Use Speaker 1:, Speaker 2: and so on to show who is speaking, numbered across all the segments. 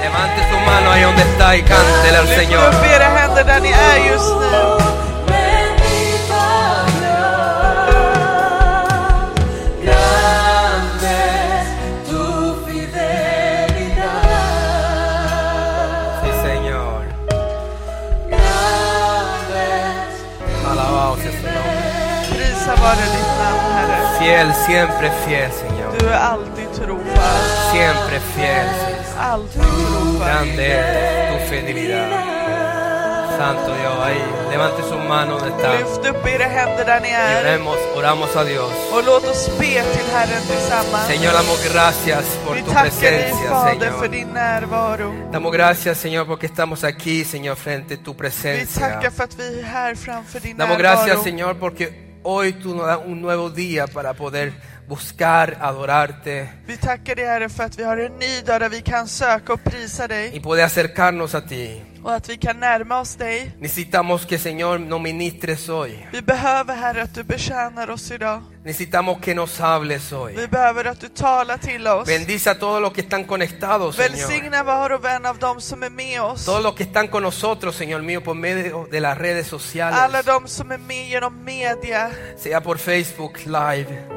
Speaker 1: Levante su mano ahí donde está y cántele al
Speaker 2: Lyft
Speaker 1: Señor.
Speaker 2: upp era händer där ni är just nu.
Speaker 1: Sí, Señor. Alabado sea su nombre.
Speaker 2: Prisa vare ditt namn Herre.
Speaker 1: Fiel, siempre fiel, Señor.
Speaker 2: Du är alltid trofast.
Speaker 1: Siempre fiel, Señor.
Speaker 2: Alltid trofast.
Speaker 1: Grande es tu fidelidad. Santo Dios, ahí. Levante su mano donde está.
Speaker 2: Lyft upp era händer där ni
Speaker 1: Y
Speaker 2: är.
Speaker 1: oremos, oramos a Dios.
Speaker 2: Och låt oss be till Herren tillsammans.
Speaker 1: Señor, damos gracias por
Speaker 2: Vi
Speaker 1: tu
Speaker 2: tackar dig
Speaker 1: presencia,
Speaker 2: Fader för
Speaker 1: Señor.
Speaker 2: din närvaro.
Speaker 1: Damos gracias, Señor, porque estamos aquí, Señor, frente a tu
Speaker 2: Vi tackar
Speaker 1: presencia.
Speaker 2: för att vi är här framför din
Speaker 1: Damos gracias,
Speaker 2: närvaro.
Speaker 1: Señor, porque hoy tú nos das un nuevo día para poder buscar, adorarte
Speaker 2: Vi tackar dig Herre för att vi har en ny dag där vi kan söka och prisa
Speaker 1: y
Speaker 2: dig
Speaker 1: poder acercarnos a ti.
Speaker 2: och att vi kan närma oss dig.
Speaker 1: Necesitamos que, Señor, nos ministres hoy.
Speaker 2: Vi behöver Herre att du betjänar oss idag.
Speaker 1: Necesitamos que nos hables hoy.
Speaker 2: Vi behöver att du talar till oss.
Speaker 1: Bendice a todos los que están conectados, Señor.
Speaker 2: Välsigna var och en av dem som är med oss.
Speaker 1: Todos los que están con nosotros, Señor mío, por medio de las redes
Speaker 2: Alla
Speaker 1: sociales,
Speaker 2: de som är med genom media,
Speaker 1: sea por Facebook Live,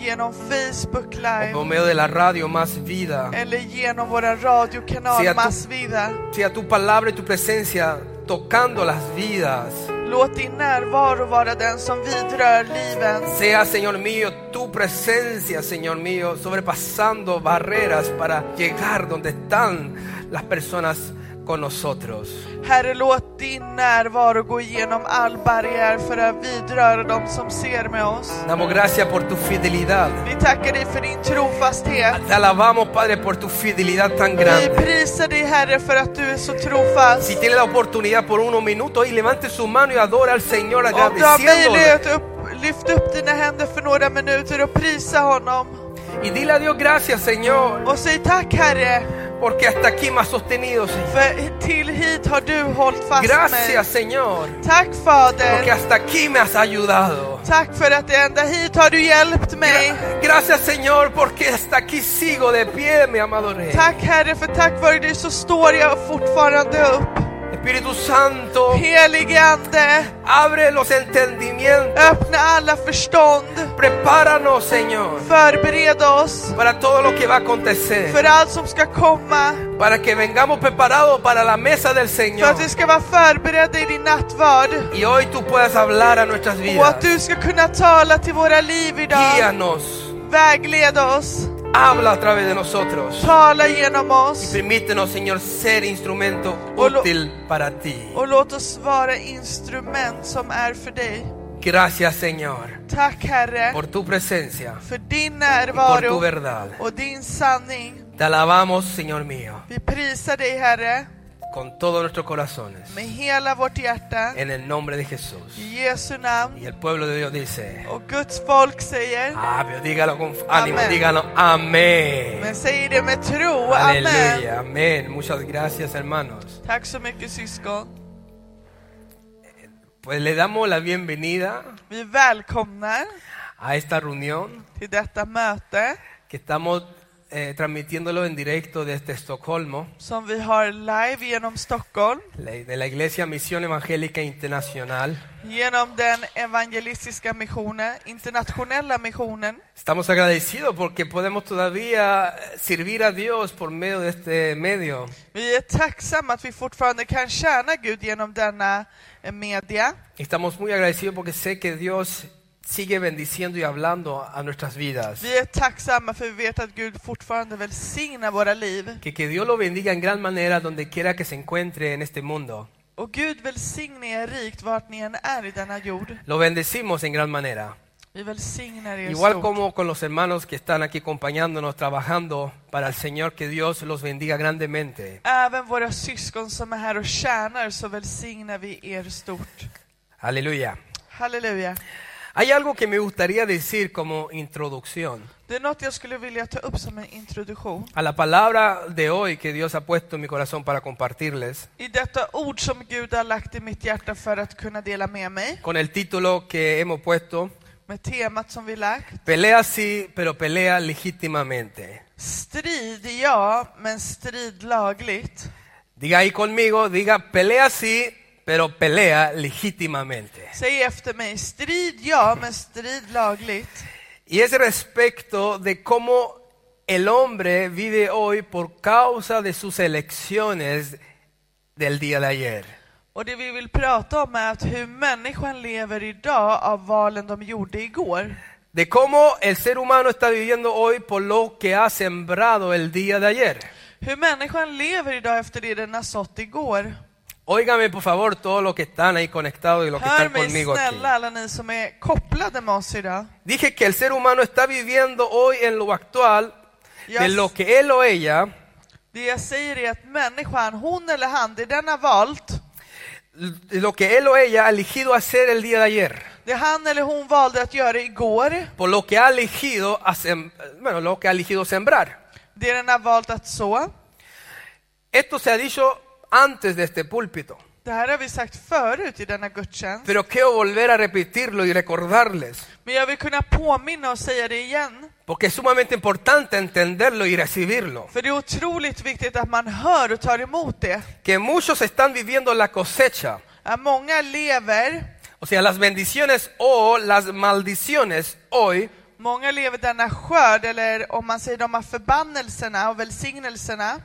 Speaker 2: genom Facebook
Speaker 1: o por
Speaker 2: Live
Speaker 1: medio de la radio Más Vida.
Speaker 2: eller genom våra radiokanal
Speaker 1: Se att-
Speaker 2: Massvida.
Speaker 1: Sea tu palabra y tu presencia tocando las vidas.
Speaker 2: Låt din närvaro vara den som vidrör liven.
Speaker 1: Sea, Señor mío, tu presencia, Señor mío, sobrepasando barreras para llegar donde están las personas con nosotros.
Speaker 2: Herre, låt din närvaro gå igenom all barriär för att vidröra de som ser med oss.
Speaker 1: Damos gracias por tu fidelidad.
Speaker 2: Vi tackar dig för din trofasthet.
Speaker 1: Te alabamos, Padre, por tu fidelidad tan
Speaker 2: Vi
Speaker 1: grande.
Speaker 2: prisar dig Herre för att du är så
Speaker 1: Si
Speaker 2: trofast.
Speaker 1: tiene la oportunidad por unos minutos y levante su mano y adora al Señor
Speaker 2: Om du har
Speaker 1: agradeciéndole.
Speaker 2: möjlighet, upp, lyft upp dina händer för några minuter och prisa honom.
Speaker 1: Y dile a Dios gracias, Señor,
Speaker 2: Och säg tack Herre,
Speaker 1: porque hasta aquí me has sostenido, Señor.
Speaker 2: för till hit har du hållit fast
Speaker 1: Gracias,
Speaker 2: mig.
Speaker 1: Señor,
Speaker 2: Tack
Speaker 1: porque
Speaker 2: Fader.
Speaker 1: hasta aquí me has ayudado.
Speaker 2: Tack för att ända hit har du hjälpt mig.
Speaker 1: Gra- Gracias, Señor, porque hasta aquí sigo de pie, mi amado Rey.
Speaker 2: Tack Herre, för tack vare dig så står jag fortfarande upp.
Speaker 1: Espíritu Santo,
Speaker 2: Helige Ande,
Speaker 1: abre los entendimientos.
Speaker 2: öppna alla förstånd.
Speaker 1: Prepáranos, Señor,
Speaker 2: Förbered oss
Speaker 1: para todo lo que va a acontecer.
Speaker 2: för allt som ska komma.
Speaker 1: Para que vengamos preparados para la mesa del
Speaker 2: För
Speaker 1: Señor.
Speaker 2: att vi ska vara förberedda i din nattvard.
Speaker 1: Y hoy tú puedas hablar a nuestras
Speaker 2: Och
Speaker 1: vidas.
Speaker 2: att du ska kunna tala till våra liv idag.
Speaker 1: Guíanos.
Speaker 2: Vägled oss.
Speaker 1: Habla a través de nosotros.
Speaker 2: Tala genom oss.
Speaker 1: Permítenos, Señor, ser instrumento
Speaker 2: Olo-
Speaker 1: útil para ti.
Speaker 2: Och låt oss vara instrument som är för dig.
Speaker 1: Gracias, Señor,
Speaker 2: Tack Herre,
Speaker 1: por tu presencia,
Speaker 2: för din
Speaker 1: por tu
Speaker 2: närvaro
Speaker 1: verdad.
Speaker 2: och din sanning.
Speaker 1: Te alabamos, Señor mío,
Speaker 2: Vi prisar dig Herre,
Speaker 1: con todos nuestros corazones.
Speaker 2: med hela vårt hjärta.
Speaker 1: En el nombre de Jesús.
Speaker 2: I Jesu namn.
Speaker 1: Y el pueblo de Dios dice,
Speaker 2: Och Guds folk säger,
Speaker 1: "Amén". dígalo con ánimo,
Speaker 2: Amén.
Speaker 1: dígalo, amén.
Speaker 2: men säger det med tro. Amen.
Speaker 1: Aleluya, amén. Muchas gracias, hermanos.
Speaker 2: Tack så mycket syskon.
Speaker 1: Pues le damos la bienvenida
Speaker 2: Vi välkomnar
Speaker 1: a esta reunión.
Speaker 2: till detta möte
Speaker 1: que estamos eh, transmitiéndolo en directo desde Estocolmo,
Speaker 2: som vi har live genom Stockholm,
Speaker 1: la- de la Iglesia Misión Evangélica Internacional.
Speaker 2: genom den evangelistiska missionen, internationella missionen.
Speaker 1: Estamos agradecidos porque podemos todavía eh, servir a Dios por medio de este medio.
Speaker 2: Vi är tacksamma att vi fortfarande kan tjäna Gud genom denna eh, media.
Speaker 1: Estamos muy agradecidos porque sé que Dios sigue bendiciendo y hablando a nuestras vidas.
Speaker 2: Vi är tacksamma för vi vet att Gud fortfarande välsignar våra liv.
Speaker 1: Que, que Dios lo bendiga en gran manera donde quiera que se encuentre en este mundo.
Speaker 2: Och Gud välsignar er rikt vart ni än är i denna jord.
Speaker 1: Lo bendecimos en gran manera.
Speaker 2: Vi välsignar er
Speaker 1: Igual
Speaker 2: stort.
Speaker 1: como con los hermanos que están aquí acompañándonos, trabajando para el Señor, que Dios los bendiga grandemente.
Speaker 2: Även våra syskon som är här och tjänar så välsignar vi er stort.
Speaker 1: Aleluya.
Speaker 2: Halleluja.
Speaker 1: Hay algo que me gustaría decir como introducción
Speaker 2: Det är något jag skulle vilja ta upp som en introduktion.
Speaker 1: a la palabra de hoy que Dios ha puesto en mi corazón para compartirles,
Speaker 2: I detta ord som Gud har lagt i mitt hjärta för att kunna dela med mig,
Speaker 1: con el título que hemos puesto,
Speaker 2: med temat som vi lagt.
Speaker 1: Pelea sí, pero pelea legítimamente.
Speaker 2: Strid ja, men strid lagligt.
Speaker 1: Diga ahí conmigo, diga pelea sí, pero pelea legítimamente.
Speaker 2: Säg efter mig, strid ja, men strid lagligt.
Speaker 1: Y es respecto de cómo el hombre vive hoy por causa de sus elecciones del día de ayer.
Speaker 2: Och det vi vill prata om är att hur människan lever idag av valen de gjorde igår.
Speaker 1: De cómo el ser humano está viviendo hoy por lo que ha sembrado el día de ayer.
Speaker 2: Hur människan lever idag efter det den har sått igår.
Speaker 1: Óigame por favor todos los que están ahí conectados y los que
Speaker 2: Hör
Speaker 1: están
Speaker 2: mig
Speaker 1: conmigo aquí.
Speaker 2: snälla alla ni som är kopplade med oss idag.
Speaker 1: Dije que el ser humano está viviendo hoy en lo actual de
Speaker 2: Yes.
Speaker 1: lo que él o ella
Speaker 2: Det jag säger är att människan, hon eller han, det den har valt,
Speaker 1: lo que él o ella ha elegido hacer el día de ayer,
Speaker 2: det han eller hon valde att göra igår,
Speaker 1: por lo que ha elegido, a sem- bueno, lo que ha elegido sembrar.
Speaker 2: det den har valt att så.
Speaker 1: Esto se ha dicho antes de este púlpito,
Speaker 2: Det här har vi sagt förut i denna gudstjänst,
Speaker 1: pero quiero volver a repetirlo y recordarles,
Speaker 2: men jag vill kunna påminna och säga det igen.
Speaker 1: porque es sumamente importante entenderlo y recibirlo.
Speaker 2: För det är otroligt viktigt att man hör och tar emot det.
Speaker 1: Que muchos están viviendo la cosecha,
Speaker 2: Att många lever,
Speaker 1: o sea, las bendiciones o las maldiciones hoy,
Speaker 2: många lever denna skörd, eller om man säger de här förbannelserna och välsignelserna,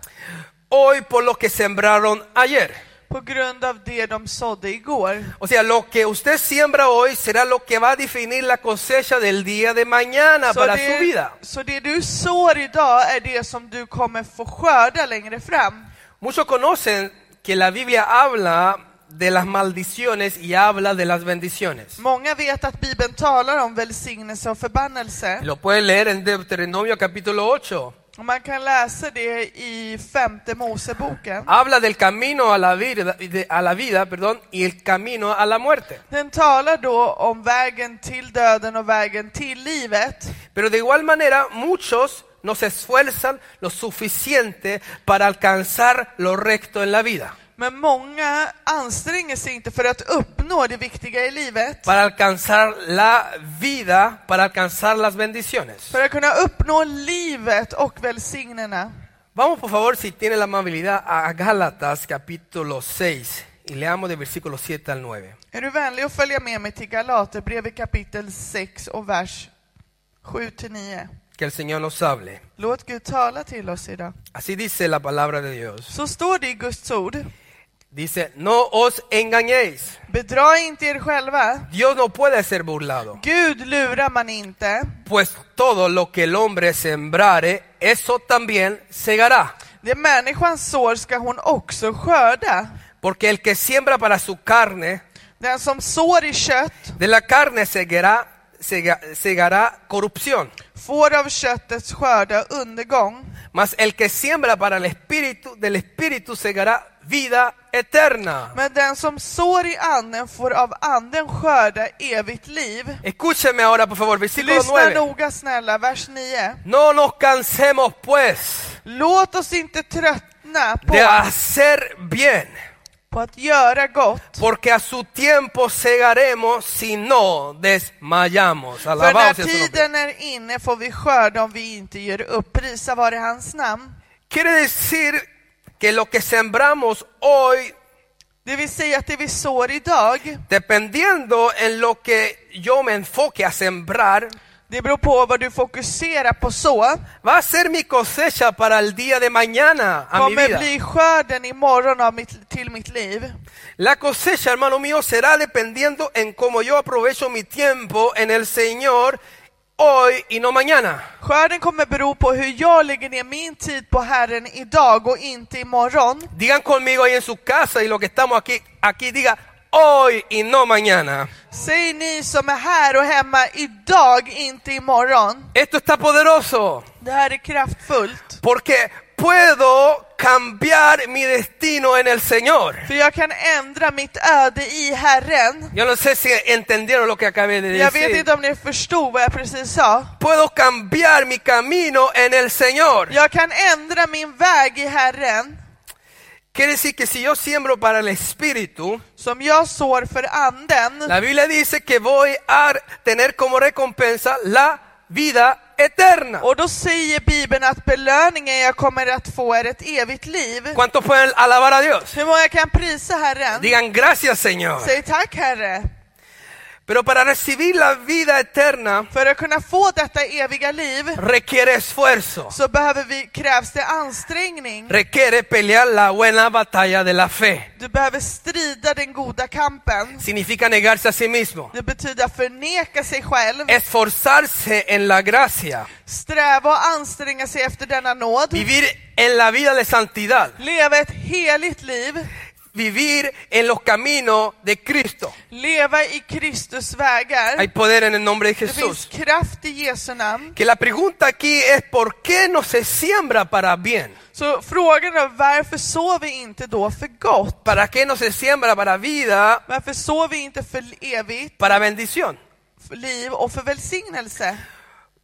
Speaker 1: hoy por lo que sembraron ayer.
Speaker 2: på grund av det de sådde igår.
Speaker 1: O sea, lo que usted siembra hoy será lo que va a definir la cosecha del día de mañana
Speaker 2: Så
Speaker 1: para su
Speaker 2: det,
Speaker 1: vida.
Speaker 2: så det du sår idag är det som du kommer få skörda längre fram.
Speaker 1: Muchos conocen que la Biblia habla de las maldiciones y habla de las bendiciones.
Speaker 2: Många vet att Bibeln talar om välsignelse och förbannelse.
Speaker 1: Lo pueden leer en Deuteronomio capítulo 8.
Speaker 2: Och man kan läsa det i femte Moseboken.
Speaker 1: Habla del camino a la vida, de- a la vida perdón, y el camino a la muerte.
Speaker 2: Den talar då om vägen till döden och vägen till livet.
Speaker 1: Pero de igual manera, muchos no se esfuerzan lo suficiente para alcanzar lo recto en la vida,
Speaker 2: Men många anstränger sig inte för att uppnå det viktiga i livet.
Speaker 1: para alcanzar la vida, para alcanzar las bendiciones.
Speaker 2: För att kunna uppnå livet och välsignelserna.
Speaker 1: Vamos por favor, si tiene la amabilidad, a Gálatas capítulo 6 y leamos de versículo 7 al 9.
Speaker 2: Är du vänlig att följa med mig till Galaterbrevet kapitel 6 och vers 7-9.
Speaker 1: Que el Señor nos hable.
Speaker 2: Låt Gud tala till oss idag.
Speaker 1: Así dice la palabra de Dios.
Speaker 2: Så står det i Guds ord.
Speaker 1: Dice, no os engañéis.
Speaker 2: Bedra inte er själva.
Speaker 1: Dios no puede ser burlado.
Speaker 2: Gud lurar man inte.
Speaker 1: Pues todo lo que el hombre sembrare, eso también segará.
Speaker 2: Det människan sår ska hon också skörda.
Speaker 1: Porque el que siembra para su carne,
Speaker 2: Den som sår i kött
Speaker 1: de la carne segará, sega- segará corrupción.
Speaker 2: får av köttets skörda undergång.
Speaker 1: Mas el que siembra para el espíritu, del espíritu segará vida eterna.
Speaker 2: Men den som sår i anden får av anden skörda evigt liv.
Speaker 1: Escúcheme ahora, por favor, versículo
Speaker 2: Lyssna
Speaker 1: 9.
Speaker 2: noga snälla, vers 9.
Speaker 1: No nos cansemos, pues,
Speaker 2: Låt oss inte tröttna på,
Speaker 1: de hacer bien,
Speaker 2: på att göra gott.
Speaker 1: porque a su tiempo segaremos si no desmayamos.
Speaker 2: För
Speaker 1: Alabado
Speaker 2: när
Speaker 1: sea su nombre.
Speaker 2: tiden är inne får vi skörda om vi inte ger upp. Prisa vare hans namn.
Speaker 1: Quiere decir que lo que sembramos hoy,
Speaker 2: Det vill säga att det vi sår idag,
Speaker 1: dependiendo en lo que yo me enfoque a sembrar,
Speaker 2: det beror på vad du fokuserar på så,
Speaker 1: va a ser mi cosecha para el día de mañana a mi
Speaker 2: kommer
Speaker 1: vida.
Speaker 2: bli skörden imorgon av mitt, till mitt liv.
Speaker 1: La cosecha, hermano mío, será dependiendo en cómo yo aprovecho mi tiempo en el Señor hoy y no mañana.
Speaker 2: Skörden kommer bero på hur jag lägger ner min tid på Herren idag och inte imorgon.
Speaker 1: Digan conmigo ahí en su casa y lo que estamos aquí, aquí diga hoy y no mañana.
Speaker 2: Säg ni som är här och hemma idag, inte imorgon.
Speaker 1: Esto está poderoso
Speaker 2: Det här är kraftfullt.
Speaker 1: porque puedo cambiar mi destino en el Señor.
Speaker 2: För jag kan ändra mitt öde i Herren.
Speaker 1: Yo no sé si entendieron lo que acabé de
Speaker 2: Jag vet
Speaker 1: decir.
Speaker 2: inte om ni förstod vad jag precis sa.
Speaker 1: Puedo cambiar mi camino en el Señor.
Speaker 2: Jag kan ändra min väg i Herren.
Speaker 1: Quiere decir que si yo siembro para el Espíritu,
Speaker 2: Som jag sår för anden,
Speaker 1: La Biblia dice que voy a tener como recompensa la vida eterna.
Speaker 2: Och då säger Bibeln att belöningen jag kommer att få är ett evigt liv.
Speaker 1: ¿Cuántos pueden alabar a Dios?
Speaker 2: Hur många kan prisa Herren?
Speaker 1: Digan gracias Señor.
Speaker 2: Säg tack Herre.
Speaker 1: Pero para recibir la vida eterna
Speaker 2: För att kunna få detta eviga liv
Speaker 1: requiere esfuerzo,
Speaker 2: så behöver vi, krävs det ansträngning.
Speaker 1: requiere pelear la buena batalla de la fe.
Speaker 2: Du behöver strida den goda kampen.
Speaker 1: Significa negarse a sí mismo,
Speaker 2: Det betyder att förneka sig själv,
Speaker 1: esforzarse en la gracia,
Speaker 2: sträva och anstränga sig efter denna nåd,
Speaker 1: vivir en la vida de santidad,
Speaker 2: leva ett heligt liv,
Speaker 1: vivir en los caminos de Cristo.
Speaker 2: leva i Kristus
Speaker 1: Hay
Speaker 2: vägar.
Speaker 1: poder en el nombre de
Speaker 2: Det finns
Speaker 1: Jesús.
Speaker 2: kraft i Jesu namn.
Speaker 1: Que la pregunta aquí es ¿por qué no se siembra para bien?
Speaker 2: Så frågan är varför sov vi inte då för gott?
Speaker 1: ¿Para qué no se siembra para vida,
Speaker 2: Varför sov vi inte för evigt
Speaker 1: para bendición?
Speaker 2: för liv och för välsignelse?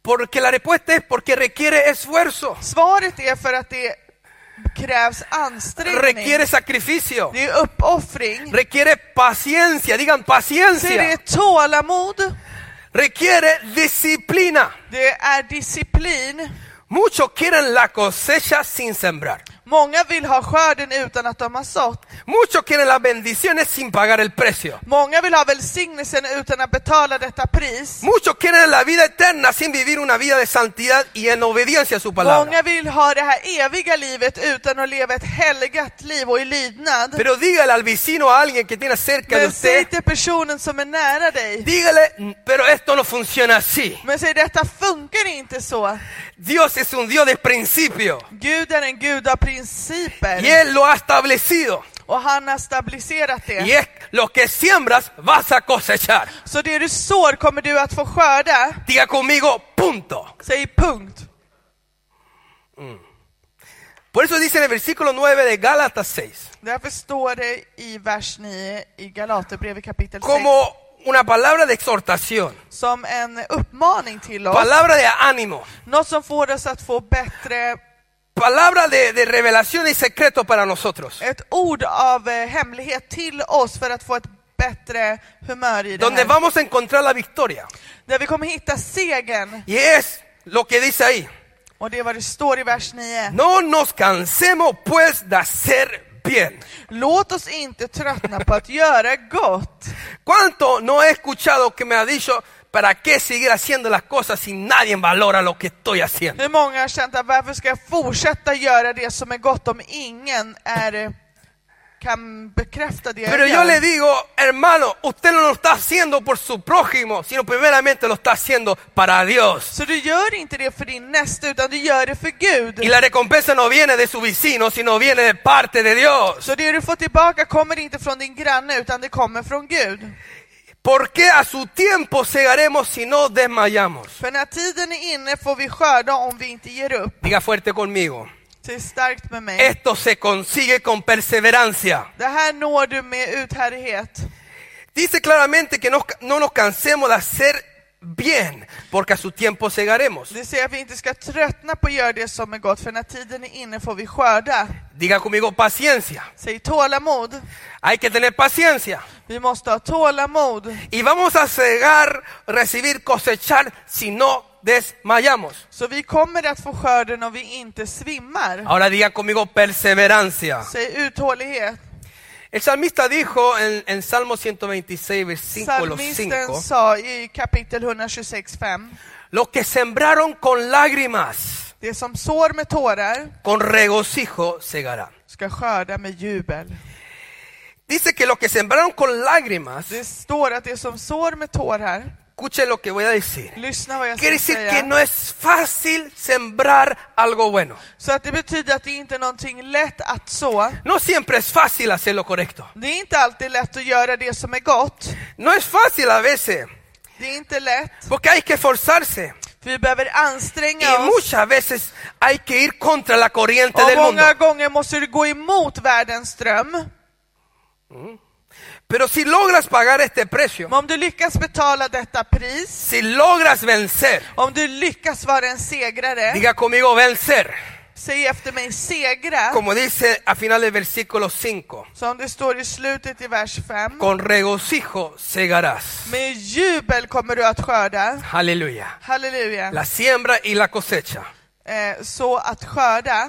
Speaker 1: Porque la respuesta es porque requiere esfuerzo,
Speaker 2: Svaret är för att det krävs ansträngning.
Speaker 1: requiere sacrificio,
Speaker 2: Det är uppoffring.
Speaker 1: requiere paciencia, digan
Speaker 2: Så det är
Speaker 1: paciencia,
Speaker 2: tålamod.
Speaker 1: requiere disciplina.
Speaker 2: Det är disciplin.
Speaker 1: Muchos quieren la cosecha sin sembrar,
Speaker 2: Många vill ha skörden utan att de har sått.
Speaker 1: muchos quieren las bendiciones sin pagar el precio,
Speaker 2: Många vill ha välsignelsen utan att betala detta pris.
Speaker 1: muchos quieren la vida eterna sin vivir una vida de santidad y en obediencia a su palabra.
Speaker 2: Många vill ha det här eviga livet utan att leva ett helgat liv och i lydnad.
Speaker 1: Pero dígale al vecino, a alguien que tiene cerca de
Speaker 2: Men säg
Speaker 1: usted,
Speaker 2: till personen som är nära dig.
Speaker 1: dígale, "Mm, pero esto no funciona así.
Speaker 2: Men säg detta funkar inte så.
Speaker 1: Dios es un Dios de principio
Speaker 2: Gud är en gud av
Speaker 1: y
Speaker 2: principer.
Speaker 1: Él lo ha establecido.
Speaker 2: Och han har stabiliserat
Speaker 1: Y
Speaker 2: det.
Speaker 1: es lo que siembras vas a cosechar.
Speaker 2: Så det du sår kommer du att få skörda.
Speaker 1: Diga conmigo, punto.
Speaker 2: Säg punkt.
Speaker 1: Por eso dice en el versículo 9 de Gálatas 6,
Speaker 2: Därför står det i vers 9 i Galaterbrevet kapitel 6
Speaker 1: como una palabra de exhortación,
Speaker 2: som en uppmaning till oss.
Speaker 1: palabra de ánimo,
Speaker 2: Något som får oss att få bättre,
Speaker 1: palabra de, de revelación y secreto para nosotros,
Speaker 2: ett ord av eh, hemlighet till oss för att få ett bättre humör i det
Speaker 1: donde
Speaker 2: här.
Speaker 1: vamos a encontrar la victoria.
Speaker 2: Där vi kommer hitta segern.
Speaker 1: Y es lo que dice ahí,
Speaker 2: Och det är vad det står i vers 9.
Speaker 1: no nos cansemos pues de hacer bien.
Speaker 2: Låt oss inte tröttna på att göra gott.
Speaker 1: ¿Cuánto no he escuchado que me ha dicho, ¿para qué seguir haciendo las cosas si nadie valora lo que estoy haciendo?
Speaker 2: Hur många har känt att varför ska jag fortsätta göra det som är gott om ingen är, eh, kan bekräfta det
Speaker 1: Pero
Speaker 2: jag
Speaker 1: yo
Speaker 2: gör?
Speaker 1: le digo, hermano, usted no lo está haciendo por su prójimo, sino primeramente lo está haciendo para Dios.
Speaker 2: Så du gör inte det för din nästa, utan du gör det för
Speaker 1: Y
Speaker 2: Gud.
Speaker 1: la recompensa no viene de su vecino, sino viene de parte de Dios.
Speaker 2: Så det du får tillbaka kommer inte från din granne, utan det kommer från Gud.
Speaker 1: ¿Por qué a su tiempo cegaremos si no desmayamos?
Speaker 2: För när tiden är inne får vi skörda om vi inte ger upp.
Speaker 1: Diga fuerte conmigo.
Speaker 2: Säg starkt med mig.
Speaker 1: Esto se consigue con perseverancia.
Speaker 2: Det här når du med uthärdighet.
Speaker 1: Dice claramente que no, no nos cansemos de hacer bien, porque a su tiempo cegaremos.
Speaker 2: Det säger att vi inte ska tröttna på att göra det som är gott, för när tiden är inne får vi skörda.
Speaker 1: Diga conmigo paciencia.
Speaker 2: Säg tålamod.
Speaker 1: Hay que tener paciencia.
Speaker 2: Vi måste ha tålamod.
Speaker 1: Y vamos a cegar, recibir, cosechar si no desmayamos.
Speaker 2: Så vi kommer att få skörden om vi inte svimmar.
Speaker 1: Ahora diga conmigo perseverancia.
Speaker 2: Säg uthållighet.
Speaker 1: El salmista dijo en, en Salmo 126, versículo 5,
Speaker 2: Psalmisten sa i kapitel 126.5
Speaker 1: los que sembraron con lágrimas,
Speaker 2: Det som sår med tårar
Speaker 1: con regocijo segarán.
Speaker 2: ska skörda med jubel.
Speaker 1: Dice que los que sembraron con lágrimas,
Speaker 2: Det står att det som sår med tårar,
Speaker 1: escuchen lo que voy a decir.
Speaker 2: lyssna vad jag
Speaker 1: Quiere
Speaker 2: ska
Speaker 1: decir que
Speaker 2: säga.
Speaker 1: no es fácil sembrar algo bueno.
Speaker 2: Så att det betyder att det inte är någonting lätt att så.
Speaker 1: No siempre es fácil hacer lo correcto.
Speaker 2: Det är inte alltid lätt att göra det som är gott.
Speaker 1: No es fácil a veces,
Speaker 2: Det är inte lätt,
Speaker 1: porque hay que esforzarse.
Speaker 2: för vi behöver anstränga
Speaker 1: Y
Speaker 2: oss.
Speaker 1: muchas veces hay que ir contra la corriente
Speaker 2: Och
Speaker 1: del mundo.
Speaker 2: många gånger måste du gå emot världens ström.
Speaker 1: Pero si logras pagar este precio,
Speaker 2: Men om du lyckas betala detta pris,
Speaker 1: si logras vencer,
Speaker 2: om du lyckas vara en segrare,
Speaker 1: diga conmigo vencer,
Speaker 2: Säg efter mig segra,
Speaker 1: como dice a final del versículo 5,
Speaker 2: som det står i slutet i vers 5.
Speaker 1: con regocijo segarás.
Speaker 2: Med jubel kommer du att skörda.
Speaker 1: Aleluya.
Speaker 2: Halleluja.
Speaker 1: La siembra y la cosecha.
Speaker 2: Eh, så att skörda,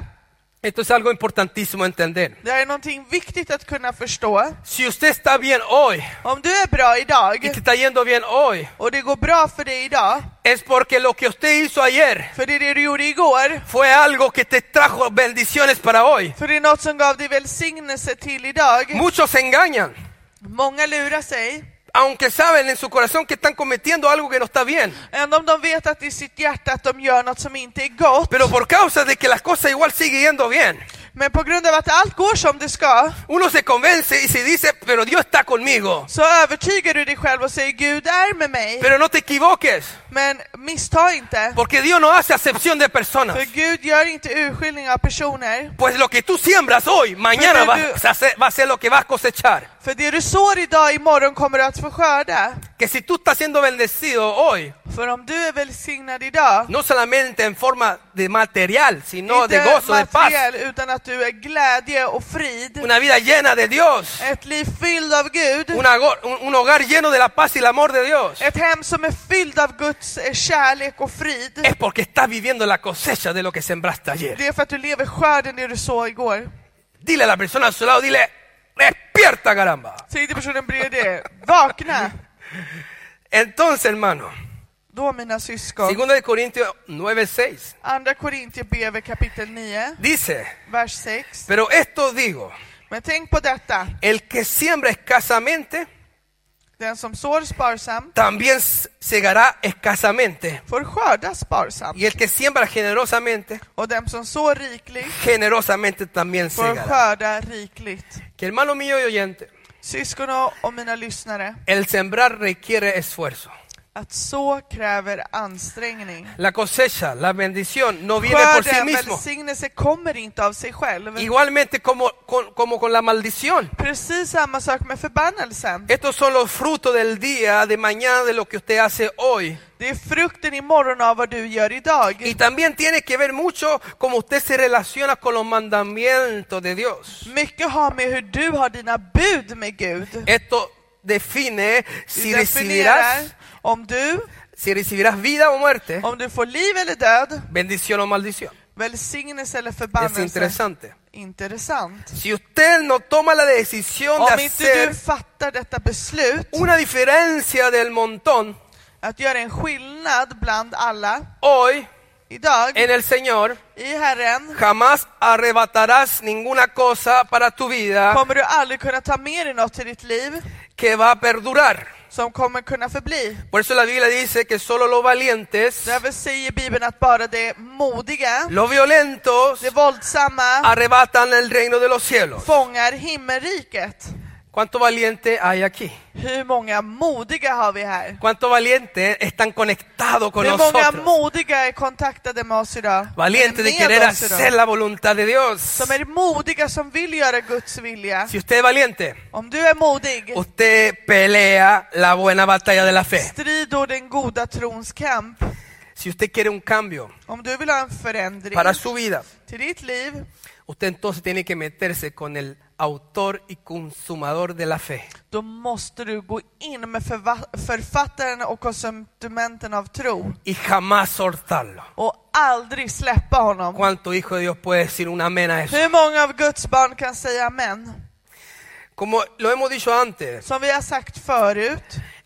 Speaker 1: Esto es algo importantísimo entender.
Speaker 2: det är någonting viktigt att kunna förstå.
Speaker 1: Si usted está bien hoy
Speaker 2: Om du är bra
Speaker 1: y te
Speaker 2: idag
Speaker 1: está yendo bien hoy,
Speaker 2: och det går bra för dig idag,
Speaker 1: es porque lo que usted hizo ayer
Speaker 2: för det är det du gjorde igår,
Speaker 1: fue algo que te trajo bendiciones para hoy.
Speaker 2: för det är något som gav dig välsignelse till idag.
Speaker 1: Muchos se engañan,
Speaker 2: Många lurar sig,
Speaker 1: aunque saben en su corazón que están cometiendo algo que no está bien.
Speaker 2: även om de vet att i sitt hjärta att de gör något som inte är gott.
Speaker 1: Pero por causa de que las cosas igual siguen yendo bien,
Speaker 2: Men på grund av att allt går som det ska,
Speaker 1: uno se convence y se dice, pero Dios está conmigo.
Speaker 2: så övertygar du dig själv och säger Gud är med mig.
Speaker 1: Pero no te equivoques,
Speaker 2: Men missta inte,
Speaker 1: porque Dios no hace acepción de personas.
Speaker 2: för Gud gör inte urskiljning av personer.
Speaker 1: Pues lo que tú siembras hoy, mañana
Speaker 2: Pero tú-
Speaker 1: vas a hacer- va a ser lo que vas a cosechar.
Speaker 2: För det du sår idag, imorgon kommer du att få skörda.
Speaker 1: Que si tú estás siendo bendecido hoy,
Speaker 2: För om du är välsignad idag,
Speaker 1: no solamente en forma de material, sino de gozo, de paz,
Speaker 2: materiell, utan att du är glädje och frid.
Speaker 1: una vida llena de Dios,
Speaker 2: Ett liv fylld av Gud.
Speaker 1: una go- un, un hogar lleno de la paz y el amor de Dios,
Speaker 2: Ett hem som är fylld av Guds eh, kärlek och frid.
Speaker 1: es porque estás viviendo la cosecha de lo que sembraste ayer.
Speaker 2: Det är för att du lever skörden det du såg igår.
Speaker 1: Dile a la persona a su lado, dile, despierta caramba.
Speaker 2: Säg till personen bredvid dig, vakna!
Speaker 1: Entonces, hermano,
Speaker 2: Då mina syskon.
Speaker 1: 2 de Corintios 9:6
Speaker 2: Andra Korintierbrevet kapitel 9,
Speaker 1: dice,
Speaker 2: vers 6.
Speaker 1: pero esto digo,
Speaker 2: Men tänk på detta,
Speaker 1: el que siembra escasamente,
Speaker 2: den som sår sparsamt
Speaker 1: también segará escasamente.
Speaker 2: får skörda sparsamt,
Speaker 1: Y el que siembra generosamente,
Speaker 2: och den som sår rikligt
Speaker 1: generosamente también
Speaker 2: får
Speaker 1: segará.
Speaker 2: skörda rikligt.
Speaker 1: Que hermano mío y oyente,
Speaker 2: Syskon och- och mina lyssnare,
Speaker 1: el sembrar requiere esfuerzo.
Speaker 2: att så kräver ansträngning.
Speaker 1: La cosecha, la bendición, no viene por sí
Speaker 2: Skörden,
Speaker 1: mismo.
Speaker 2: välsignelse, kommer inte av sig själv.
Speaker 1: Igualmente como con, como con la maldición.
Speaker 2: Precis samma sak med förbannelsen.
Speaker 1: Estos son los frutos del día, de mañana, de lo que usted hace hoy.
Speaker 2: Det är frukten imorgon av vad du gör
Speaker 1: Y
Speaker 2: idag.
Speaker 1: también tiene que ver mucho cómo usted se relaciona con los mandamientos de Dios.
Speaker 2: Mycket har med hur du har dina bud med
Speaker 1: Eh,
Speaker 2: Gud.
Speaker 1: Esto define si
Speaker 2: Det definierar
Speaker 1: recibirás,
Speaker 2: om du,
Speaker 1: si recibirás vida o muerte,
Speaker 2: om du får liv eller död,
Speaker 1: bendición o maldición.
Speaker 2: välsignelse eller
Speaker 1: Es
Speaker 2: förbannelse.
Speaker 1: interesante.
Speaker 2: Intressant.
Speaker 1: Si usted no toma la decisión de
Speaker 2: Om inte
Speaker 1: hacer
Speaker 2: du fattar detta beslut,
Speaker 1: una diferencia del montón
Speaker 2: att göra en skillnad bland alla,
Speaker 1: hoy
Speaker 2: idag,
Speaker 1: en el Señor,
Speaker 2: i Herren,
Speaker 1: jamás arrebatarás ninguna cosa para tu vida
Speaker 2: kommer du aldrig kunna ta med dig något till ditt liv
Speaker 1: que va a perdurar.
Speaker 2: som kommer kunna förbli.
Speaker 1: Por eso la Biblia dice que solo los valientes,
Speaker 2: Därför säger Bibeln att bara det modiga,
Speaker 1: los violentos,
Speaker 2: det våldsamma,
Speaker 1: arrebatan el reino de los cielos.
Speaker 2: fångar himmelriket.
Speaker 1: ¿Cuánto valiente hay aquí?
Speaker 2: Hur många modiga har vi här?
Speaker 1: ¿Cuánto valiente están conectados con
Speaker 2: Hur många
Speaker 1: nosotros?
Speaker 2: modiga är kontaktade med oss idag?
Speaker 1: Valiente de
Speaker 2: Eller med
Speaker 1: querer
Speaker 2: oss idag?
Speaker 1: hacer la voluntad de Dios.
Speaker 2: Som är modiga, som vill göra Guds vilja.
Speaker 1: Si usted es valiente,
Speaker 2: Om du är modig,
Speaker 1: usted pelea la buena batalla de la fe.
Speaker 2: strid då den goda trons kamp.
Speaker 1: Si usted quiere un cambio
Speaker 2: Om du vill ha en förändring
Speaker 1: para su vida,
Speaker 2: till ditt liv,
Speaker 1: usted entonces tiene que meterse con el autor y consumador de la fe.
Speaker 2: då måste du gå in med förva- författaren och konsumenten av tro.
Speaker 1: Y jamás soltarlo.
Speaker 2: Och aldrig släppa honom.
Speaker 1: ¿Cuánto hijo de Dios puede decir un amén a eso?
Speaker 2: Hur många av Guds barn kan säga amen?
Speaker 1: Como lo hemos dicho antes,
Speaker 2: Som vi har sagt förut,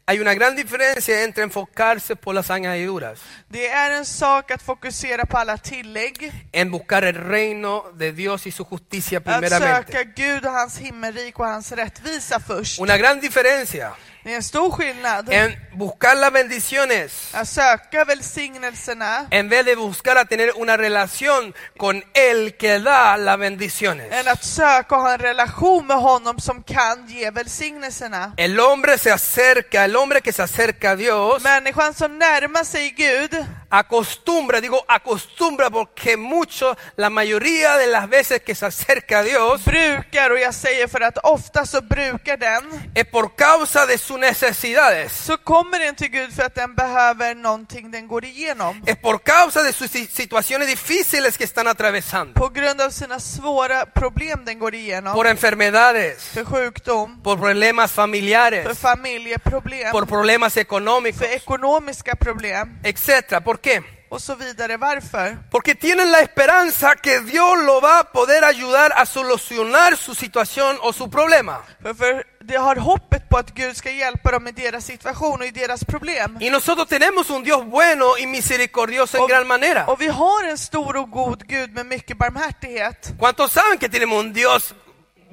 Speaker 1: Hay una gran diferencia entre enfocarse por las añadiduras,
Speaker 2: det är en sak att fokusera på alla tillägg,
Speaker 1: en buscar el reino de Dios y su justicia
Speaker 2: att söka
Speaker 1: primeramente.
Speaker 2: Gud och hans himmelrik och hans rättvisa först.
Speaker 1: Una gran diferencia
Speaker 2: Det är en stor skillnad.
Speaker 1: en buscar las bendiciones
Speaker 2: Att söka välsignelserna
Speaker 1: en vez de buscar a tener una relación con el que da las bendiciones.
Speaker 2: än att söka och ha en relation med honom som kan ge välsignelserna.
Speaker 1: El hombre se acerca, el hombre que se acerca a Dios
Speaker 2: Människan som närmar sig Gud
Speaker 1: Acostumbra, digo acostumbra porque mucho, la mayoría de las veces que se acerca a Dios
Speaker 2: Brukar, och jag säger för att ofta så brukar den,
Speaker 1: es por causa de sus necesidades,
Speaker 2: så kommer den till Gud för att den behöver någonting den går igenom.
Speaker 1: es por causa de sus si- situaciones difíciles que están atravesando,
Speaker 2: På grund av sina svåra problem den går igenom.
Speaker 1: por enfermedades,
Speaker 2: För sjukdom,
Speaker 1: por problemas
Speaker 2: för
Speaker 1: familiares,
Speaker 2: familjeproblem,
Speaker 1: por problemas económicos,
Speaker 2: för ekonomiska problem
Speaker 1: etcétera. ¿Por qué?
Speaker 2: och så vidare. Varför?
Speaker 1: Porque tienen la esperanza que Dios lo va a poder ayudar a solucionar su situación o su problema.
Speaker 2: För, för de har hoppet på att Gud ska hjälpa dem i deras situation och i deras problem.
Speaker 1: Y nosotros tenemos un Dios bueno y misericordioso en
Speaker 2: Och,
Speaker 1: gran manera.
Speaker 2: och vi har en stor och god Gud med mycket barmhärtighet.
Speaker 1: ¿Cuántos saben que tenemos un Dios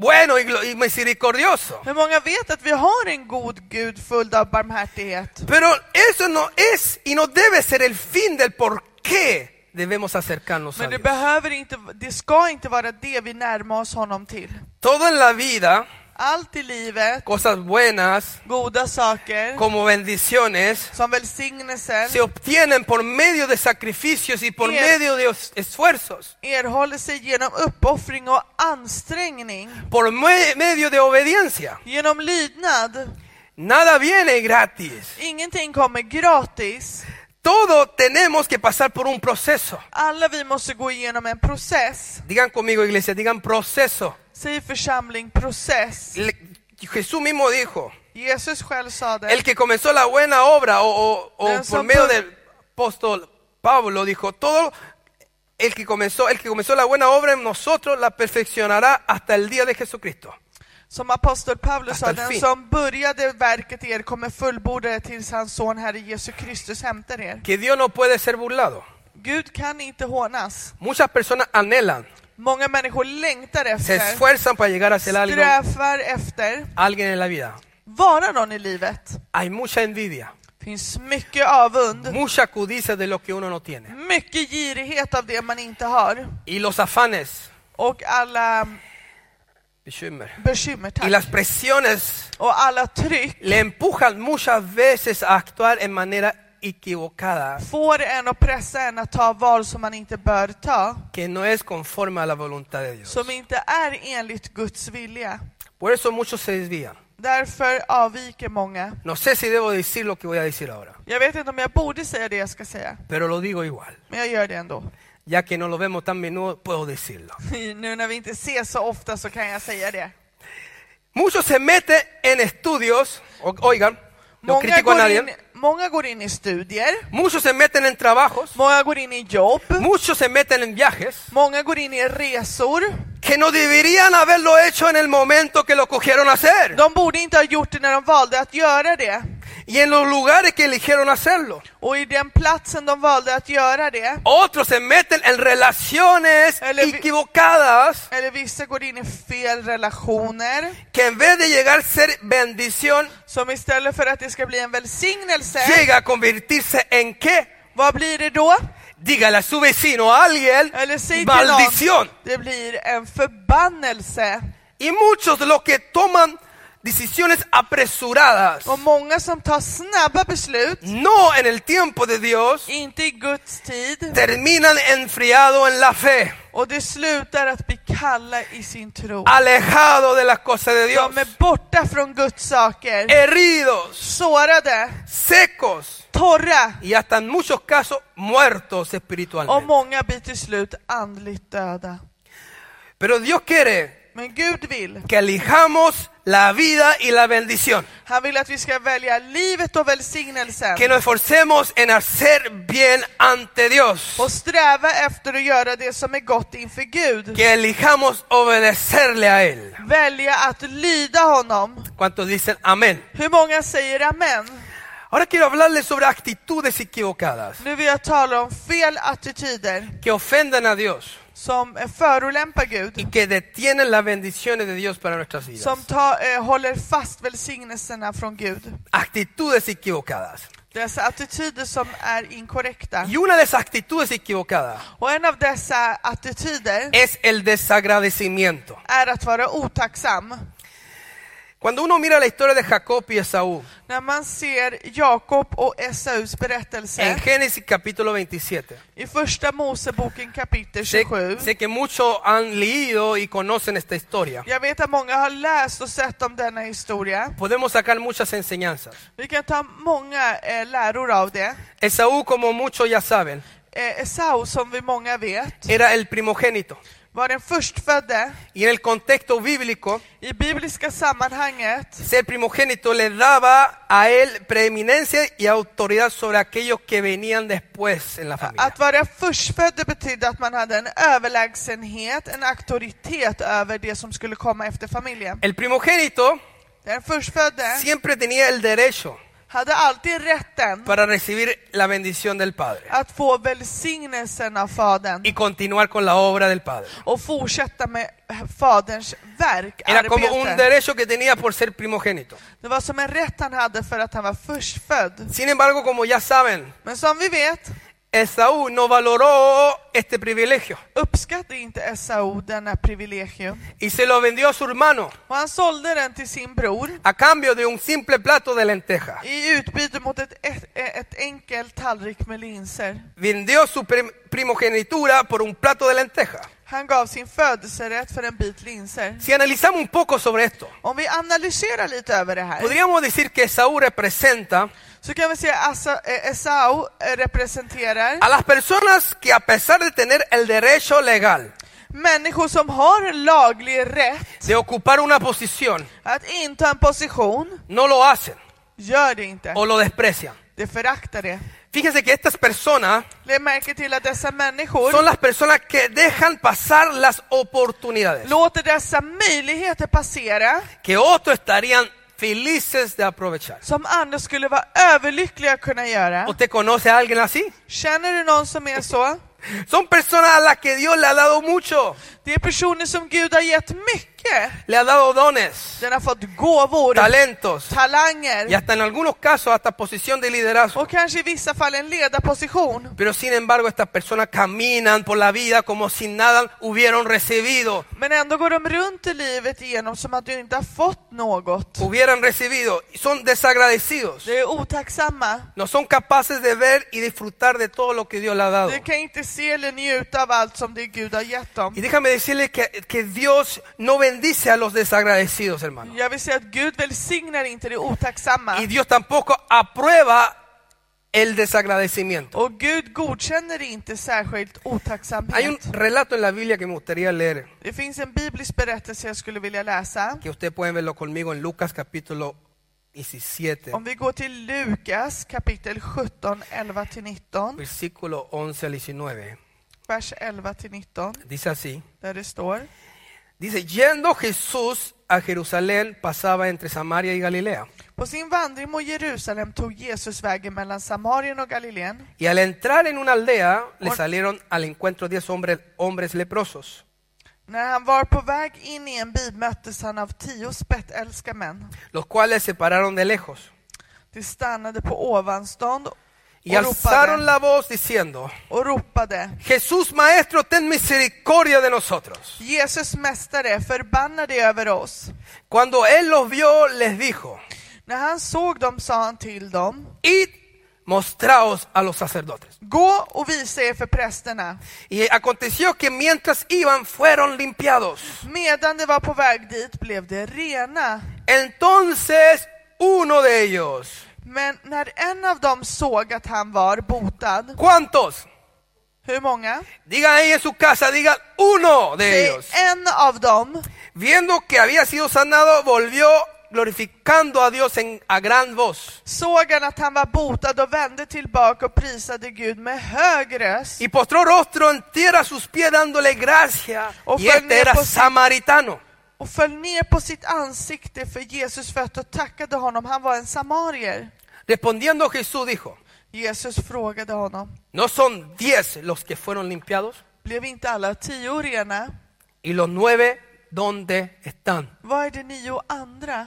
Speaker 1: bueno y, glo- y misericordioso?
Speaker 2: Hur många vet att vi har en god Gud full av barmhärtighet?
Speaker 1: Pero eso no es y no debe ser el fin del por qué debemos acercarnos a
Speaker 2: Men det,
Speaker 1: Dios.
Speaker 2: behöver inte, det ska inte vara det vi närmar oss honom till.
Speaker 1: Todo en la vida,
Speaker 2: Allt i livet,
Speaker 1: cosas buenas
Speaker 2: goda saker,
Speaker 1: como bendiciones,
Speaker 2: som välsignelser,
Speaker 1: se obtienen por medio de sacrificios y por
Speaker 2: Bien.
Speaker 1: medio de os- esfuerzos.
Speaker 2: erhåller sig genom uppoffring och ansträngning,
Speaker 1: por me- medio de obediencia.
Speaker 2: genom lydnad.
Speaker 1: Nada viene gratis.
Speaker 2: Ingenting kommer gratis.
Speaker 1: Todo tenemos que pasar por un proceso.
Speaker 2: Alla vi måste gå igenom en process.
Speaker 1: Digan conmigo, iglesia, digan proceso.
Speaker 2: Säger församling process.
Speaker 1: Le- Jesús mismo dijo,
Speaker 2: Jesus själv sa det.
Speaker 1: el que comenzó la buena obra o, o- o
Speaker 2: Del
Speaker 1: por
Speaker 2: santo-
Speaker 1: medio del apóstol Pablo dijo, todo el que comenzó, el que comenzó la buena obra en nosotros la perfeccionará hasta el día de Jesucristo.
Speaker 2: Som apostel Paulus sa,
Speaker 1: Hasta el
Speaker 2: den
Speaker 1: fin.
Speaker 2: som började verket i er kommer fullborda det tills hans son Herre Jesus Kristus hämtar er.
Speaker 1: Que Dios no puede ser burlado.
Speaker 2: Gud kan inte hånas.
Speaker 1: Muchas personas anhelan,
Speaker 2: Många människor längtar
Speaker 1: se
Speaker 2: efter,
Speaker 1: esfuerzan para llegar a hacer algo,
Speaker 2: strävar efter,
Speaker 1: alguien en la vida.
Speaker 2: vara någon i livet.
Speaker 1: Hay mucha envidia.
Speaker 2: Finns mycket avund,
Speaker 1: mucha codicia de lo que uno no tiene.
Speaker 2: mycket girighet av det man inte har
Speaker 1: Y los afanes,
Speaker 2: och alla
Speaker 1: bekymmer,
Speaker 2: bekymmer
Speaker 1: y
Speaker 2: tack,
Speaker 1: las presiones
Speaker 2: och alla tryck
Speaker 1: le empujan muchas veces a actuar en manera equivocada,
Speaker 2: får en att pressa en att ta val som man inte bör ta,
Speaker 1: que no es conforme a la voluntad de Dios.
Speaker 2: som inte är enligt Guds vilja.
Speaker 1: Por eso muchos se desvían.
Speaker 2: Därför avviker många.
Speaker 1: No sé si debo decir lo que voy a decir ahora,
Speaker 2: Jag vet inte om jag borde säga det jag ska säga,
Speaker 1: pero lo digo igual.
Speaker 2: men jag gör det ändå.
Speaker 1: Ya que no lo vemos tan menudo, puedo decirlo.
Speaker 2: Nu när vi inte ses så ofta så kan jag säga det.
Speaker 1: Muchos se meten en estudios, o- oigan, no
Speaker 2: Många
Speaker 1: critico a
Speaker 2: går, in,
Speaker 1: nadie.
Speaker 2: många går in i studier,
Speaker 1: Muchos se meten en trabajos,
Speaker 2: många går in i jobb,
Speaker 1: muchos se meten en viajes,
Speaker 2: många går in i resor.
Speaker 1: que no deberían haberlo hecho en el momento que lo cogieron a hacer
Speaker 2: De borde inte ha gjort det när de valde att göra det.
Speaker 1: y en los lugares que eligieron hacerlo.
Speaker 2: Och i den platsen de valde att göra det,
Speaker 1: Otros se meten en relaciones
Speaker 2: El evi-
Speaker 1: equivocadas
Speaker 2: Eller vissa går in i fel relationer,
Speaker 1: que en vez de llegar a ser bendición,
Speaker 2: som istället för att det ska bli en välsignelse,
Speaker 1: llega a convertirse en qué?
Speaker 2: vad blir det då?
Speaker 1: Dígale a su vecino, a alguien,
Speaker 2: Eller säg till
Speaker 1: maldición.
Speaker 2: någon, det blir en förbannelse.
Speaker 1: Y muchos de los que toman decisiones apresuradas,
Speaker 2: Och många som tar snabba beslut,
Speaker 1: no en el tiempo de Dios,
Speaker 2: inte i Guds tid,
Speaker 1: terminan enfriados en la fe,
Speaker 2: och det slutar att bli kalla i sin tro.
Speaker 1: alejados de las cosas de Dios.
Speaker 2: De är borta från Guds saker,
Speaker 1: heridos,
Speaker 2: sårade,
Speaker 1: secos
Speaker 2: torra,
Speaker 1: y hasta en muchos casos muertos
Speaker 2: och
Speaker 1: espiritualmente.
Speaker 2: många blir till slut andligt döda.
Speaker 1: Pero Dios quiere
Speaker 2: Men Gud vill
Speaker 1: que elijamos la vida y la bendición,
Speaker 2: Han vill att vi ska välja livet och välsignelsen
Speaker 1: que nos esforcemos en hacer bien ante Dios,
Speaker 2: och sträva efter att göra det som är gott inför Gud.
Speaker 1: que elijamos obedecerle a Él.
Speaker 2: Välja att lyda honom.
Speaker 1: ¿Cuántos dicen amén?
Speaker 2: Hur många säger amen?
Speaker 1: Ahora quiero hablarles sobre actitudes equivocadas
Speaker 2: Nu vill jag tala om fel attityder
Speaker 1: que ofenden a Dios
Speaker 2: som förolämpar
Speaker 1: y
Speaker 2: Gud,
Speaker 1: que detienen las bendiciones de Dios para nuestras vidas.
Speaker 2: som ta, eh, håller fast välsignelserna från Gud.
Speaker 1: Actitudes equivocadas.
Speaker 2: Dessa attityder som är inkorrekta.
Speaker 1: Y una de esas actitudes equivocadas
Speaker 2: Och en av dessa attityder
Speaker 1: es el desagradecimiento.
Speaker 2: är att vara otacksam.
Speaker 1: Cuando uno mira la historia de Jacob y Esaú,
Speaker 2: När man ser Jakob och Esaus
Speaker 1: en
Speaker 2: berättelse
Speaker 1: Génesis capítulo 27,
Speaker 2: i första Moseboken kapitel
Speaker 1: sé,
Speaker 2: 27.
Speaker 1: sé que muchos han leído y conocen esta historia.
Speaker 2: Jag vet att många har läst och sett om denna historia.
Speaker 1: Podemos sacar muchas enseñanzas.
Speaker 2: Vi kan ta många eh, läror av det.
Speaker 1: Esaú, como muchos ya saben,
Speaker 2: Eh, Esau, som vi många vet,
Speaker 1: era el primogénito.
Speaker 2: var den förstfödde.
Speaker 1: Y en el contexto bíblico,
Speaker 2: I bibliska sammanhanget
Speaker 1: ser primogénito le daba a él preeminencia y autoridad sobre aquellos que venían después en la familia.
Speaker 2: Att vara förstfödd betydde att man hade en överlägsenhet, en auktoritet över det som skulle komma efter familjen.
Speaker 1: El primogénito
Speaker 2: Den förstfödde
Speaker 1: siempre tenía el derecho
Speaker 2: hade alltid rätten
Speaker 1: para recibir la bendición del Padre
Speaker 2: att få välsignelsen av fadern
Speaker 1: y continuar con la obra del Padre.
Speaker 2: och fortsätta med faderns verk,
Speaker 1: Era como un
Speaker 2: arbete.
Speaker 1: derecho que tenía por ser primogénito.
Speaker 2: Det var som en rätt han hade för att han var förstfödd.
Speaker 1: Sin embargo, como ya saben,
Speaker 2: Men som vi vet
Speaker 1: Esaú no valoró este privilegio
Speaker 2: uppskattade inte Esau denna privilegium
Speaker 1: y se lo vendió a su hermano
Speaker 2: och han sålde den till sin bror
Speaker 1: a cambio de un simple plato de lenteja.
Speaker 2: i utbyte mot ett, ett, ett enkelt tallrik med linser.
Speaker 1: Vendió su prim- primogenitura por un plato de lenteja.
Speaker 2: Han gav sin födelserätt för en bit linser.
Speaker 1: Si analizamos un poco sobre esto,
Speaker 2: Om vi analyserar lite över det här
Speaker 1: podríamos decir que Esaú representa
Speaker 2: så kan vi se att Asa- eh, Esau eh, representerar
Speaker 1: a las personas que a pesar de tener el derecho legal
Speaker 2: människor som har laglig rätt
Speaker 1: de ocupar una posición,
Speaker 2: att inta en position,
Speaker 1: no lo hacen
Speaker 2: gör det inte.
Speaker 1: o lo desprecian.
Speaker 2: Det föraktar det.
Speaker 1: Fíjense que estas personas
Speaker 2: Lägg märke till att dessa människor
Speaker 1: son las personas que dejan pasar las oportunidades
Speaker 2: låter dessa möjligheter passera
Speaker 1: que otros estarían felices de aprovechar.
Speaker 2: som andra skulle vara överlyckliga att kunna göra.
Speaker 1: ¿Usted conoce a alguien así?
Speaker 2: Känner du någon som är så?
Speaker 1: Son personas a las que Dios le ha dado mucho,
Speaker 2: Det är personer som Gud har gett mycket.
Speaker 1: le ha dado dones,
Speaker 2: Den har fått gåvor,
Speaker 1: talentos y
Speaker 2: talanger
Speaker 1: hasta en algunos casos hasta posición de liderazgo.
Speaker 2: och kanske i vissa fall en ledarposition.
Speaker 1: Pero sin embargo estas personas caminan por la vida como si nada hubieran recibido,
Speaker 2: Men ändå går de runt i livet igenom som att du inte har fått något.
Speaker 1: hubieran recibido, y son desagradecidos.
Speaker 2: De är otacksamma.
Speaker 1: No son capaces de ver y disfrutar de todo lo que Dios le ha dado.
Speaker 2: De kan inte se eller njuta av allt som det Gud har gett
Speaker 1: Y
Speaker 2: dem.
Speaker 1: déjame decirles que, que Dios no bendice a los desagradecidos, hermano.
Speaker 2: Jag vill säga att Gud välsignar inte det otacksamma.
Speaker 1: Y Dios tampoco aprueba el desagradecimiento.
Speaker 2: Och Gud godkänner inte särskilt
Speaker 1: Hay un
Speaker 2: otacksamhet.
Speaker 1: relato en la Biblia que me gustaría leer,
Speaker 2: Det finns en biblisk berättelse jag skulle vilja läsa.
Speaker 1: que ustedes pueden verlo conmigo en Lucas capítulo 17,
Speaker 2: Om vi går till Lukas kapitel 17, 11-19,
Speaker 1: versículo 11 al 19.
Speaker 2: vers 11-19,
Speaker 1: Dice así.
Speaker 2: där det står.
Speaker 1: Dice, yendo Jesús a Jerusalén pasaba entre Samaria y Galilea.
Speaker 2: På sin vandring mot Jerusalem tog Jesus vägen mellan Samarien och Galileen.
Speaker 1: Y al entrar en una aldea le salieron al encuentro diez hombres, hombres leprosos.
Speaker 2: När han var på väg in i en by möttes han av tio spettälska män.
Speaker 1: los cuales se pararon de lejos
Speaker 2: De stannade på ovanstånd
Speaker 1: y
Speaker 2: och
Speaker 1: alzaron
Speaker 2: ropade,
Speaker 1: la voz diciendo,
Speaker 2: och ropade
Speaker 1: Jesús Maestro, ten misericordia de nosotros.
Speaker 2: Jesus mästare, förbanna dig över oss.
Speaker 1: Cuando él los vio, les dijo,
Speaker 2: När han såg dem sa han till dem,
Speaker 1: id, mostraos a los sacerdotes.
Speaker 2: gå och visa er för prästerna.
Speaker 1: Y aconteció que mientras iban, fueron limpiados.
Speaker 2: Medan de var på väg dit blev de rena.
Speaker 1: Entonces uno de ellos,
Speaker 2: Men när en av dem såg att han var botad,
Speaker 1: ¿cuántos?
Speaker 2: hur många?
Speaker 1: Digan ahí en su casa, digan uno de
Speaker 2: Säg
Speaker 1: ellos.
Speaker 2: en av dem.
Speaker 1: Viendo que había sido sanado, volvió glorificando a Dios en, a gran voz.
Speaker 2: Såg han att han var botad och vände tillbaka och prisade Gud med hög röst.
Speaker 1: Y postró rostro en tierra a sus pies dándole gracia.
Speaker 2: O
Speaker 1: Y
Speaker 2: fue
Speaker 1: este era
Speaker 2: nepo-
Speaker 1: samaritano.
Speaker 2: och föll ner på sitt ansikte för Jesus fötter och tackade honom. Han var en samarier.
Speaker 1: Respondiendo Jesús dijo,
Speaker 2: Jesus frågade honom,
Speaker 1: ¿no son diez los que fueron limpiados?
Speaker 2: blev inte alla tio rena?
Speaker 1: ¿Y los nueve dónde están?
Speaker 2: Vad är de nio andra?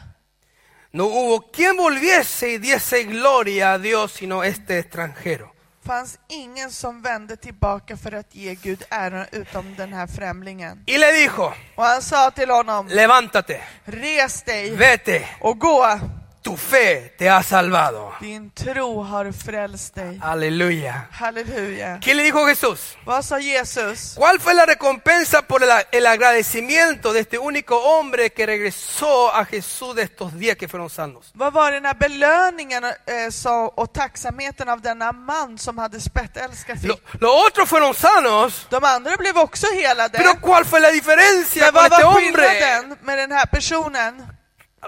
Speaker 1: No hubo quien volviese y diese gloria a Dios sino este extranjero.
Speaker 2: fanns ingen som vände tillbaka för att ge Gud äran utom den här främlingen.
Speaker 1: Y le dijo,
Speaker 2: Och han sa till honom,
Speaker 1: levántate,
Speaker 2: res dig
Speaker 1: vete,
Speaker 2: och gå,
Speaker 1: tu fe te ha salvado.
Speaker 2: din tro har frälst dig.
Speaker 1: Aleluya.
Speaker 2: Halleluja.
Speaker 1: ¿Qué le dijo Jesús?
Speaker 2: Vad sa Jesus?
Speaker 1: ¿Cuál fue la recompensa por el, el agradecimiento de este único hombre que regresó a Jesús de estos días que fueron sanos?
Speaker 2: Vad var den här belöningen eh, sa, och tacksamheten av denna man som hade spettälska
Speaker 1: Lo-
Speaker 2: fick?
Speaker 1: los otros fueron sanos,
Speaker 2: De andra blev också helade.
Speaker 1: pero ¿cuál fue la diferencia
Speaker 2: Men
Speaker 1: con
Speaker 2: vad
Speaker 1: este
Speaker 2: var
Speaker 1: hombre
Speaker 2: skillnaden med den här personen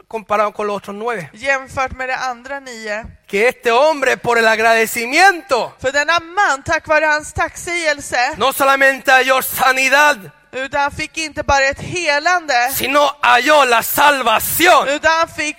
Speaker 1: comparado con los otros nueve?
Speaker 2: jämfört med de andra nio?
Speaker 1: Que este hombre por el agradecimiento
Speaker 2: För denna man, tack vare hans tacksägelse,
Speaker 1: no solamente halló sanidad,
Speaker 2: utan han fick inte bara ett helande,
Speaker 1: sino halló la salvación.
Speaker 2: utan han fick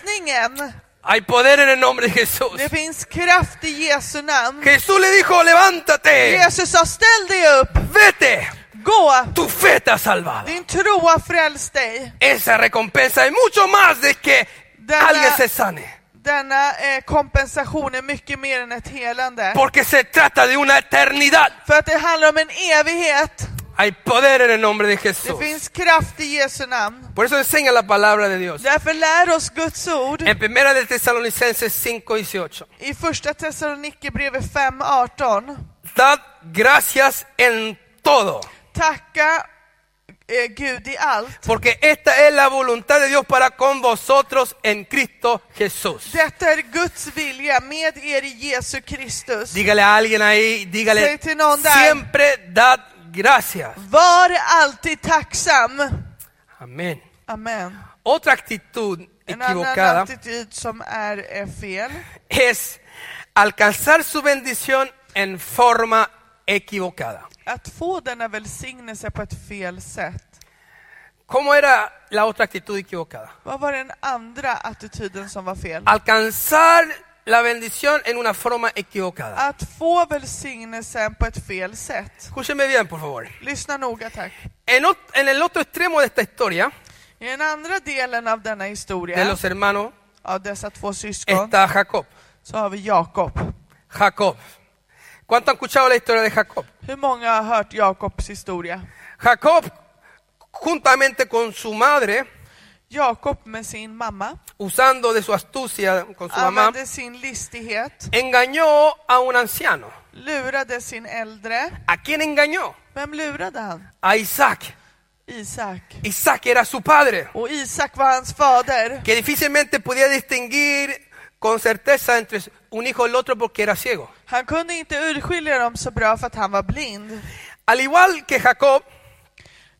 Speaker 2: frälsningen.
Speaker 1: Hay poder en el nombre de Jesús.
Speaker 2: Det finns kraft i Jesu namn.
Speaker 1: Jesús le dijo, levántate,
Speaker 2: Jesus sa, ställ dig upp,
Speaker 1: vete,
Speaker 2: gå,
Speaker 1: tu fe te ha salvado.
Speaker 2: din tro har frälst dig.
Speaker 1: Esa recompensa es mucho más de que
Speaker 2: De la-
Speaker 1: alguien se sane.
Speaker 2: Denna eh, kompensation är mycket mer än ett helande.
Speaker 1: Porque se trata de una eternidad.
Speaker 2: För att det handlar om en evighet.
Speaker 1: Hay poder en el nombre de
Speaker 2: Det
Speaker 1: Jesús.
Speaker 2: finns kraft i Jesu namn.
Speaker 1: Por eso enseña la palabra de Dios.
Speaker 2: Därför lär oss Guds ord
Speaker 1: En primera de Tesalonicenses 5 y 18.
Speaker 2: i första Thessalonikerbrevet 5.18.
Speaker 1: Dad gracias en todo.
Speaker 2: Tacka eh, Gud i allt.
Speaker 1: Porque esta es la voluntad de Dios para con vosotros en Cristo Jesús.
Speaker 2: Detta är Guds vilja med er i Jesu Kristus.
Speaker 1: Dígale a alguien ahí, dígale,
Speaker 2: Say to no one that-
Speaker 1: siempre dad gracias.
Speaker 2: Var alltid tacksam.
Speaker 1: Amén.
Speaker 2: Amen.
Speaker 1: Otra actitud
Speaker 2: En annan
Speaker 1: equivocada
Speaker 2: attityd som är eh, fel,
Speaker 1: es alcanzar su bendición en forma equivocada.
Speaker 2: att få denna välsignelse på ett fel sätt.
Speaker 1: ¿Cómo era la otra actitud equivocada?
Speaker 2: Vad var den andra attityden som var fel?
Speaker 1: Alcanzar la bendición en una forma equivocada.
Speaker 2: Att få välsignelsen på ett fel sätt.
Speaker 1: Escúcheme bien, por favor.
Speaker 2: Lyssna noga tack.
Speaker 1: En, ot- en el otro extremo de esta historia,
Speaker 2: I den andra delen av denna
Speaker 1: de
Speaker 2: historia,
Speaker 1: los hermanos,
Speaker 2: av dessa två syskon,
Speaker 1: está Jacob.
Speaker 2: så har vi Jakob.
Speaker 1: Jacob. ¿Cuánto han escuchado la historia de Jacob?
Speaker 2: Hur många har hört Jakobs historia?
Speaker 1: Jacob, juntamente con su madre,
Speaker 2: Jakob med sin mamma
Speaker 1: usando de su astucia con
Speaker 2: Ah,
Speaker 1: su mamá,
Speaker 2: använde sin listighet,
Speaker 1: engañó a un anciano.
Speaker 2: lurade sin äldre.
Speaker 1: ¿A quién engañó?
Speaker 2: Vem lurade han?
Speaker 1: A Isaac.
Speaker 2: Isak.
Speaker 1: Isaac era su padre,
Speaker 2: Och Isak var hans fader.
Speaker 1: que difícilmente podía distinguir con certeza entre un hijo y el otro porque era ciego.
Speaker 2: Han kunde inte urskilja dem så bra för att han var blind.
Speaker 1: Al igual que Jacob,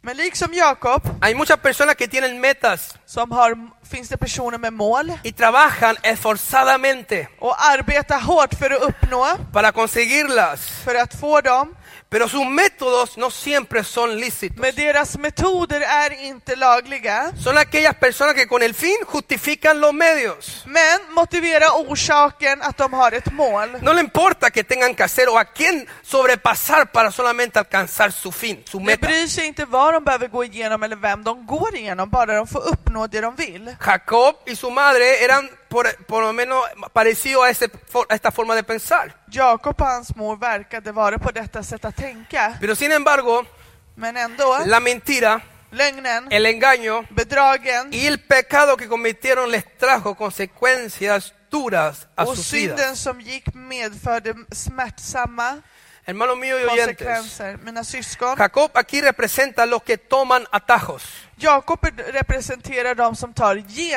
Speaker 2: Men liksom Jakob,
Speaker 1: hay muchas personas que tienen metas
Speaker 2: som har, finns det personer med mål
Speaker 1: y trabajan esforzadamente
Speaker 2: och arbetar hårt för att uppnå,
Speaker 1: para conseguirlas,
Speaker 2: för att få dem.
Speaker 1: pero sus métodos no siempre son lícitos.
Speaker 2: Men deras metoder är inte lagliga.
Speaker 1: Son aquellas personas que con el fin justifican los medios.
Speaker 2: Men motivera orsaken att de har ett mål.
Speaker 1: No le importa que tengan que hacer o a quién sobrepasar para solamente alcanzar su fin, su
Speaker 2: De
Speaker 1: meta.
Speaker 2: bryr sig inte vad de behöver gå igenom eller vem de går igenom, bara de får uppnå det de vill.
Speaker 1: Jacob y su madre eran por, por lo menos parecidos a, ese, a esta forma de pensar.
Speaker 2: Jakob och hans mor verkade vara på detta sätt att tänka,
Speaker 1: Pero sin embargo,
Speaker 2: men ändå,
Speaker 1: la mentira,
Speaker 2: lögnen,
Speaker 1: el engaño
Speaker 2: bedragen
Speaker 1: y el pecado que cometieron les trajo consecuencias duras a
Speaker 2: och
Speaker 1: sus vidas.
Speaker 2: synden som gick medförde smärtsamma
Speaker 1: Hermanos míos y oyentes,
Speaker 2: konsekvenser. Mina syskon,
Speaker 1: Jacob aquí representa a los que toman atajos,
Speaker 2: Jakob representerar de som tar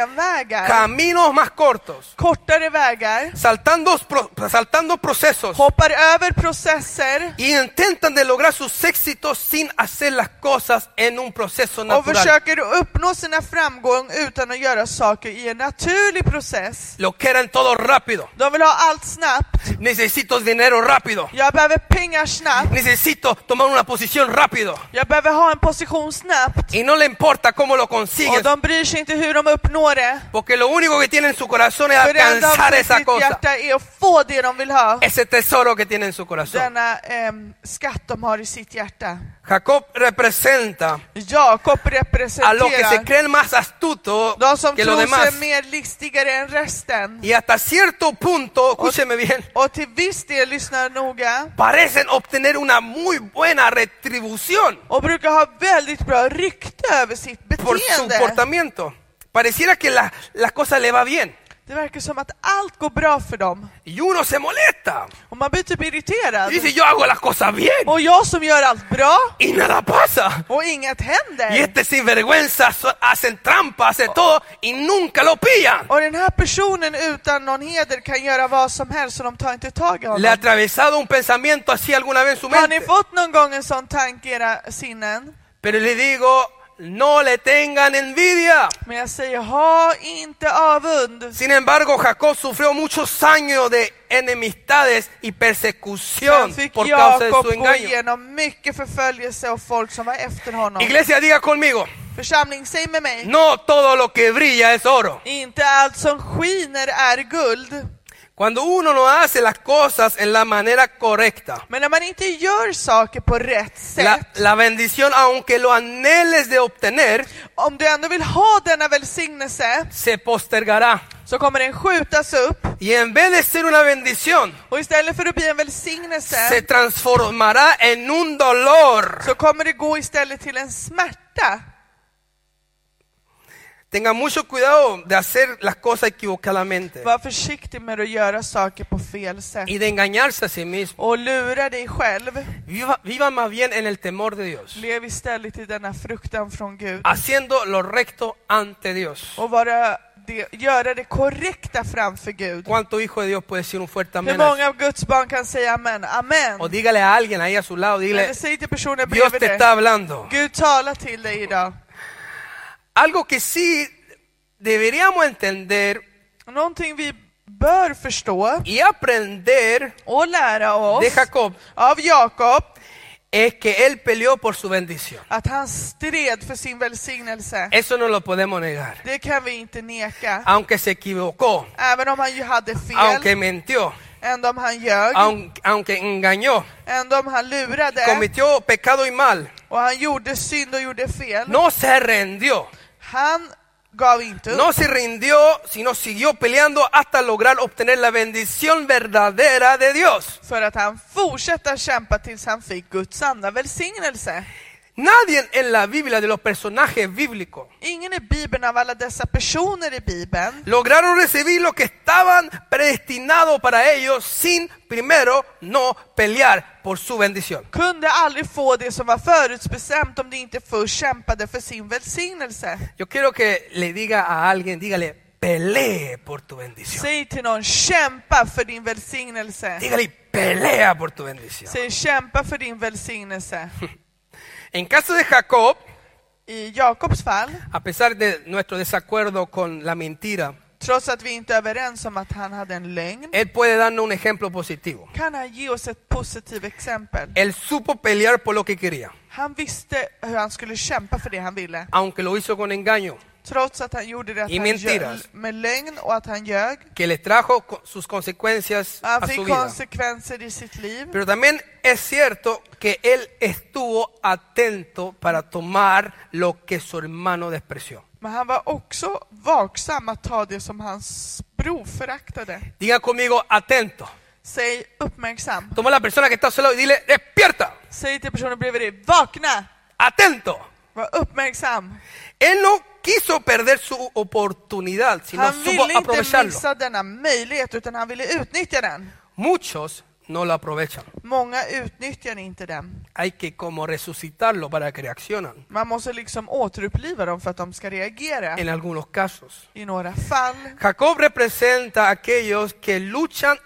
Speaker 2: genvägar,
Speaker 1: caminos más cortos,
Speaker 2: kortare vägar,
Speaker 1: saltando, pro- saltando procesos
Speaker 2: hoppar över processer
Speaker 1: y intentan de lograr sus éxitos sin hacer las cosas en un proceso
Speaker 2: och
Speaker 1: natural.
Speaker 2: försöker uppnå sina framgång utan att göra saker i en naturlig process.
Speaker 1: Lo quieren todo rápido.
Speaker 2: De vill ha allt snabbt.
Speaker 1: Necesito dinero rápido.
Speaker 2: Jag behöver pengar snabbt.
Speaker 1: Necesito tomar una posición rápido.
Speaker 2: Jag behöver ha en position snabbt.
Speaker 1: Y no le importa cómo lo
Speaker 2: Och
Speaker 1: consiguen,
Speaker 2: de bryr sig inte hur de uppnår det.
Speaker 1: porque lo único que tienen en su corazón es
Speaker 2: För det enda
Speaker 1: alcanzar
Speaker 2: de
Speaker 1: esa
Speaker 2: sitt
Speaker 1: cosa,
Speaker 2: hjärta är att få det de vill ha.
Speaker 1: ese tesoro que tienen en su corazón.
Speaker 2: Denna ehm, skatt de har i sitt hjärta.
Speaker 1: Jacob representa
Speaker 2: Jakob
Speaker 1: a los que se
Speaker 2: representerar
Speaker 1: creen más astutos
Speaker 2: de som
Speaker 1: que los
Speaker 2: tror
Speaker 1: demás.
Speaker 2: sig mer listigare än resten.
Speaker 1: Y hasta cierto punto, escúcheme bien,
Speaker 2: Och till viss del lyssnar noga
Speaker 1: parecen obtener una muy buena retribución
Speaker 2: och brukar ha väldigt bra rykte över sitt
Speaker 1: por su
Speaker 2: beteende.
Speaker 1: comportamiento. Pareciera que la- las cosas le va bien.
Speaker 2: Det verkar som att allt går bra för dem.
Speaker 1: Y uno se molesta.
Speaker 2: Och man blir typ irriterad.
Speaker 1: Y dice, yo hago las cosas bien.
Speaker 2: Och jag som gör allt bra
Speaker 1: Y nada pasa.
Speaker 2: och inget
Speaker 1: Y
Speaker 2: händer.
Speaker 1: este sinvergüenza so- hacen trampa, hace todo y nunca lo pillan.
Speaker 2: Och den här personen utan någon heder kan göra vad som helst och de tar inte tag i
Speaker 1: ¿Le ha
Speaker 2: honom.
Speaker 1: atravesado un pensamiento así alguna vez en su
Speaker 2: Har ni
Speaker 1: mente?
Speaker 2: fått någon gång en sån tanke i era sinnen?
Speaker 1: Pero le digo, no le tengan envidia.
Speaker 2: Men jag säger, ha inte avund.
Speaker 1: Sin embargo, Jacob sufrió muchos años de enemistades y
Speaker 2: Sen
Speaker 1: persecución
Speaker 2: fick
Speaker 1: por causa de
Speaker 2: Jakob
Speaker 1: su
Speaker 2: gå
Speaker 1: engaño.
Speaker 2: igenom mycket förföljelse och folk som var efter honom.
Speaker 1: Iglesia, diga conmigo,
Speaker 2: Församling, säg med mig.
Speaker 1: no todo lo que brilla es oro.
Speaker 2: Inte allt som skiner är guld.
Speaker 1: Cuando uno no hace las cosas en la manera correcta,
Speaker 2: Men när man inte gör saker på rätt sätt,
Speaker 1: la, la bendición, aunque lo anheles de obtener,
Speaker 2: om du ändå vill ha denna välsignelse,
Speaker 1: se postergará.
Speaker 2: så kommer den skjutas upp.
Speaker 1: Y en vez de ser una bendición,
Speaker 2: Och istället för att bli en
Speaker 1: se
Speaker 2: välsignelse,
Speaker 1: transformará en un dolor.
Speaker 2: så kommer det gå istället till en smärta.
Speaker 1: Tenga mucho cuidado de hacer las cosas equivocadamente
Speaker 2: Var försiktig med att göra saker på fel sätt.
Speaker 1: y de engañarse a sí mismo.
Speaker 2: Och lura dig själv.
Speaker 1: Viva, viva más bien en el temor de Dios,
Speaker 2: Lev istället i denna fruktan från Gud.
Speaker 1: haciendo lo recto ante Dios.
Speaker 2: Och vara det, göra det korrekta framför Gud.
Speaker 1: ¿Cuánto hijo de Dios puede decir un fuerte
Speaker 2: Hur
Speaker 1: amén? a eso?
Speaker 2: många av Guds barn kan säga amen? Amen!
Speaker 1: O dígale a alguien ahí a su lado, dígale,
Speaker 2: Eller säg till personen
Speaker 1: Dios
Speaker 2: bredvid
Speaker 1: te está
Speaker 2: dig.
Speaker 1: hablando.
Speaker 2: Gud talar till dig idag.
Speaker 1: Algo que sí deberíamos entender
Speaker 2: Någonting vi bör förstå
Speaker 1: y aprender
Speaker 2: och lära oss
Speaker 1: de Jacob
Speaker 2: av Jakob,
Speaker 1: es que él peleó por su bendición.
Speaker 2: att han stred för sin välsignelse.
Speaker 1: Eso no lo podemos negar.
Speaker 2: Det kan vi inte neka.
Speaker 1: Aunque se equivocó,
Speaker 2: Även om han ju hade fel,
Speaker 1: aunque mintió,
Speaker 2: även om han ljög,
Speaker 1: aun- aunque engañó,
Speaker 2: även om han lurade
Speaker 1: cometió pecado y mal,
Speaker 2: och han gjorde synd och gjorde fel.
Speaker 1: no se rendió.
Speaker 2: Han gav inte upp.
Speaker 1: No se rindió, sino siguió peleando hasta lograr obtener la bendición verdadera de Dios.
Speaker 2: För att han fortsatte kämpa tills han fick Guds sanna välsignelse.
Speaker 1: Nadie en la Biblia de los personajes bíblicos
Speaker 2: Ingen i Bibeln av alla dessa personer i Bibeln
Speaker 1: lograron recibir lo que estaban predestinados para ellos sin primero no pelear por su bendición.
Speaker 2: kunde aldrig få det som var förutbestämt om de inte först kämpade för sin välsignelse.
Speaker 1: Yo quiero que le diga a alguien, dígale, pelee por tu bendición.
Speaker 2: Säg till någon, kämpa för din välsignelse.
Speaker 1: Dígale, pelea por tu bendición.
Speaker 2: Säg kämpa för din välsignelse.
Speaker 1: En caso de Jacob,
Speaker 2: I Jakobs fall,
Speaker 1: a pesar de nuestro desacuerdo con la mentira,
Speaker 2: trots att vi inte är överens om att han hade en lögn,
Speaker 1: él puede darnos un ejemplo positivo.
Speaker 2: kan han ge oss ett positivt exempel.
Speaker 1: Él supo pelear por lo que quería,
Speaker 2: Han visste hur han skulle kämpa för det han ville.
Speaker 1: aunque lo hizo con engaño,
Speaker 2: Trots att han gjorde det att
Speaker 1: I
Speaker 2: han
Speaker 1: mentiras.
Speaker 2: ljög- med lögn och att han ljög.
Speaker 1: que le trajo co- sus consecuencias a
Speaker 2: Han
Speaker 1: su
Speaker 2: fick
Speaker 1: vida.
Speaker 2: konsekvenser i sitt liv.
Speaker 1: Pero también es cierto que él estuvo atento para tomar lo que su hermano despreció.
Speaker 2: Men han var också vaksam att ta det som hans bror föraktade.
Speaker 1: Diga conmigo, atento.
Speaker 2: Säg uppmärksam.
Speaker 1: Toma a la persona que está sola y dile, despierta,
Speaker 2: Säg till personen bredvid dig, vakna!
Speaker 1: atento.
Speaker 2: Var uppmärksam.
Speaker 1: Él no quiso perder su oportunidad, sino
Speaker 2: Han
Speaker 1: supo
Speaker 2: ville inte
Speaker 1: aprovecharlo.
Speaker 2: missa denna möjlighet, utan han ville utnyttja den.
Speaker 1: Muchos no lo aprovechan.
Speaker 2: Många utnyttjar inte den.
Speaker 1: Hay que como resucitarlo para que reaccionen
Speaker 2: Man måste liksom återuppliva dem för att de ska reagera.
Speaker 1: en algunos casos.
Speaker 2: I några fall
Speaker 1: Jacob representa a aquellos que luchan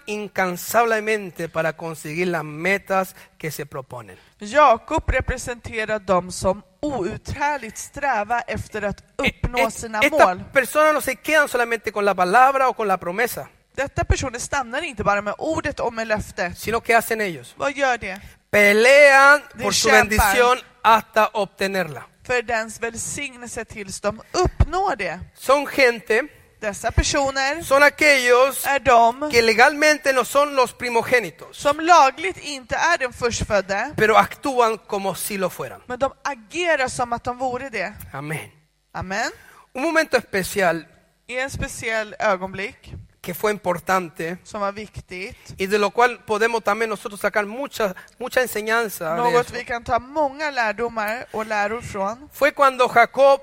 Speaker 1: incansablemente para conseguir las metas que se proponen.
Speaker 2: Jakob representerar dem som outhärdligt strävar efter att
Speaker 1: Eh,
Speaker 2: uppnå sina mål.
Speaker 1: Estas personas no se quedan solamente con la palabra o con la promesa,
Speaker 2: Detta personer stannar inte bara med ordet och med löftet.
Speaker 1: sino que hacen ellos.
Speaker 2: Vad gör det?
Speaker 1: Pelean
Speaker 2: De
Speaker 1: por su
Speaker 2: champan.
Speaker 1: bendición hasta obtenerla.
Speaker 2: För för dens välsignelse tills de uppnår det.
Speaker 1: Son gente,
Speaker 2: Dessa personer
Speaker 1: son aquellos
Speaker 2: är de
Speaker 1: que legalmente no son los primogénitos,
Speaker 2: som lagligt inte är den förstfödde,
Speaker 1: pero actúan como si lo fueran.
Speaker 2: men de agerar som att de vore det.
Speaker 1: Amén.
Speaker 2: Amen.
Speaker 1: Un momento especial
Speaker 2: I en speciell ögonblick
Speaker 1: que fue importante
Speaker 2: som var viktigt,
Speaker 1: y de lo cual podemos también nosotros sacar mucha, mucha enseñanza. de
Speaker 2: något
Speaker 1: eso.
Speaker 2: vi kan ta många lärdomar och läror från,
Speaker 1: Fue cuando Jacob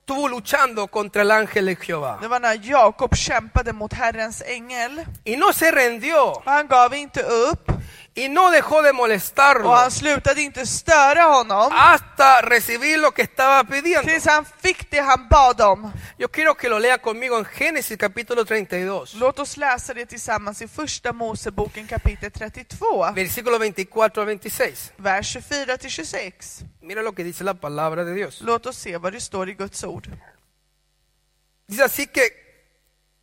Speaker 1: estuvo luchando contra el ángel de Jehová
Speaker 2: det var när Jakob kämpade mot Herrens ängel.
Speaker 1: y no se rindió
Speaker 2: Och han gav inte upp
Speaker 1: y no dejó de molestarlo
Speaker 2: och han slutade inte störa honom
Speaker 1: hasta recibir lo que estaba pidiendo.
Speaker 2: tills han fick det han bad om.
Speaker 1: Yo quiero que lo lea conmigo en Génesis capítulo 32,
Speaker 2: Låt oss läsa det tillsammans i Första Moseboken kapitel 32,
Speaker 1: versículo 24 al 26.
Speaker 2: vers 24-26.
Speaker 1: Mira lo que dice la palabra de Dios.
Speaker 2: Låt oss se vad det står i Guds ord.
Speaker 1: Dice así que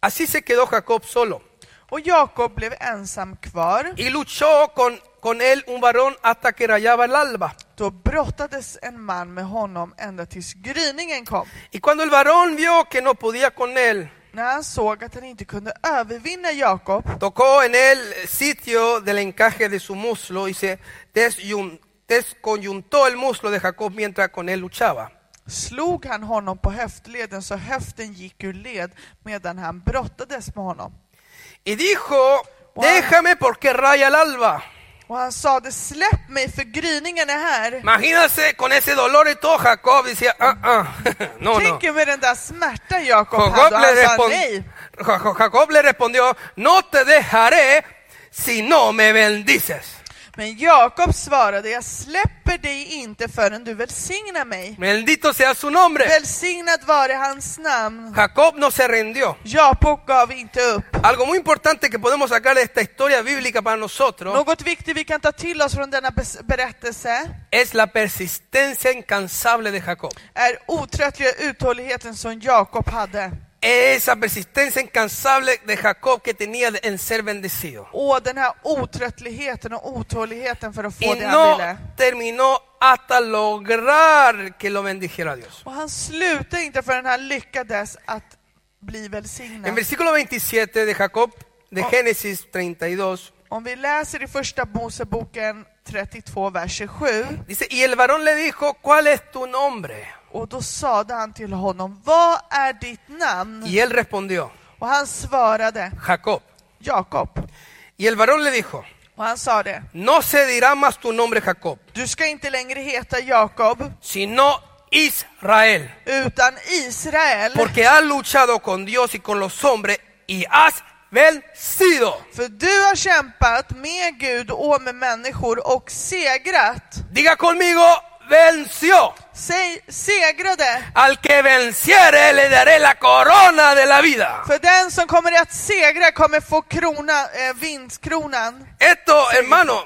Speaker 1: así se quedó Jacob solo
Speaker 2: Och Jakob blev ensam kvar.
Speaker 1: y luchó con, con él un varón hasta que rayaba el alba.
Speaker 2: Då brottades en man med honom ända tills gryningen kom.
Speaker 1: Y cuando el varón vio que no podía con él,
Speaker 2: När han såg att han inte kunde övervinna Jakob
Speaker 1: tocó en el sitio del encaje de su muslo y se desyun- descoyuntó el muslo de Jacob mientras con él luchaba.
Speaker 2: slog han honom på höftleden så höften gick ur led medan han brottades med honom.
Speaker 1: Y dijo,
Speaker 2: Wow.
Speaker 1: déjame porque raya el alba.
Speaker 2: Och han sade släpp mig för gryningen är här.
Speaker 1: Imagínense con ese dolor y todo, Jacob decía, ah, ah, no, no.
Speaker 2: Tänk er med den där smärtan Jakob
Speaker 1: Jacob
Speaker 2: hade och han
Speaker 1: le,
Speaker 2: sa
Speaker 1: respon-
Speaker 2: nej.
Speaker 1: Ja- ja- Jacob le respondió, no te dejaré si no me bendices.
Speaker 2: Men Jakob svarade jag släpper dig inte förrän du välsignar mig.
Speaker 1: Bendito sea su nombre.
Speaker 2: Välsignad vare hans namn.
Speaker 1: Jacob no se rindió.
Speaker 2: Jakob gav inte upp.
Speaker 1: Algo muy importante que podemos sacar de esta historia bíblica para nosotros
Speaker 2: Något viktigt vi kan ta till oss från denna bes- berättelse
Speaker 1: es la persistencia incansable de Jacob.
Speaker 2: är otröttliga uthålligheten som Jakob hade.
Speaker 1: Esa persistencia incansable de Jacob que tenía de- en ser bendecido.
Speaker 2: Och den här otröttligheten och otåligheten för att få
Speaker 1: Y
Speaker 2: det han
Speaker 1: no
Speaker 2: ville.
Speaker 1: terminó hasta lograr que lo bendijera Dios.
Speaker 2: Och han slutade inte förrän han lyckades att bli välsignad.
Speaker 1: En versículo 27 de Jacob, de Génesis 32,
Speaker 2: Om vi läser i första Moseboken 32, vers 27.
Speaker 1: Dice, y el varón le dijo, ¿cuál es tu nombre?
Speaker 2: Och då sade han till honom, vad är ditt namn?
Speaker 1: Y él respondió,
Speaker 2: Och han svarade,
Speaker 1: Jacob.
Speaker 2: Jakob.
Speaker 1: Y el varón le dijo,
Speaker 2: Och han sade,
Speaker 1: no se dirá más tu nombre Jacob,
Speaker 2: du ska inte längre heta Jakob,
Speaker 1: sino Israel,
Speaker 2: utan Israel.
Speaker 1: porque has luchado con Dios y con los hombres y has vencido.
Speaker 2: För du har kämpat med Gud och med människor och segrat.
Speaker 1: Diga conmigo, venció.
Speaker 2: Säg segrade.
Speaker 1: Al que venciere le daré la corona de la vida.
Speaker 2: För den som kommer att segra kommer få krona, eh, vinstkronan.
Speaker 1: Esto, hermano,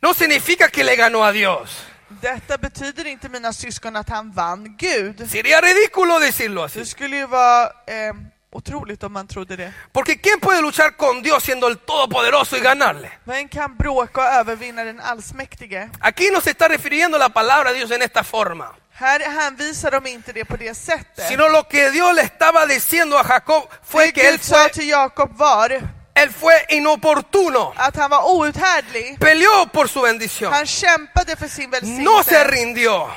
Speaker 1: no significa que le ganó a Dios.
Speaker 2: Detta betyder inte mina syskon att han vann Gud.
Speaker 1: Sería ridículo decirlo así.
Speaker 2: Det skulle ju vara eh, otroligt om man trodde det.
Speaker 1: Porque ¿quién puede luchar con Dios siendo el Todopoderoso y ganarle?
Speaker 2: Vem kan bråka och övervinna den allsmäktige?
Speaker 1: Aquí no se está refiriendo la palabra de Dios en esta forma,
Speaker 2: Här hänvisar de inte det på det sättet.
Speaker 1: sino lo que Dios le estaba diciendo a Jacob fue que él
Speaker 2: Gud sa
Speaker 1: fue,
Speaker 2: till Jakob var
Speaker 1: él fue inoportuno,
Speaker 2: att han var outhärdlig.
Speaker 1: peleó por su bendición,
Speaker 2: Han kämpade för sin
Speaker 1: no se
Speaker 2: välsignelse.
Speaker 1: rindió,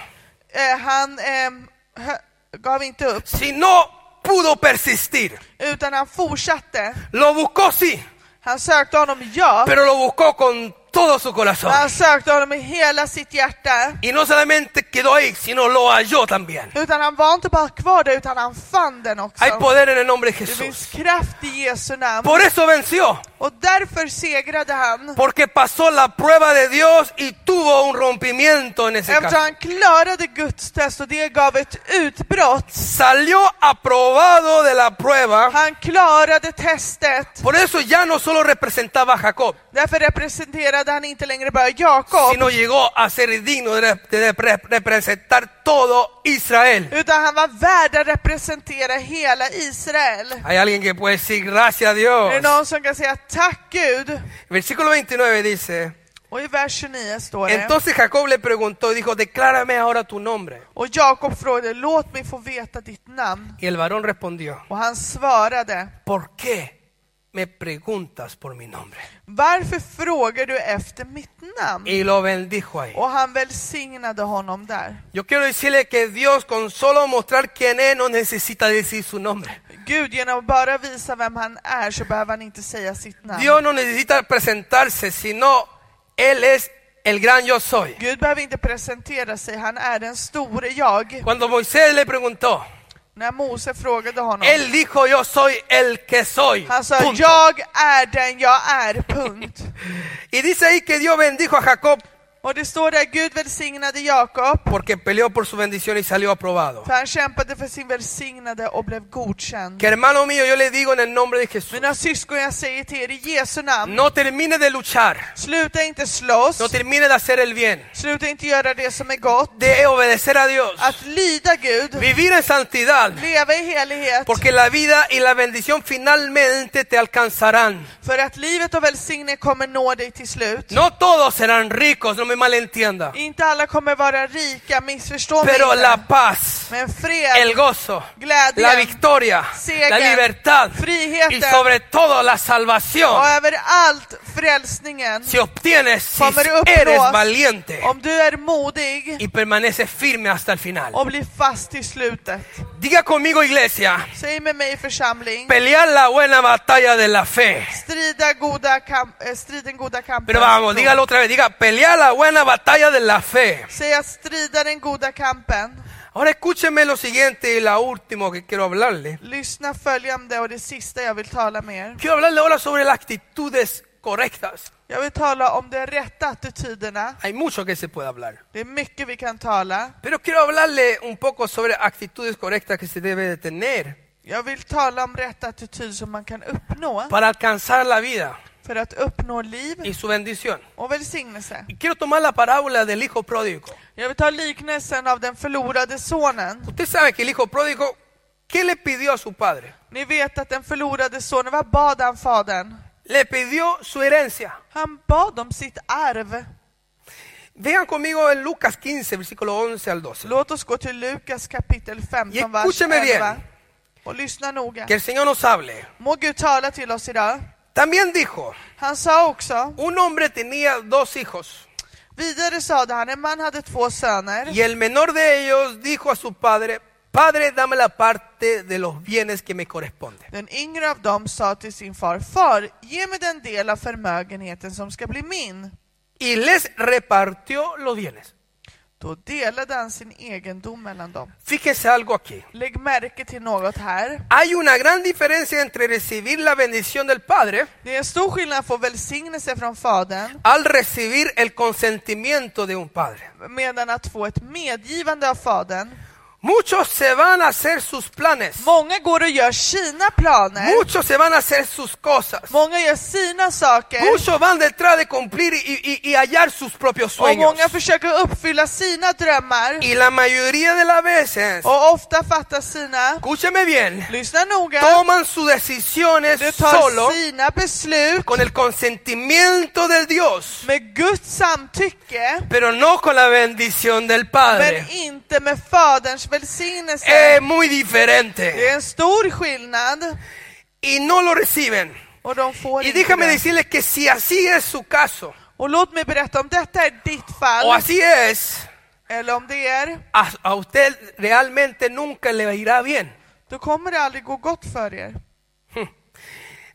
Speaker 2: Eh, han ehm, hö, gav inte upp,
Speaker 1: sino pudo persistir.
Speaker 2: utan han fortsatte.
Speaker 1: Lo buscó sí,
Speaker 2: Han sökte honom, ja.
Speaker 1: pero lo buscó con todo su
Speaker 2: Men
Speaker 1: corazón.
Speaker 2: han sökte honom i hela sitt hjärta.
Speaker 1: Y no solamente quedó ahí, sino lo halló también.
Speaker 2: Utan han var inte bara kvar där, utan han fann den också.
Speaker 1: Hay poder en el nombre de
Speaker 2: Det finns
Speaker 1: Jesús.
Speaker 2: kraft i Jesu namn.
Speaker 1: Por eso venció.
Speaker 2: Och därför segrade han.
Speaker 1: Porque pasó la prueba de Dios y tuvo un rompimiento en ese
Speaker 2: Eftersom
Speaker 1: caso.
Speaker 2: han klarade Guds test och det gav ett utbrott.
Speaker 1: Salió aprobado de la prueba.
Speaker 2: Han klarade testet.
Speaker 1: Por eso ya no solo representaba a Jacob,
Speaker 2: Därför representerade han inte längre bara Jakob,
Speaker 1: sino llegó a ser digno de, re- de repre- representar todo Israel.
Speaker 2: utan han var värd att representera hela Israel.
Speaker 1: Hay alguien que puede decir gracias a
Speaker 2: Är det
Speaker 1: Dios.
Speaker 2: någon som kan säga tack Gud?
Speaker 1: Versículo 29 dice,
Speaker 2: Och i vers 29 står det.
Speaker 1: Entonces Jacob le preguntó y dijo, declárame ahora tu nombre.
Speaker 2: och Jakob frågade, låt mig få veta ditt namn.
Speaker 1: Y el varón respondió,
Speaker 2: Och han svarade,
Speaker 1: ¿por qué me preguntas por mi nombre?
Speaker 2: varför frågar du efter mitt namn?
Speaker 1: Y lo bendijo ahí.
Speaker 2: Och han välsignade honom där.
Speaker 1: Yo quiero decirle que Dios con solo mostrar quién es no necesita decir su nombre.
Speaker 2: Gud, genom att bara visa vem han är så behöver han inte säga sitt namn.
Speaker 1: Dios no necesita presentarse, sino Él es el gran yo soy.
Speaker 2: Gud behöver inte presentera sig, han är den store jag.
Speaker 1: Cuando Moisés le preguntó,
Speaker 2: När Mose frågade honom,
Speaker 1: Él dijo yo soy el que soy.
Speaker 2: han sa
Speaker 1: Punto.
Speaker 2: jag är den jag är, punkt.
Speaker 1: Y dice ahí que Dios bendijo a Jacob
Speaker 2: Och det står där, Gud välsignade Jakob,
Speaker 1: porque peleó por su bendición y salió aprobado.
Speaker 2: för han kämpade för sin välsignade och blev godkänd.
Speaker 1: Que hermano mío, yo le digo en el nombre de Jesús,
Speaker 2: Mina syskon, jag säger till er i Jesu namn,
Speaker 1: no termine de luchar,
Speaker 2: sluta inte slåss,
Speaker 1: no termine de hacer el bien,
Speaker 2: sluta inte göra det som är gott,
Speaker 1: de obedecer a Dios,
Speaker 2: att lyda Gud,
Speaker 1: vivir en santidad,
Speaker 2: leva i helighet,
Speaker 1: porque la vida y la bendición finalmente te alcanzarán.
Speaker 2: för att livet och välsignelse kommer nå dig till slut.
Speaker 1: No todos serán ricos, no me malentienda,
Speaker 2: Inte alla kommer vara rika, missförstå mig
Speaker 1: pero
Speaker 2: inte.
Speaker 1: la paz,
Speaker 2: Men
Speaker 1: el
Speaker 2: fred,
Speaker 1: gozo, la
Speaker 2: glädjen
Speaker 1: victoria, la libertad y sobre todo la
Speaker 2: och
Speaker 1: salvación
Speaker 2: överallt frälsningen
Speaker 1: se obtiene si
Speaker 2: kommer
Speaker 1: eres
Speaker 2: uppnås
Speaker 1: valiente
Speaker 2: om du är modig
Speaker 1: y permaneces firme hasta el final.
Speaker 2: och blir fast i slutet.
Speaker 1: Diga conmigo iglesia,
Speaker 2: Säg med mig församling,
Speaker 1: pelear la buena batalla de la fe.
Speaker 2: strida goda kamp, eh, striden goda kampen.
Speaker 1: Pero vamos, dígalo otra vez, diga, pelear la buena batalla de la fe.
Speaker 2: Säg att strida den goda kampen.
Speaker 1: Ahora escúcheme lo siguiente y la último que quiero hablarle.
Speaker 2: Lyssna följande och det sista jag vill tala med er.
Speaker 1: Quiero hablarle ahora sobre las actitudes correctas.
Speaker 2: Jag vill tala om de rätta attityderna.
Speaker 1: Hay mucho que se puede hablar.
Speaker 2: Det är mycket vi kan tala.
Speaker 1: Pero quiero hablarle un poco sobre actitudes correctas que se debe de tener
Speaker 2: Jag vill tala om rätt attityd som man kan uppnå
Speaker 1: para alcanzar la vida
Speaker 2: för att uppnå liv
Speaker 1: y su bendición.
Speaker 2: och välsignelse.
Speaker 1: Y quiero tomar la parábola del hijo pródigo.
Speaker 2: Jag vill ta liknelsen av den förlorade sonen.
Speaker 1: Usted sabe que el hijo pródigo, ¿qué le pidió a su padre?
Speaker 2: Ni vet att den förlorade sonen, vad bad han fadern?
Speaker 1: Le pidió su herencia.
Speaker 2: Han bad om sitt arv.
Speaker 1: Vean conmigo en Lucas 15, versículo 11 al 12.
Speaker 2: Låt oss gå till Lukas kapitel 15, vers
Speaker 1: Escúcheme bien.
Speaker 2: 11. Och lyssna noga.
Speaker 1: Que el Señor nos hable.
Speaker 2: Må Gud tala till oss idag.
Speaker 1: También dijo,
Speaker 2: Han sa också,
Speaker 1: un hombre tenía dos hijos
Speaker 2: vidare sade han, en man hade två söner.
Speaker 1: y el menor de ellos dijo a su padre, Padre, dame la parte de los bienes que me corresponde.
Speaker 2: Den yngre av dem sa till sin far, Far, ge mig den del av förmögenheten som ska bli min.
Speaker 1: Y les repartió los bienes.
Speaker 2: Då delade han sin egendom mellan dem.
Speaker 1: Fíjese algo aquí.
Speaker 2: Lägg märke till något här.
Speaker 1: Hay una gran diferencia entre recibir la bendición del Padre
Speaker 2: Det är en stor skillnad på välsignelse från fadern,
Speaker 1: al recibir el consentimiento de un Padre.
Speaker 2: medan att få ett medgivande av fadern.
Speaker 1: Muchos se van a hacer sus planes.
Speaker 2: Många går och gör sina planer,
Speaker 1: Muchos se van a hacer sus cosas.
Speaker 2: många gör sina saker,
Speaker 1: Muchos van detrás de cumplir y, y- y hallar sus propios
Speaker 2: och
Speaker 1: sueños.
Speaker 2: många försöker uppfylla sina drömmar,
Speaker 1: Y la mayoría de las veces,
Speaker 2: och ofta fattar sina,
Speaker 1: escúcheme bien,
Speaker 2: lyssna noga,
Speaker 1: toman sus decisiones
Speaker 2: du
Speaker 1: solo
Speaker 2: tar sina beslut
Speaker 1: con el consentimiento del Dios,
Speaker 2: med Guds samtycke,
Speaker 1: pero no con la bendición del
Speaker 2: men
Speaker 1: Padre.
Speaker 2: inte med Faderns välsignelse.
Speaker 1: Es muy
Speaker 2: Det
Speaker 1: diferente.
Speaker 2: är en stor skillnad,
Speaker 1: Y no lo reciben.
Speaker 2: och de får
Speaker 1: Y
Speaker 2: inte
Speaker 1: déjame
Speaker 2: det.
Speaker 1: decirles que si así es su caso,
Speaker 2: Och låt mig berätta om detta är ditt
Speaker 1: o
Speaker 2: fall,
Speaker 1: así es,
Speaker 2: eller om det är,
Speaker 1: a, a usted realmente nunca le irá bien.
Speaker 2: då kommer det aldrig gå gott för er.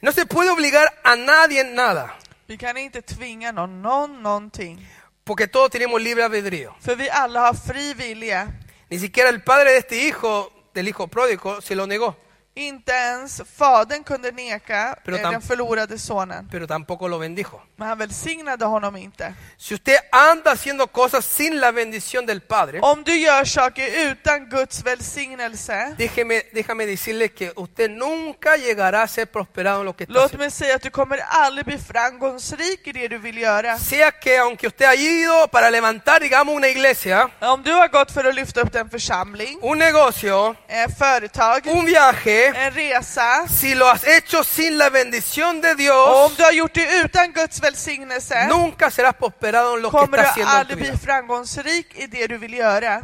Speaker 1: No se puede obligar a nadie en nada,
Speaker 2: Vi kan inte tvinga någon, någon någonting.
Speaker 1: porque todos tenemos libre albedrío.
Speaker 2: För vi alla har fri vilja.
Speaker 1: Ni siquiera el padre de este hijo, del hijo pródigo, se lo negó,
Speaker 2: Inte ens fadern kunde neka
Speaker 1: Pero
Speaker 2: eh,
Speaker 1: tam-
Speaker 2: den förlorade sonen.
Speaker 1: pero tampoco lo bendijo.
Speaker 2: Men han välsignade honom inte.
Speaker 1: Si usted anda haciendo cosas sin la bendición del padre,
Speaker 2: Om du gör saker utan Guds välsignelse,
Speaker 1: déjeme, déjame decirle que usted nunca llegará a ser prosperado en lo que está
Speaker 2: låt
Speaker 1: haciendo.
Speaker 2: mig säga att du kommer aldrig bli framgångsrik i det du vill göra.
Speaker 1: Sea que aunque usted ha ido para levantar, digamos, una iglesia,
Speaker 2: Om du har gått för att lyfta upp en församling,
Speaker 1: un negocio,
Speaker 2: eh, företag,
Speaker 1: un viaje, viaje,
Speaker 2: en resa.
Speaker 1: si lo has hecho sin la bendición de
Speaker 2: Och om
Speaker 1: Dios,
Speaker 2: du har gjort det utan Guds välsignelse
Speaker 1: nunca serás prosperado en lo que
Speaker 2: kommer
Speaker 1: estás
Speaker 2: du
Speaker 1: haciendo en tu
Speaker 2: aldrig
Speaker 1: vida.
Speaker 2: bli framgångsrik i det du vill göra.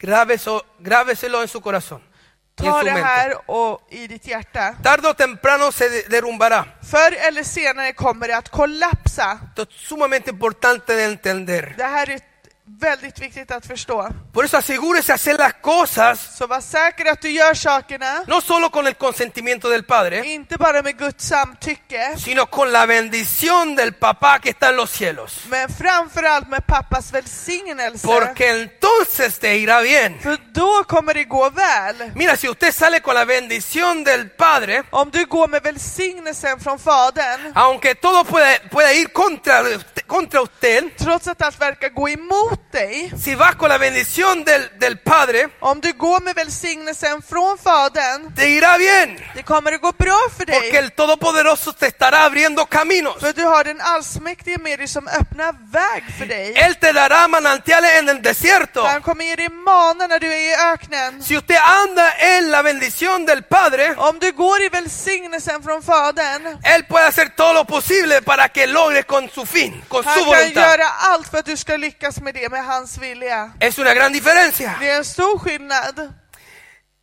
Speaker 1: Grábeso- grábeselo en su corazón y en
Speaker 2: Ta
Speaker 1: su
Speaker 2: det
Speaker 1: mente.
Speaker 2: här och i ditt hjärta.
Speaker 1: Tarde o temprano se de- derrumbará.
Speaker 2: Förr eller senare kommer det att kollapsa.
Speaker 1: Esto es sumamente importante de entender.
Speaker 2: Det här är väldigt viktigt att förstå.
Speaker 1: Por eso asegúrese hacer las cosas
Speaker 2: Så var säker att du gör sakerna,
Speaker 1: no solo con el consentimiento del Padre,
Speaker 2: inte bara med Guds samtycke,
Speaker 1: sino con la bendición del papá que está en los cielos.
Speaker 2: men framförallt med pappas välsignelse.
Speaker 1: Porque entonces te irá bien.
Speaker 2: För då kommer det gå väl.
Speaker 1: Mira, si usted sale con la bendición del Padre,
Speaker 2: Om du går med välsignelsen från Fadern,
Speaker 1: aunque todo pueda, pueda ir contra, contra usted,
Speaker 2: trots att allt verkar gå emot dig,
Speaker 1: si vas con la bendición del, del Padre,
Speaker 2: om du går med välsignelsen från Fadern,
Speaker 1: te irá bien.
Speaker 2: det kommer att gå bra för
Speaker 1: Porque
Speaker 2: dig.
Speaker 1: el Todopoderoso te estará abriendo caminos.
Speaker 2: För du har den allsmäktige med dig som öppnar väg för dig.
Speaker 1: Él te dará manantiales en el desierto.
Speaker 2: Han kommer ge dig mana när du är i öknen.
Speaker 1: Si usted anda en la bendición del Padre,
Speaker 2: Om du går i välsignelsen från Fadern,
Speaker 1: Él puede hacer todo lo posible para que logres con su fin, con
Speaker 2: han
Speaker 1: su
Speaker 2: kan
Speaker 1: voluntad.
Speaker 2: göra allt för att du ska lyckas med det med hans vilja.
Speaker 1: Es una gran diferencia.
Speaker 2: Det är en stor skillnad.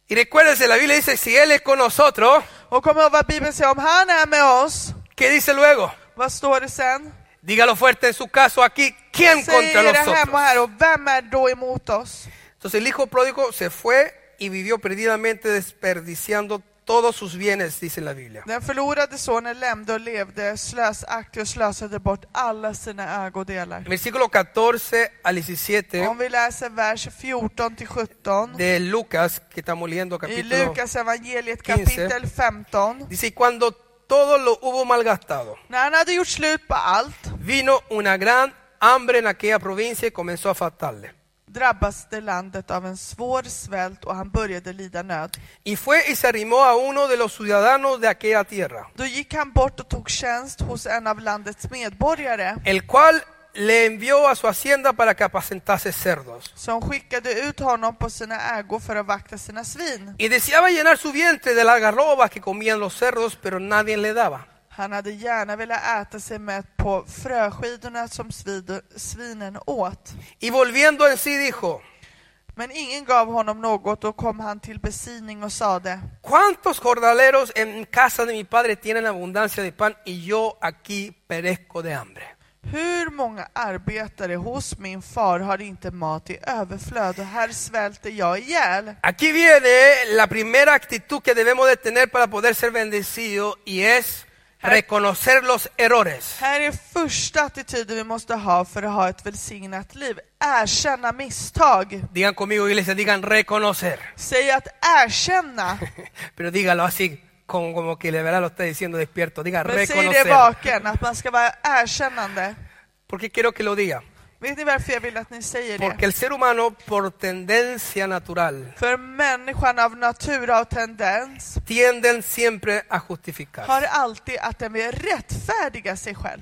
Speaker 1: Y recuérdese, la Biblia dice, si Él es con nosotros,
Speaker 2: Och kom ihåg vad Bibeln säger, om han är med oss,
Speaker 1: ¿qué dice luego?
Speaker 2: vad står det sen?
Speaker 1: Dígalo fuerte en su caso aquí, ¿quién
Speaker 2: Säg
Speaker 1: contra
Speaker 2: era hemma
Speaker 1: nosotros?
Speaker 2: här och vem är då emot oss?
Speaker 1: Entonces el hijo pródigo se fue y vivió perdidamente desperdiciando todos sus bienes, dice la Biblia.
Speaker 2: Den förlorade sonen lämnade och levde slösaktig och slösade bort alla sina ägodelar.
Speaker 1: Versículo 14 al 17
Speaker 2: Om vi läser vers 14 till 17
Speaker 1: de Lucas, que estamos leyendo
Speaker 2: i
Speaker 1: capítulo
Speaker 2: Lukas evangeliet kapitel 15.
Speaker 1: Dice, y cuando todo lo hubo malgastado,
Speaker 2: När han hade gjort slut på allt
Speaker 1: vino una gran hambre en aquella provincia y comenzó a faltarle.
Speaker 2: drabbades det landet av en svår svält och han började lida nöd.
Speaker 1: Y fue y se arrimó a uno de los ciudadanos de aquella tierra,
Speaker 2: Då gick han bort och tog tjänst hos en av landets medborgare
Speaker 1: el cual le envió a su hacienda para que apacentase cerdos.
Speaker 2: som skickade ut honom på sina ägor för att vakta sina svin.
Speaker 1: Y deseaba llenar su vientre de las garrobas que comían los cerdos, pero nadie le daba.
Speaker 2: Han hade gärna velat äta sig mätt på fröskidorna som svid- svinen åt.
Speaker 1: Y volviendo en sí dijo,
Speaker 2: Men ingen gav honom något och kom han till besinning och sade
Speaker 1: ¿cuántos jornaleros en casa de mi padre tienen abundancia de pan y yo aquí perezco de hambre?
Speaker 2: Hur många arbetare hos min far har inte mat i överflöd och här svälter jag ihjäl.
Speaker 1: Aquí viene la primera actitud que debemos de tener para poder ser bendecido y es reconocer los errores.
Speaker 2: Här är första attityden vi måste ha för att ha ett välsignat liv. Erkänna misstag.
Speaker 1: Digan conmigo, iglesia, digan reconocer.
Speaker 2: Säg att erkänna,
Speaker 1: Pero dígalo así, como, como que de verdad lo está diciendo despierto. Diga
Speaker 2: men säg det
Speaker 1: reconocer.
Speaker 2: vaken, att man ska vara erkännande.
Speaker 1: Porque quiero que lo diga.
Speaker 2: Vet ni varför jag vill att ni säger
Speaker 1: Porque
Speaker 2: det?
Speaker 1: el ser humano, por tendencia natural,
Speaker 2: För människan av natur av tendens
Speaker 1: tienden siempre a justificar.
Speaker 2: har alltid att den vill rättfärdiga sig själv.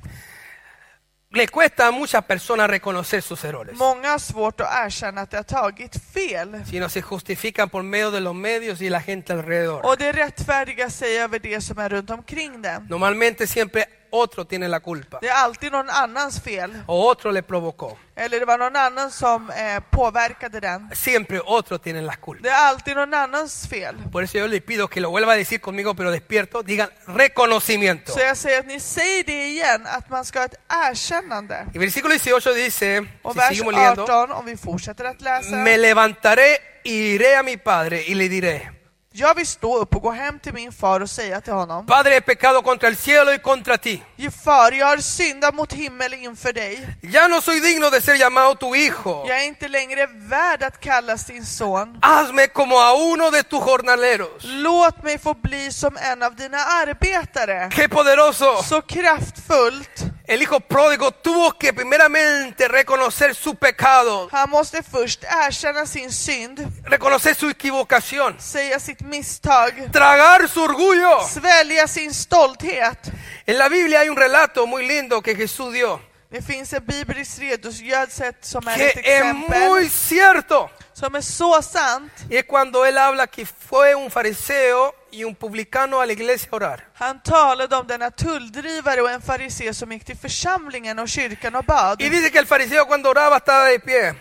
Speaker 1: Le cuesta a muchas personas reconocer sus errores.
Speaker 2: Många har svårt att erkänna att de har tagit fel.
Speaker 1: Sino se justifican por medio de los medios y la gente alrededor.
Speaker 2: Och det rättfärdiga sig över det som är runt omkring den.
Speaker 1: Normalmente siempre otro tiene la culpa.
Speaker 2: Det är alltid någon annans fel.
Speaker 1: o otro le provocó.
Speaker 2: Eller det var någon annan som eh, påverkade den.
Speaker 1: Siempre otro tiene las culpas.
Speaker 2: Det är alltid någon annans fel.
Speaker 1: Por eso yo le pido que lo vuelva a decir conmigo, pero despierto, digan reconocimiento.
Speaker 2: Så jag säger att ni säger det igen, att man ska ha ett erkännande.
Speaker 1: Y versículo 18 dice,
Speaker 2: Och
Speaker 1: si
Speaker 2: vers
Speaker 1: seguimos leyendo,
Speaker 2: 18, om vi fortsätter att läsa.
Speaker 1: me levantaré y iré a mi padre y le diré,
Speaker 2: Jag vill stå upp och gå hem till min far och säga till honom.
Speaker 1: Padre, he pecado contra el cielo y contra ti.
Speaker 2: Ge far, jag har syndat mot himmel inför dig.
Speaker 1: Ya no soy digno de ser llamado tu hijo.
Speaker 2: Jag är inte längre värd att kallas din son.
Speaker 1: Hazme como a uno de tus jornaleros.
Speaker 2: Låt mig få bli som en av dina arbetare.
Speaker 1: ¡Qué poderoso!
Speaker 2: Så kraftfullt.
Speaker 1: El hijo pródigo tuvo que primeramente reconocer su pecado,
Speaker 2: Han måste först erkänna sin synd,
Speaker 1: reconocer su equivocación.
Speaker 2: säga sitt misstag,
Speaker 1: tragar su orgullo.
Speaker 2: svälja sin stolthet.
Speaker 1: En la Biblia hay un relato muy lindo que Jesús dio,
Speaker 2: Det finns en biblisk redogörelse som är
Speaker 1: que
Speaker 2: ett
Speaker 1: es
Speaker 2: exempel
Speaker 1: muy cierto.
Speaker 2: som är så sant.
Speaker 1: Y es cuando él habla que fue un fariseo y un publicano a la iglesia a orar.
Speaker 2: Han talade om denna tulldrivare och en farisé som gick till församlingen och kyrkan och bad.
Speaker 1: Y dice que el fariseo cuando oraba estaba de pie.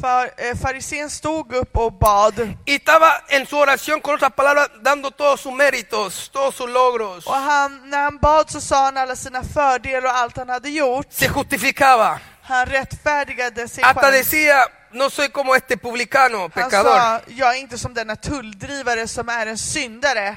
Speaker 2: För, eh, farisén stod upp och bad.
Speaker 1: Y estaba en su oración, con otras palabras, dando todos sus méritos, todos sus logros.
Speaker 2: Och han, när han bad så sa han alla sina fördelar och allt han hade gjort.
Speaker 1: Se justificaba.
Speaker 2: Han rättfärdigade sig
Speaker 1: Hasta
Speaker 2: själv.
Speaker 1: decía, no soy como este publicano,
Speaker 2: Han
Speaker 1: pecador.
Speaker 2: sa, jag är inte som denna tulldrivare som är en syndare.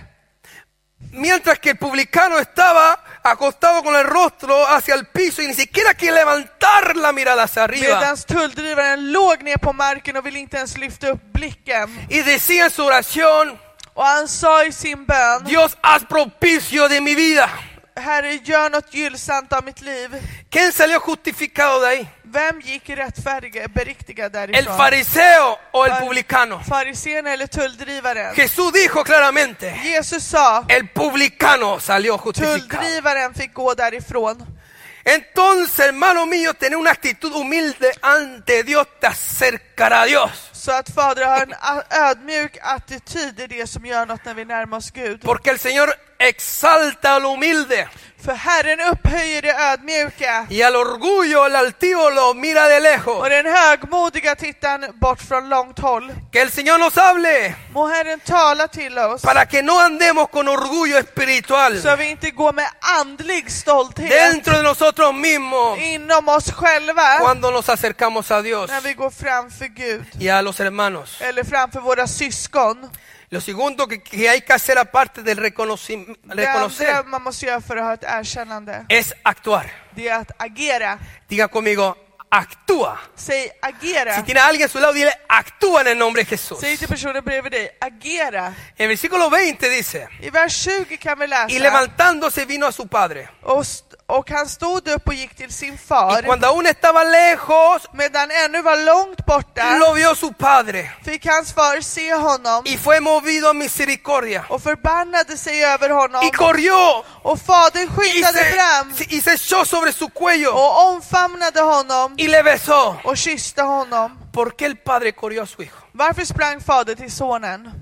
Speaker 1: Mientras que el publicano estaba acostado con el rostro hacia el piso y ni siquiera que levantar la mirada hacia arriba.
Speaker 2: Medan tulldrivaren låg ner på marken och ville inte ens lyfta upp blicken.
Speaker 1: Y decía en su oración,
Speaker 2: Och han sa i sin bön,
Speaker 1: Dios, haz propicio de mi vida.
Speaker 2: Herre gör något gynnsamt av mitt liv.
Speaker 1: ¿Quién salió justificado de ahí?
Speaker 2: Vem gick rättfärdiga, beriktiga
Speaker 1: ¿El
Speaker 2: därifrån?
Speaker 1: fariseo o el
Speaker 2: Far-
Speaker 1: publicano?
Speaker 2: Farisén eller tulldrivaren?
Speaker 1: Jesús dijo claramente,
Speaker 2: Jesus sa,
Speaker 1: el publicano salió justificado.
Speaker 2: tulldrivaren fick gå därifrån.
Speaker 1: Entonces, hermano mío, tener una actitud humilde ante Dios te acercará a Dios.
Speaker 2: Så att Fader har en a- ödmjuk attityd är det som gör något när vi närmar oss Gud.
Speaker 1: Porque el Señor exalta al humilde
Speaker 2: För Herren upphöjer det ödmjuka
Speaker 1: y al orgullo, al altivo lo mira de lejos.
Speaker 2: och den högmodiga tittar han bort från långt håll.
Speaker 1: Que el Señor nos hable
Speaker 2: Må Herren tala till oss
Speaker 1: para que no andemos con orgullo
Speaker 2: så
Speaker 1: espiritual
Speaker 2: vi inte går med andlig stolthet
Speaker 1: dentro de nosotros mismos
Speaker 2: inom oss själva
Speaker 1: cuando nos acercamos a Dios
Speaker 2: när vi går framför Gud
Speaker 1: y a los hermanos.
Speaker 2: eller framför våra syskon.
Speaker 1: Lo segundo que, que hay que hacer aparte del reconocim-
Speaker 2: Det andra
Speaker 1: reconocer
Speaker 2: man måste göra för att ha ett erkännande,
Speaker 1: es actuar.
Speaker 2: det är att agera.
Speaker 1: Diga conmigo, actúa.
Speaker 2: Säg
Speaker 1: Si
Speaker 2: agera.
Speaker 1: tiene a alguien a su lado, dile, actúa en el nombre de Jesús.
Speaker 2: Säg till personen bredvid dig, agera.
Speaker 1: El versículo 20 dice,
Speaker 2: I vers 20 kan vi
Speaker 1: y
Speaker 2: läsa.
Speaker 1: levantándose vino a su padre.
Speaker 2: Och, st- och han stod upp och gick till sin
Speaker 1: Y
Speaker 2: far.
Speaker 1: cuando aún estaba lejos,
Speaker 2: Medan ännu var långt borta
Speaker 1: lo vio su padre.
Speaker 2: fick hans far se honom
Speaker 1: Y fue movido a misericordia.
Speaker 2: och förbannade sig över honom.
Speaker 1: Y corrió
Speaker 2: Och fadern
Speaker 1: y
Speaker 2: skyndade fram
Speaker 1: se, y se echó sobre su cuello
Speaker 2: och omfamnade honom
Speaker 1: y le besó.
Speaker 2: och kysste honom.
Speaker 1: ¿Por qué el padre corrió a su hijo?
Speaker 2: Varför sprang fadern till sonen?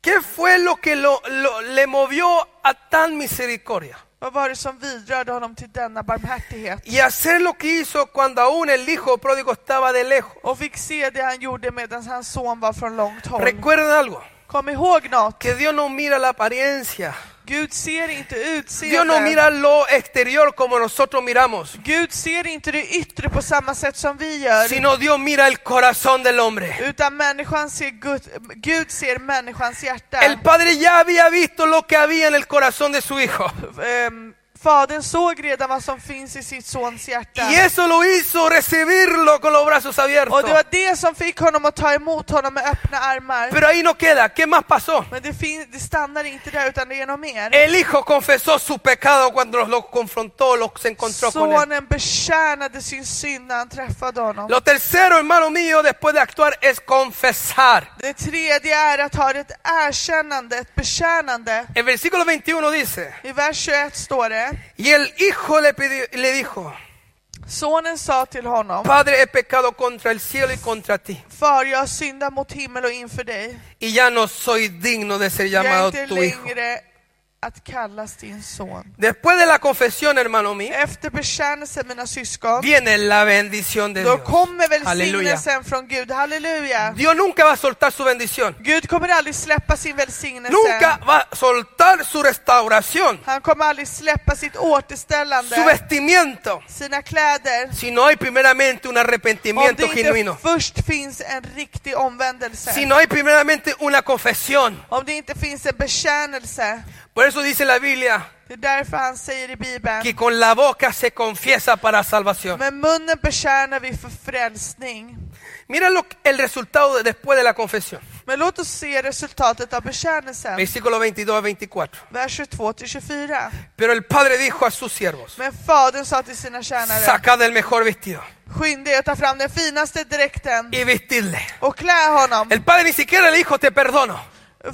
Speaker 1: ¿Qué fue lo que lo- lo- le movió a tan misericordia?
Speaker 2: Vad var det som vidrörde honom till denna barmhärtighet?
Speaker 1: Y hacer lo que hizo cuando aún el hijo pródigo estaba de lejos.
Speaker 2: Och fick se det han gjorde medan hans son var från långt håll.
Speaker 1: Recuerden algo,
Speaker 2: Kom ihåg något.
Speaker 1: que Dios no mira la apariencia.
Speaker 2: Gud ser inte
Speaker 1: Dios no
Speaker 2: utseendet.
Speaker 1: mira lo exterior como nosotros miramos,
Speaker 2: Gud ser inte det yttre på samma sätt som vi gör.
Speaker 1: sino Dios mira el corazón del hombre.
Speaker 2: Utan människan ser Gud, Gud ser människans hjärta.
Speaker 1: El padre ya había visto lo que había en el corazón de su hijo.
Speaker 2: Ehm, Fadern såg redan vad som finns i sitt sons hjärta.
Speaker 1: Y eso lo hizo recibirlo con los brazos abiertos.
Speaker 2: Och det var det som fick honom att ta emot honom med öppna armar.
Speaker 1: Pero ahí no queda. ¿Qué más pasó?
Speaker 2: Men det, fin- det stannar inte där, utan det är något mer.
Speaker 1: El hijo confesó su pecado cuando lo confrontó, lo se encontró con él.
Speaker 2: Sonen betjänade sin synd när han träffade honom.
Speaker 1: Lo tercero, hermano mío, después de actuar es confesar.
Speaker 2: Det tredje är att ha ett erkännande, ett betjänande.
Speaker 1: El versículo 21 dice,
Speaker 2: I vers 21 står det,
Speaker 1: y el hijo le, pidió- le dijo,
Speaker 2: sonen sa till honom,
Speaker 1: Padre, he pecado contra el cielo y contra ti,
Speaker 2: Far, jag syndar mot himmel och inför dig.
Speaker 1: y ya no soy digno de ser
Speaker 2: Jag är
Speaker 1: llamado
Speaker 2: inte
Speaker 1: tu hijo.
Speaker 2: längre att kallas din son.
Speaker 1: Después de la confesión, hermano mío,
Speaker 2: Efter bekännelsen, mina syskon,
Speaker 1: viene la bendición de
Speaker 2: då
Speaker 1: Dios.
Speaker 2: kommer
Speaker 1: Halleluja.
Speaker 2: välsignelsen från Gud. Halleluja!
Speaker 1: Dios nunca va a soltar su bendición.
Speaker 2: Gud kommer aldrig släppa sin välsignelse.
Speaker 1: Nunca va a soltar su restauración,
Speaker 2: Han kommer aldrig släppa sitt
Speaker 1: su
Speaker 2: återställande,
Speaker 1: vestimiento,
Speaker 2: sina kläder,
Speaker 1: si no hay primeramente un
Speaker 2: om det
Speaker 1: arrepentimiento
Speaker 2: inte
Speaker 1: genuino,
Speaker 2: först finns en riktig
Speaker 1: si
Speaker 2: omvändelse.
Speaker 1: no hay primeramente una confesión.
Speaker 2: Om det inte finns en bekännelse.
Speaker 1: Por eso dice la Biblia
Speaker 2: Det är därför han säger i Bibeln,
Speaker 1: que con la boca se confiesa para salvación.
Speaker 2: med munnen betjänar vi för frälsning.
Speaker 1: Mira lo, que- el resultado de- después de la confesión.
Speaker 2: Men låt oss se resultatet av bekännelsen,
Speaker 1: Versículo 22 a 24.
Speaker 2: vers 22-24.
Speaker 1: Pero el padre dijo a sus siervos,
Speaker 2: Men fadern sa till sina tjänare,
Speaker 1: sacad el mejor vestido
Speaker 2: skynda er att ta fram den finaste dräkten
Speaker 1: y vestidle.
Speaker 2: och klä honom.
Speaker 1: El padre ni siquiera le dijo, te perdono,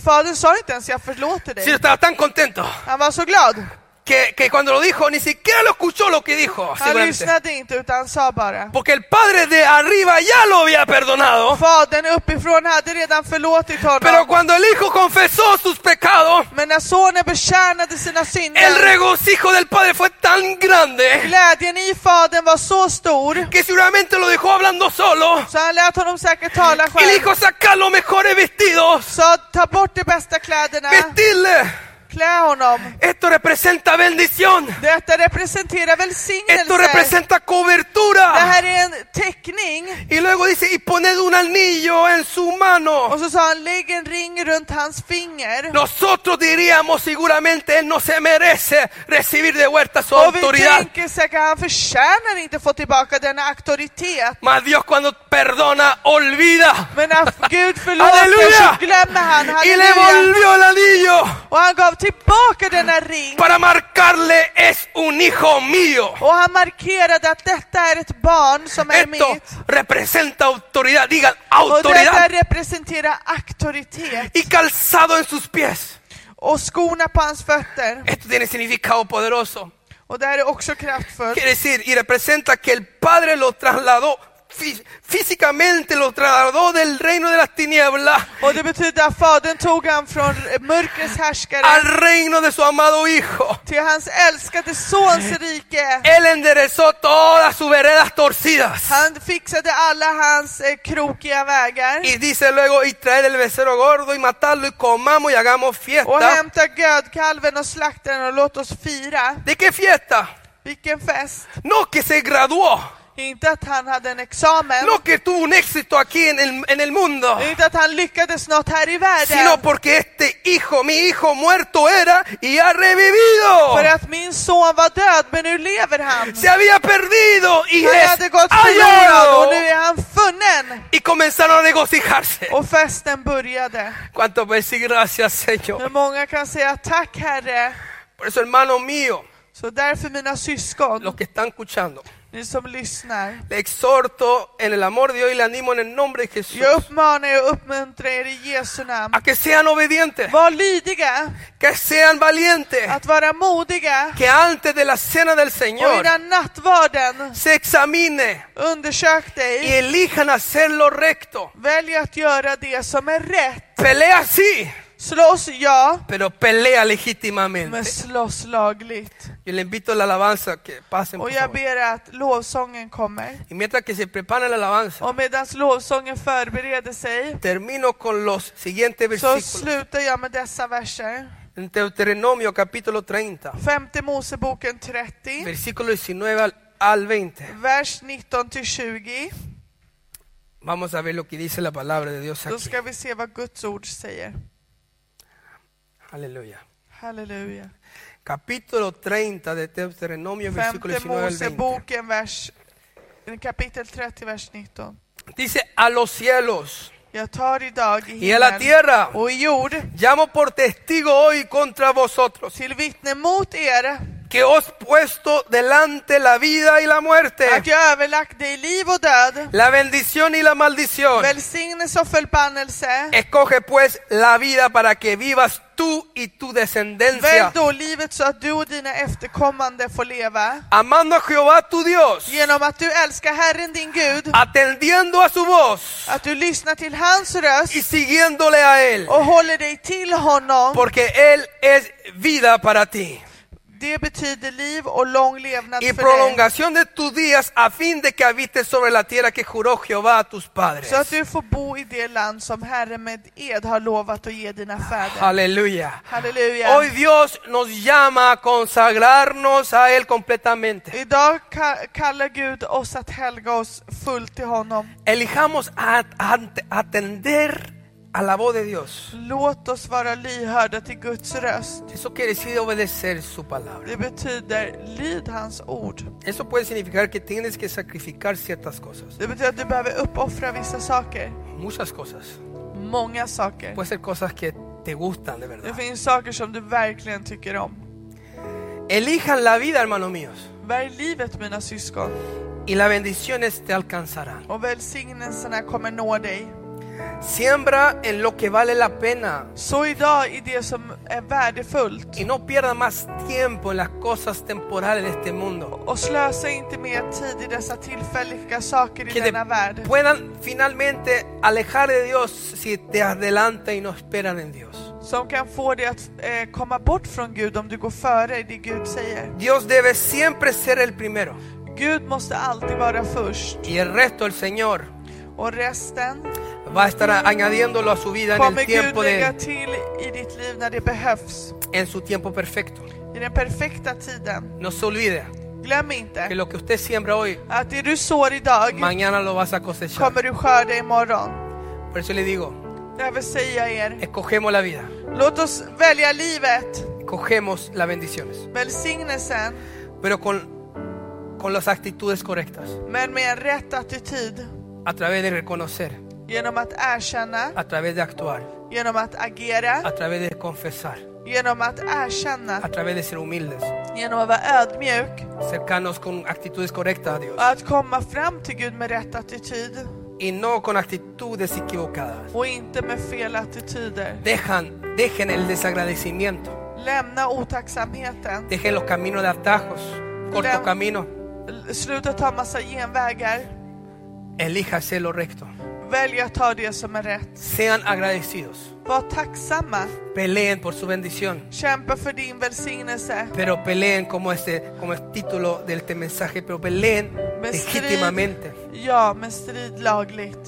Speaker 2: Fadern sa inte ens, jag förlåter
Speaker 1: si
Speaker 2: dig.
Speaker 1: estaba tan contento
Speaker 2: Han var så glad.
Speaker 1: que que, que cuando lo dijo ni siquiera lo escuchó lo que dijo.
Speaker 2: Han
Speaker 1: seguramente.
Speaker 2: lyssnade inte utan sa bara.
Speaker 1: Porque el Padre de arriba ya lo había perdonado.
Speaker 2: Fadern uppifrån hade redan förlåtit
Speaker 1: Pero
Speaker 2: honom.
Speaker 1: cuando el Hijo confesó sus pecados,
Speaker 2: Men när sonen betjänade sina
Speaker 1: el
Speaker 2: synder,
Speaker 1: regocijo del Padre fue tan grande
Speaker 2: glädjen i fadern var så stor,
Speaker 1: que seguramente lo dejó hablando solo.
Speaker 2: så han lät honom säkert tala
Speaker 1: Y le
Speaker 2: själv.
Speaker 1: dijo sacar los mejores vestidos.
Speaker 2: Sa ta bort de bästa kläderna,
Speaker 1: Vestirle.
Speaker 2: klä honom.
Speaker 1: Esto representa bendición.
Speaker 2: Detta representerar
Speaker 1: Esto
Speaker 2: välsignelse.
Speaker 1: representa
Speaker 2: Det
Speaker 1: cobertura.
Speaker 2: här är en teckning.
Speaker 1: Y luego dice, y poned un anillo en su mano.
Speaker 2: Och så sa han, lägg en ring runt hans finger.
Speaker 1: Nosotros diríamos seguramente, Él no se merece recibir de vuelta su
Speaker 2: Och vi
Speaker 1: autoridad.
Speaker 2: tänker säkert, han förtjänar inte få tillbaka denna auktoritet.
Speaker 1: Mas Dios cuando perdona, olvida.
Speaker 2: Men när Gud förlåter
Speaker 1: Halleluja!
Speaker 2: så glömmer han,
Speaker 1: Y le
Speaker 2: halleluja.
Speaker 1: volvió el anillo
Speaker 2: Och han gav tillbaka denna ring.
Speaker 1: para marcarle, es un hijo mío.
Speaker 2: Och han markerade att detta är ett barn som är
Speaker 1: Esto
Speaker 2: mitt.
Speaker 1: representa autoridad. Digan,
Speaker 2: Och detta
Speaker 1: autoridad.
Speaker 2: representerar auktoritet.
Speaker 1: Y calzado en sus pies.
Speaker 2: Och skorna på hans fötter.
Speaker 1: Esto tiene significado poderoso.
Speaker 2: Och det här är också kraftfullt.
Speaker 1: Quiere decir, y representa que el Padre lo trasladó fí- físicamente, lo trasladó del reino de las tinieblas
Speaker 2: Och det betyder att fadern tog han från mörkrets härskare
Speaker 1: al reino de su amado Hijo.
Speaker 2: till hans älskade sons rike.
Speaker 1: Él enderezó todas sus veredas torcidas.
Speaker 2: Han fixade alla hans eh, krokiga vägar
Speaker 1: Y dice luego, y traer el becerro gordo y matarlo y comamos y hagamos
Speaker 2: och
Speaker 1: fiesta.
Speaker 2: hämta gödkalven och slakta den och låt oss fira.
Speaker 1: ¿De qué fiesta?
Speaker 2: Vilken fest!
Speaker 1: No que se graduó,
Speaker 2: Inte att han hade en examen,
Speaker 1: no que tuvo un éxito aquí en el, en el mundo,
Speaker 2: inte att han lyckades något här i
Speaker 1: sino
Speaker 2: världen.
Speaker 1: porque este hijo, mi hijo muerto era y ha revivido.
Speaker 2: För att min son var död, men nu lever han.
Speaker 1: se había perdido y
Speaker 2: Han
Speaker 1: es
Speaker 2: hade gått förlorad och
Speaker 1: hallado.
Speaker 2: nu är han funnen!
Speaker 1: Y comenzaron a regocijarse.
Speaker 2: Och festen började.
Speaker 1: Cuánto puede decir gracias, Señor.
Speaker 2: Men många kan säga tack Herre.
Speaker 1: Por eso, hermano mío,
Speaker 2: Så därför mina
Speaker 1: los
Speaker 2: syskon,
Speaker 1: que están escuchando,
Speaker 2: ni som lyssnar.
Speaker 1: le exhorto en el amor de Dios y le animo en el nombre de Jesús
Speaker 2: Jag uppmanar er och uppmuntrar er i Jesu namn.
Speaker 1: a que sean obedientes,
Speaker 2: Var lydiga,
Speaker 1: que sean valientes,
Speaker 2: att vara modiga.
Speaker 1: que antes de la cena del
Speaker 2: Och
Speaker 1: Señor
Speaker 2: innan nattvarden,
Speaker 1: se examine
Speaker 2: undersök
Speaker 1: y
Speaker 2: dig.
Speaker 1: elijan hacer lo recto.
Speaker 2: Välj att göra det som är rätt.
Speaker 1: Pelea sí,
Speaker 2: Slåss ja,
Speaker 1: pero pelea
Speaker 2: men
Speaker 1: legítimamente.
Speaker 2: slåss lagligt.
Speaker 1: Yo le invito a la alabanza que pasen.
Speaker 2: Och
Speaker 1: Por
Speaker 2: jag
Speaker 1: favor.
Speaker 2: ber att lovsången kommer.
Speaker 1: Y mientras que se prepara la alabanza,
Speaker 2: Och medan lovsången förbereder sig
Speaker 1: termino con los siguientes
Speaker 2: så
Speaker 1: versículos.
Speaker 2: slutar jag med dessa verser.
Speaker 1: En Deuteronomio capítulo 30,
Speaker 2: Femte Moseboken 30,
Speaker 1: versículo 19 al, al 20.
Speaker 2: vers 19 till 20.
Speaker 1: Vamos a ver lo que dice la palabra de Dios
Speaker 2: Då
Speaker 1: aquí.
Speaker 2: ska vi se vad Guds ord säger.
Speaker 1: Aleluya.
Speaker 2: Halleluja.
Speaker 1: Capítulo 30 de Deuteronomio, versículo
Speaker 2: Femte
Speaker 1: 19 al 20.
Speaker 2: Moseboken, vers, kapitel 30, vers 19.
Speaker 1: Dice, a los cielos
Speaker 2: Jag tar idag i
Speaker 1: y a la
Speaker 2: himmel
Speaker 1: tierra
Speaker 2: och i jord
Speaker 1: llamo por testigo hoy contra vosotros,
Speaker 2: till vittne mot er
Speaker 1: que os puesto delante la vida y la muerte,
Speaker 2: att jag överlagt dig liv och död,
Speaker 1: la bendición y la maldición.
Speaker 2: välsignelse och förbannelse.
Speaker 1: Escoge pues la vida para que vivas tú y tu descendencia,
Speaker 2: Välj då livet så att du och dina efterkommande får leva.
Speaker 1: amando a Jehová tu Dios,
Speaker 2: Genom att du älskar Herren din Gud,
Speaker 1: atendiendo a su voz
Speaker 2: att du lyssnar till hans röst
Speaker 1: y siguiéndole a Él,
Speaker 2: och håller dig till honom.
Speaker 1: porque Él es vida para ti
Speaker 2: Det betyder liv och lång levnad
Speaker 1: y
Speaker 2: för dig.
Speaker 1: prolongación de tus días a fin de que habites sobre la tierra que juró Jehová a tus padres.
Speaker 2: Så att du får bo i det land som Herren med ed har lovat att ge dina fäder.
Speaker 1: Aleluya. Hoy
Speaker 2: Halleluja.
Speaker 1: Dios nos llama a consagrarnos a Él completamente.
Speaker 2: Idag ka- kallar Gud oss att helga oss fullt till honom.
Speaker 1: Elijamos a- a- atender a la voz de Dios.
Speaker 2: Låt oss vara lyhörda till Guds röst.
Speaker 1: Eso quiere decir obedecer su palabra.
Speaker 2: Det betyder lyd hans ord.
Speaker 1: Eso puede significar que tienes que sacrificar ciertas cosas,
Speaker 2: Det betyder att du behöver uppoffra vissa saker.
Speaker 1: muchas cosas.
Speaker 2: Många saker.
Speaker 1: Puede ser cosas que te gustan de
Speaker 2: Det
Speaker 1: verdad.
Speaker 2: finns saker som du verkligen tycker om.
Speaker 1: Elijan la vida, hermanos míos,
Speaker 2: Välj livet mina syskon
Speaker 1: y las bendiciones te alcanzarán.
Speaker 2: och välsignelserna kommer nå dig.
Speaker 1: Siembra en lo que vale la pena
Speaker 2: Så idag i det som är värdefullt
Speaker 1: y no pierda más tiempo en las cosas temporales de este mundo.
Speaker 2: och slösa inte mer tid i dessa tillfälliga saker i
Speaker 1: Que te
Speaker 2: denna värld.
Speaker 1: puedan finalmente alejar de Dios si te adelantan y no esperan en Dios.
Speaker 2: Som kan få dig att eh, komma bort från Gud om du går före i det Gud säger.
Speaker 1: Dios debe siempre ser el primero
Speaker 2: Gud måste alltid vara först
Speaker 1: y el resto el Señor
Speaker 2: och resten
Speaker 1: va a estar añadiéndolo a su vida en
Speaker 2: kommer
Speaker 1: el
Speaker 2: Gud
Speaker 1: tiempo
Speaker 2: lägga
Speaker 1: de
Speaker 2: till i ditt liv när det behövs.
Speaker 1: en su tiempo perfecto.
Speaker 2: I den perfekta tiden.
Speaker 1: No se olvide
Speaker 2: Glöm
Speaker 1: que
Speaker 2: inte
Speaker 1: lo que usted siembra hoy
Speaker 2: att det du sår idag
Speaker 1: mañana lo vas a cosechar.
Speaker 2: kommer du skörda imorgon.
Speaker 1: Por eso le digo,
Speaker 2: Därför säger jag er,
Speaker 1: escogemos la vida,
Speaker 2: låt oss välja livet,
Speaker 1: escogemos las bendiciones,
Speaker 2: välsignelsen,
Speaker 1: pero con, con las actitudes correctas,
Speaker 2: men med en rätt attityd.
Speaker 1: a través de reconocer,
Speaker 2: Genom att erkänna,
Speaker 1: a través de actuar,
Speaker 2: genom att agera,
Speaker 1: a través de confesar,
Speaker 2: genom att
Speaker 1: a
Speaker 2: erkänna,
Speaker 1: través de ser humildes,
Speaker 2: genom att vara ödmjuk
Speaker 1: cercanos con actitudes correctas a Dios
Speaker 2: och att komma fram till Gud med rätt attityd
Speaker 1: y no con actitudes equivocadas.
Speaker 2: och inte med fel attityder.
Speaker 1: Dejan, dejen el desagradecimiento,
Speaker 2: Lämna otacksamheten.
Speaker 1: dejen los caminos de atajos, corto
Speaker 2: Claro.
Speaker 1: camino,
Speaker 2: L- Sluta ta massa genvägar.
Speaker 1: elíjase lo recto,
Speaker 2: Välj att ta det som är rätt.
Speaker 1: sean agradecidos,
Speaker 2: Var tacksamma.
Speaker 1: peleen por su bendición.
Speaker 2: Kämpa för din välsignelse.
Speaker 1: Pero peleen como este, como el título de este mensaje, pero peleen
Speaker 2: Med
Speaker 1: legítimamente.
Speaker 2: strid, ja, men strid lagligt.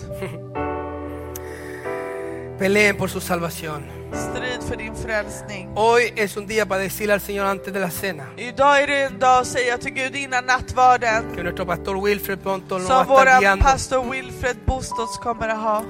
Speaker 1: Peleen por su salvación.
Speaker 2: Strid för din frälsning.
Speaker 1: Hoy es un día para decirle al Señor antes de la cena
Speaker 2: Idag är det en dag att säga till Gud innan nattvarden
Speaker 1: que nuestro pastor Wilfred pronto nos va a
Speaker 2: som
Speaker 1: estar
Speaker 2: våran
Speaker 1: guiando.
Speaker 2: pastor Wilfred Bostods kommer att ha.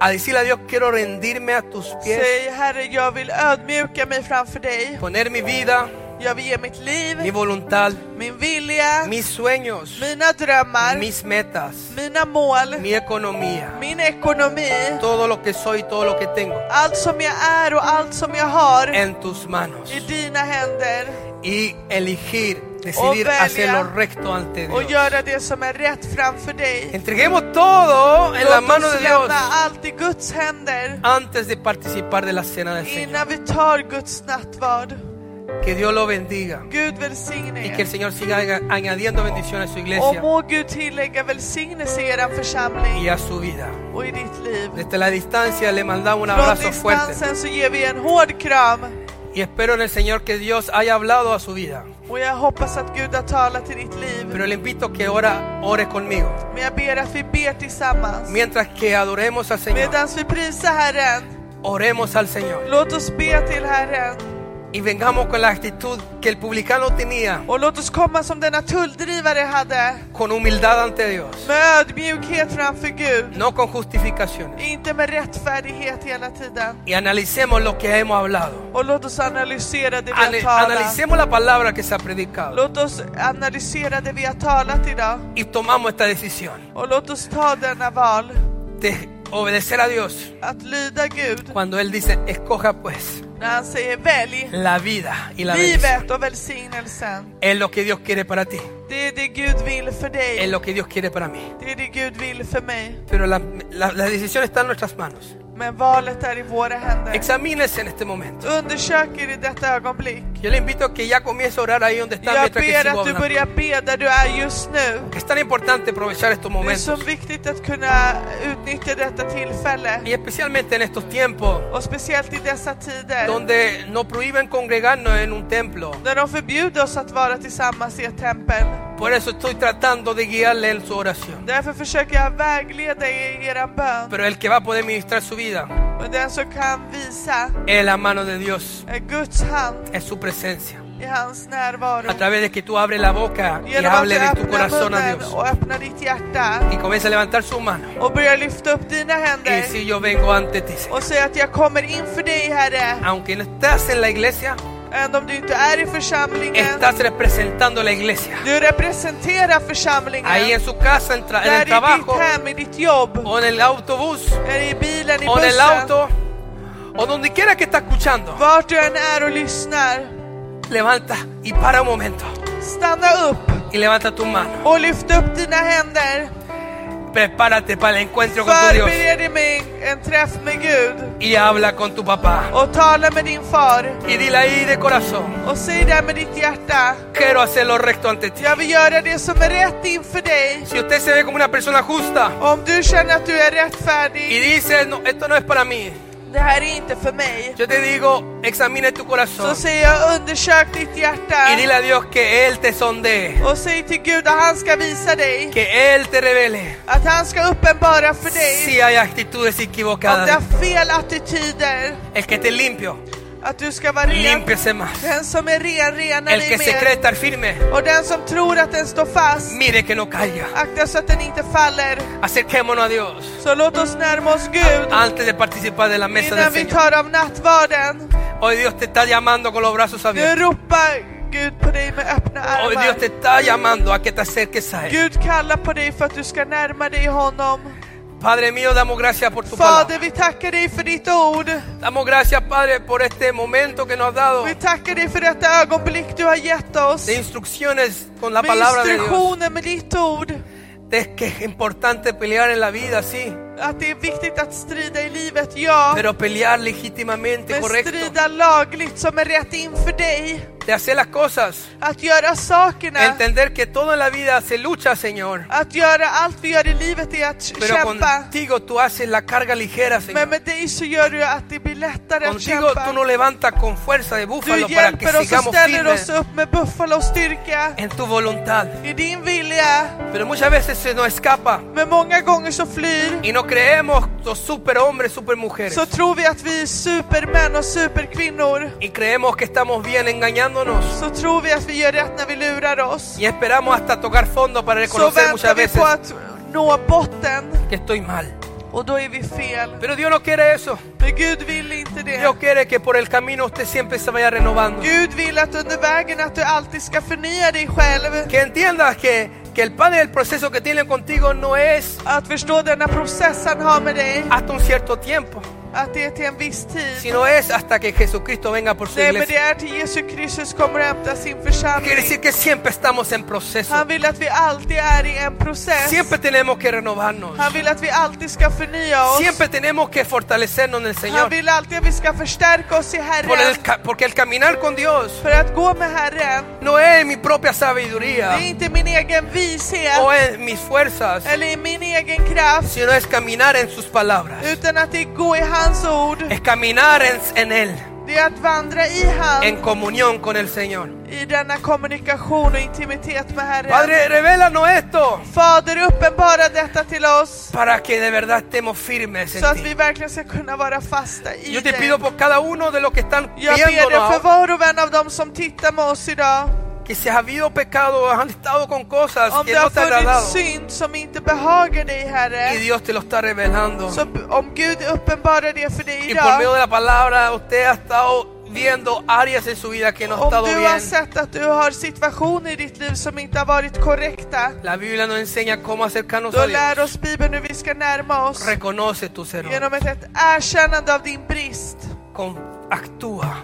Speaker 1: A decirle a Dios, quiero rendirme a tus pies,
Speaker 2: Säg Herre, jag vill ödmjuka mig framför dig.
Speaker 1: poner mi vida,
Speaker 2: Jag vill ge mitt
Speaker 1: mi
Speaker 2: liv,
Speaker 1: voluntad,
Speaker 2: min vilja,
Speaker 1: mis sueños,
Speaker 2: mina drömmar,
Speaker 1: mis metas,
Speaker 2: mina mål,
Speaker 1: mi economía,
Speaker 2: min ekonomi,
Speaker 1: todo lo que soy, todo lo que tengo
Speaker 2: allt som jag är och allt som jag har
Speaker 1: en tus manos.
Speaker 2: i dina händer
Speaker 1: Y elegir, decidir
Speaker 2: Ovelia.
Speaker 1: hacer lo recto ante
Speaker 2: och
Speaker 1: Dios.
Speaker 2: göra det som är rätt framför dig.
Speaker 1: Entreguemos todo en la
Speaker 2: Låt
Speaker 1: mano de
Speaker 2: oss
Speaker 1: Dios
Speaker 2: lämna allt i Guds händer
Speaker 1: antes de participar de la cena del Señor.
Speaker 2: innan vi tar Guds nattvard.
Speaker 1: Que Dios lo bendiga
Speaker 2: Gud välsigne
Speaker 1: y que el
Speaker 2: er.
Speaker 1: Señor siga aga- añadiendo bendiciones a su
Speaker 2: Och
Speaker 1: iglesia
Speaker 2: må Gud tillägga välsignelse i er
Speaker 1: y
Speaker 2: församling
Speaker 1: a su vida.
Speaker 2: och i ditt liv.
Speaker 1: Desde la distancia le mandamos un
Speaker 2: Från
Speaker 1: abrazo fuerte
Speaker 2: distansen så ger vi en hård kram
Speaker 1: y espero en el Señor que Dios haya hablado a su vida.
Speaker 2: och jag hoppas att Gud har talat till ditt liv.
Speaker 1: Pero le invito que ahora ores conmigo
Speaker 2: Men jag ber att vi ber tillsammans.
Speaker 1: mientras que adoremos al Señor.
Speaker 2: Medan vi prisar Herren,
Speaker 1: Oremos al Señor
Speaker 2: låt oss be till Herren
Speaker 1: y vengamos con la actitud que el publicano tenía,
Speaker 2: och låt oss komma som denna tulldrivare hade
Speaker 1: con humildad ante Dios,
Speaker 2: med ödmjukhet framför Gud,
Speaker 1: no con justificaciones.
Speaker 2: inte med rättfärdighet hela tiden.
Speaker 1: Y analicemos lo que hemos hablado.
Speaker 2: Och låt oss analysera det vi
Speaker 1: Ana-
Speaker 2: har talat.
Speaker 1: analicemos la palabra que se ha predicado
Speaker 2: Låt oss analysera det vi har talat idag
Speaker 1: y tomamos esta decisión
Speaker 2: och låt oss ta denna val
Speaker 1: de obedecer a Dios
Speaker 2: att lyda Gud
Speaker 1: cuando Él dice, escoja pues
Speaker 2: när han säger välj
Speaker 1: la vida y la bendición.
Speaker 2: livet och välsignelsen.
Speaker 1: Es lo que Dios quiere para ti,
Speaker 2: Det är det Gud vill för
Speaker 1: es
Speaker 2: dig.
Speaker 1: lo que Dios quiere para mí.
Speaker 2: Det är det Gud vill för mig.
Speaker 1: Pero la, la- la decisión está en nuestras manos.
Speaker 2: Men valet är i våra händer.
Speaker 1: Examínese en este momento.
Speaker 2: Undersök er i detta ögonblick.
Speaker 1: Yo le invito a que ya comience a orar ahí donde está
Speaker 2: Jag
Speaker 1: mientras que
Speaker 2: ber
Speaker 1: sigo
Speaker 2: att du
Speaker 1: hablando.
Speaker 2: börjar be där du är just nu.
Speaker 1: Es tan importante aprovechar estos
Speaker 2: Det är så
Speaker 1: momentos
Speaker 2: viktigt att kunna utnyttja detta tillfälle.
Speaker 1: y especialmente en estos tiempos
Speaker 2: Och speciellt i dessa tider.
Speaker 1: donde nos prohíben congregarnos en un templo.
Speaker 2: När de förbjuder oss att vara tillsammans i ett tempel.
Speaker 1: Por eso estoy tratando de guiarle en su oración.
Speaker 2: Därför försöker jag vägleda er i eran bön.
Speaker 1: Pero el que va a poder ministrar su vida
Speaker 2: Och den som kan visa
Speaker 1: es la mano de Dios,
Speaker 2: är Guds hand
Speaker 1: es su presencia.
Speaker 2: i hans närvaro.
Speaker 1: A través de que tú abres la boca y
Speaker 2: Genom att du
Speaker 1: hables de tu
Speaker 2: öppnar
Speaker 1: corazón a
Speaker 2: munnen
Speaker 1: Dios.
Speaker 2: och öppnar ditt hjärta
Speaker 1: Y comienza a levantar su mano.
Speaker 2: och börjar lyfta upp dina
Speaker 1: Y
Speaker 2: händer
Speaker 1: si yo vengo ante ti, Señor.
Speaker 2: och säga att jag kommer inför dig Herre.
Speaker 1: Aunque no estás en la iglesia,
Speaker 2: Även om du inte är i församlingen.
Speaker 1: estás representando la iglesia.
Speaker 2: Du representerar församlingen.
Speaker 1: Ahí en su casa, en, tra- en el
Speaker 2: där i ditt
Speaker 1: trabajo,
Speaker 2: hem, i ditt jobb,
Speaker 1: o en el autobús,
Speaker 2: eller i bilen, i
Speaker 1: o en el
Speaker 2: bussen.
Speaker 1: auto, o donde quiera que estás escuchando.
Speaker 2: Vart du än är och lyssnar.
Speaker 1: Levanta y para un momento.
Speaker 2: Stanna upp
Speaker 1: Y levanta tu mano.
Speaker 2: och lyft upp dina händer.
Speaker 1: Prepárate para el encuentro con tu Dios
Speaker 2: Förbered dig med en träff med Gud
Speaker 1: y habla con tu papá.
Speaker 2: och tala med din far.
Speaker 1: Y dile ahí de corazón,
Speaker 2: Och säg det här med ditt hjärta.
Speaker 1: quiero hacer lo recto ante ti.
Speaker 2: Jag vill göra det som är rätt inför dig.
Speaker 1: Si usted se ve como una persona justa
Speaker 2: Om du känner att du är
Speaker 1: y
Speaker 2: rättfärdig,
Speaker 1: dice, no, esto no es para mí,
Speaker 2: det här är inte för mig.
Speaker 1: yo te digo, examine tu
Speaker 2: Så
Speaker 1: corazón
Speaker 2: säger jag undersök ditt hjärta.
Speaker 1: y dile a Dios que Él te sondee,
Speaker 2: Och säg till Gud att han ska visa dig.
Speaker 1: que Él te revele
Speaker 2: Att han ska uppenbara för dig.
Speaker 1: si hay actitudes
Speaker 2: Om du
Speaker 1: equivocadas.
Speaker 2: har fel attityder.
Speaker 1: El que esté limpio,
Speaker 2: Att du ska vara ren.
Speaker 1: límpiese más.
Speaker 2: Den som är ren, rena
Speaker 1: El
Speaker 2: dig
Speaker 1: que se cree
Speaker 2: mer.
Speaker 1: estar firme,
Speaker 2: Och den som tror att den står fast,
Speaker 1: mire que no caiga.
Speaker 2: akta så att den inte faller.
Speaker 1: Acerquémonos a Dios
Speaker 2: Så låt oss närma oss Gud
Speaker 1: antes de participar de la mesa
Speaker 2: innan
Speaker 1: del
Speaker 2: vi
Speaker 1: Señor.
Speaker 2: tar av nattvarden.
Speaker 1: Hoy Dios te está llamando con los brazos
Speaker 2: Nu
Speaker 1: abiertos.
Speaker 2: ropar Gud på dig med öppna
Speaker 1: Hoy Dios te
Speaker 2: armar.
Speaker 1: está llamando a que te acerques a Él.
Speaker 2: Gud kallar på dig för att du ska närma dig honom.
Speaker 1: Padre mío, damos gracias por tu palabra.
Speaker 2: Fader, vi tackar dig för ditt ord.
Speaker 1: Damos gracias, Padre, por este momento que nos has dado
Speaker 2: Vi tackar dig för detta ögonblick du har gett oss.
Speaker 1: de instrucciones con la
Speaker 2: Med
Speaker 1: palabra de Dios.
Speaker 2: instruktioner, med ditt ord.
Speaker 1: De que es importante pelear en la vida, sí,
Speaker 2: Att det är viktigt att strida i livet, ja.
Speaker 1: pero pelear legítimamente,
Speaker 2: Men
Speaker 1: correcto.
Speaker 2: strida lagligt som är rätt inför dig.
Speaker 1: De hacer las cosas.
Speaker 2: Att göra sakerna.
Speaker 1: Entender que todo en la vida se lucha, Señor.
Speaker 2: Att göra allt vi gör i livet är att
Speaker 1: Pero
Speaker 2: kämpa.
Speaker 1: contigo tú haces la carga ligera,
Speaker 2: Men
Speaker 1: Señor.
Speaker 2: med dig så gör du att det blir lättare att
Speaker 1: Contigo tú
Speaker 2: kämpa.
Speaker 1: nos levantas con fuerza de
Speaker 2: Du
Speaker 1: búfalo para que
Speaker 2: hjälper oss och
Speaker 1: sigamos
Speaker 2: ställer oss
Speaker 1: firmes
Speaker 2: upp med Buffalos styrka.
Speaker 1: en tu voluntad.
Speaker 2: I din vilja.
Speaker 1: Pero muchas veces se nos escapa
Speaker 2: Men många gånger så flyr.
Speaker 1: y no creemos los superhombres, supermujeres.
Speaker 2: Så tror vi att vi är supermän och superkvinnor.
Speaker 1: Y creemos que estamos bien engañándonos.
Speaker 2: Så tror vi att vi gör rätt när vi lurar oss.
Speaker 1: Y esperamos hasta tocar fondo para
Speaker 2: Så
Speaker 1: reconocer
Speaker 2: väntar
Speaker 1: muchas
Speaker 2: vi
Speaker 1: veces
Speaker 2: på att nå botten.
Speaker 1: que estoy mal.
Speaker 2: Och då är vi fel.
Speaker 1: Pero Dios no quiere eso.
Speaker 2: Men Gud vill inte det.
Speaker 1: Dios quiere que por el camino usted siempre se vaya renovando.
Speaker 2: Gud vill att under vägen att du alltid ska förnya dig själv.
Speaker 1: Que entiendas que, que el Padre del proceso que tiene contigo no es
Speaker 2: Att förstå denna process han har med dig.
Speaker 1: hasta un cierto tiempo,
Speaker 2: Att det är till en viss tid.
Speaker 1: sino es hasta que Jesucristo venga por su
Speaker 2: Nej, men det
Speaker 1: iglesia.
Speaker 2: är till Jesu Kristus kommer att hämta sin
Speaker 1: Quiere
Speaker 2: församling.
Speaker 1: decir que siempre estamos en proceso.
Speaker 2: Han vill att vi alltid är i en process.
Speaker 1: Siempre tenemos que renovarnos.
Speaker 2: Han vill att vi alltid ska förnya oss.
Speaker 1: Siempre tenemos que fortalecernos en el
Speaker 2: Han
Speaker 1: Señor.
Speaker 2: vill alltid att vi ska förstärka oss i Herren.
Speaker 1: Por el ca- porque el caminar con Dios
Speaker 2: För att gå med Herren,
Speaker 1: no es mi propia
Speaker 2: det
Speaker 1: sabiduría
Speaker 2: är inte min egen vishet
Speaker 1: o en mis fuerzas,
Speaker 2: eller i min egen kraft.
Speaker 1: sino es caminar en sus palabras.
Speaker 2: Utan att det går i hans ord.
Speaker 1: Es caminar en, en Él,
Speaker 2: Det är att vandra i han
Speaker 1: en comunión con el Señor.
Speaker 2: i denna kommunikation och intimitet med Herren.
Speaker 1: Padre, revélanos esto
Speaker 2: Fader, uppenbara detta till oss
Speaker 1: para que de verdad estemos firmes
Speaker 2: så
Speaker 1: en
Speaker 2: att
Speaker 1: ti.
Speaker 2: vi verkligen ska kunna vara fasta i
Speaker 1: Yo te
Speaker 2: dig.
Speaker 1: pido por cada uno de los que están
Speaker 2: Jag ber dig för
Speaker 1: viéndonos
Speaker 2: var och en av dem som tittar med oss idag.
Speaker 1: que si has habido pecado, han estado con cosas
Speaker 2: Om
Speaker 1: que
Speaker 2: det
Speaker 1: no
Speaker 2: har
Speaker 1: te ha agradado
Speaker 2: funnits synd som inte behagar dig,
Speaker 1: y
Speaker 2: Herre,
Speaker 1: Dios te lo está revelando.
Speaker 2: så b- om Gud uppenbarar det för dig
Speaker 1: Y por medio
Speaker 2: idag,
Speaker 1: de la palabra usted ha estado viendo áreas en su vida que no ha
Speaker 2: om
Speaker 1: estado
Speaker 2: du har
Speaker 1: bien.
Speaker 2: sett att du har situationer i ditt liv som inte har varit korrekta,
Speaker 1: La Biblia nos enseña cómo acercarnos
Speaker 2: då
Speaker 1: a Dios.
Speaker 2: lär oss Bibeln hur vi ska närma oss
Speaker 1: Reconoce tus errores.
Speaker 2: genom ett, ett erkännande av din brist.
Speaker 1: Con- actúa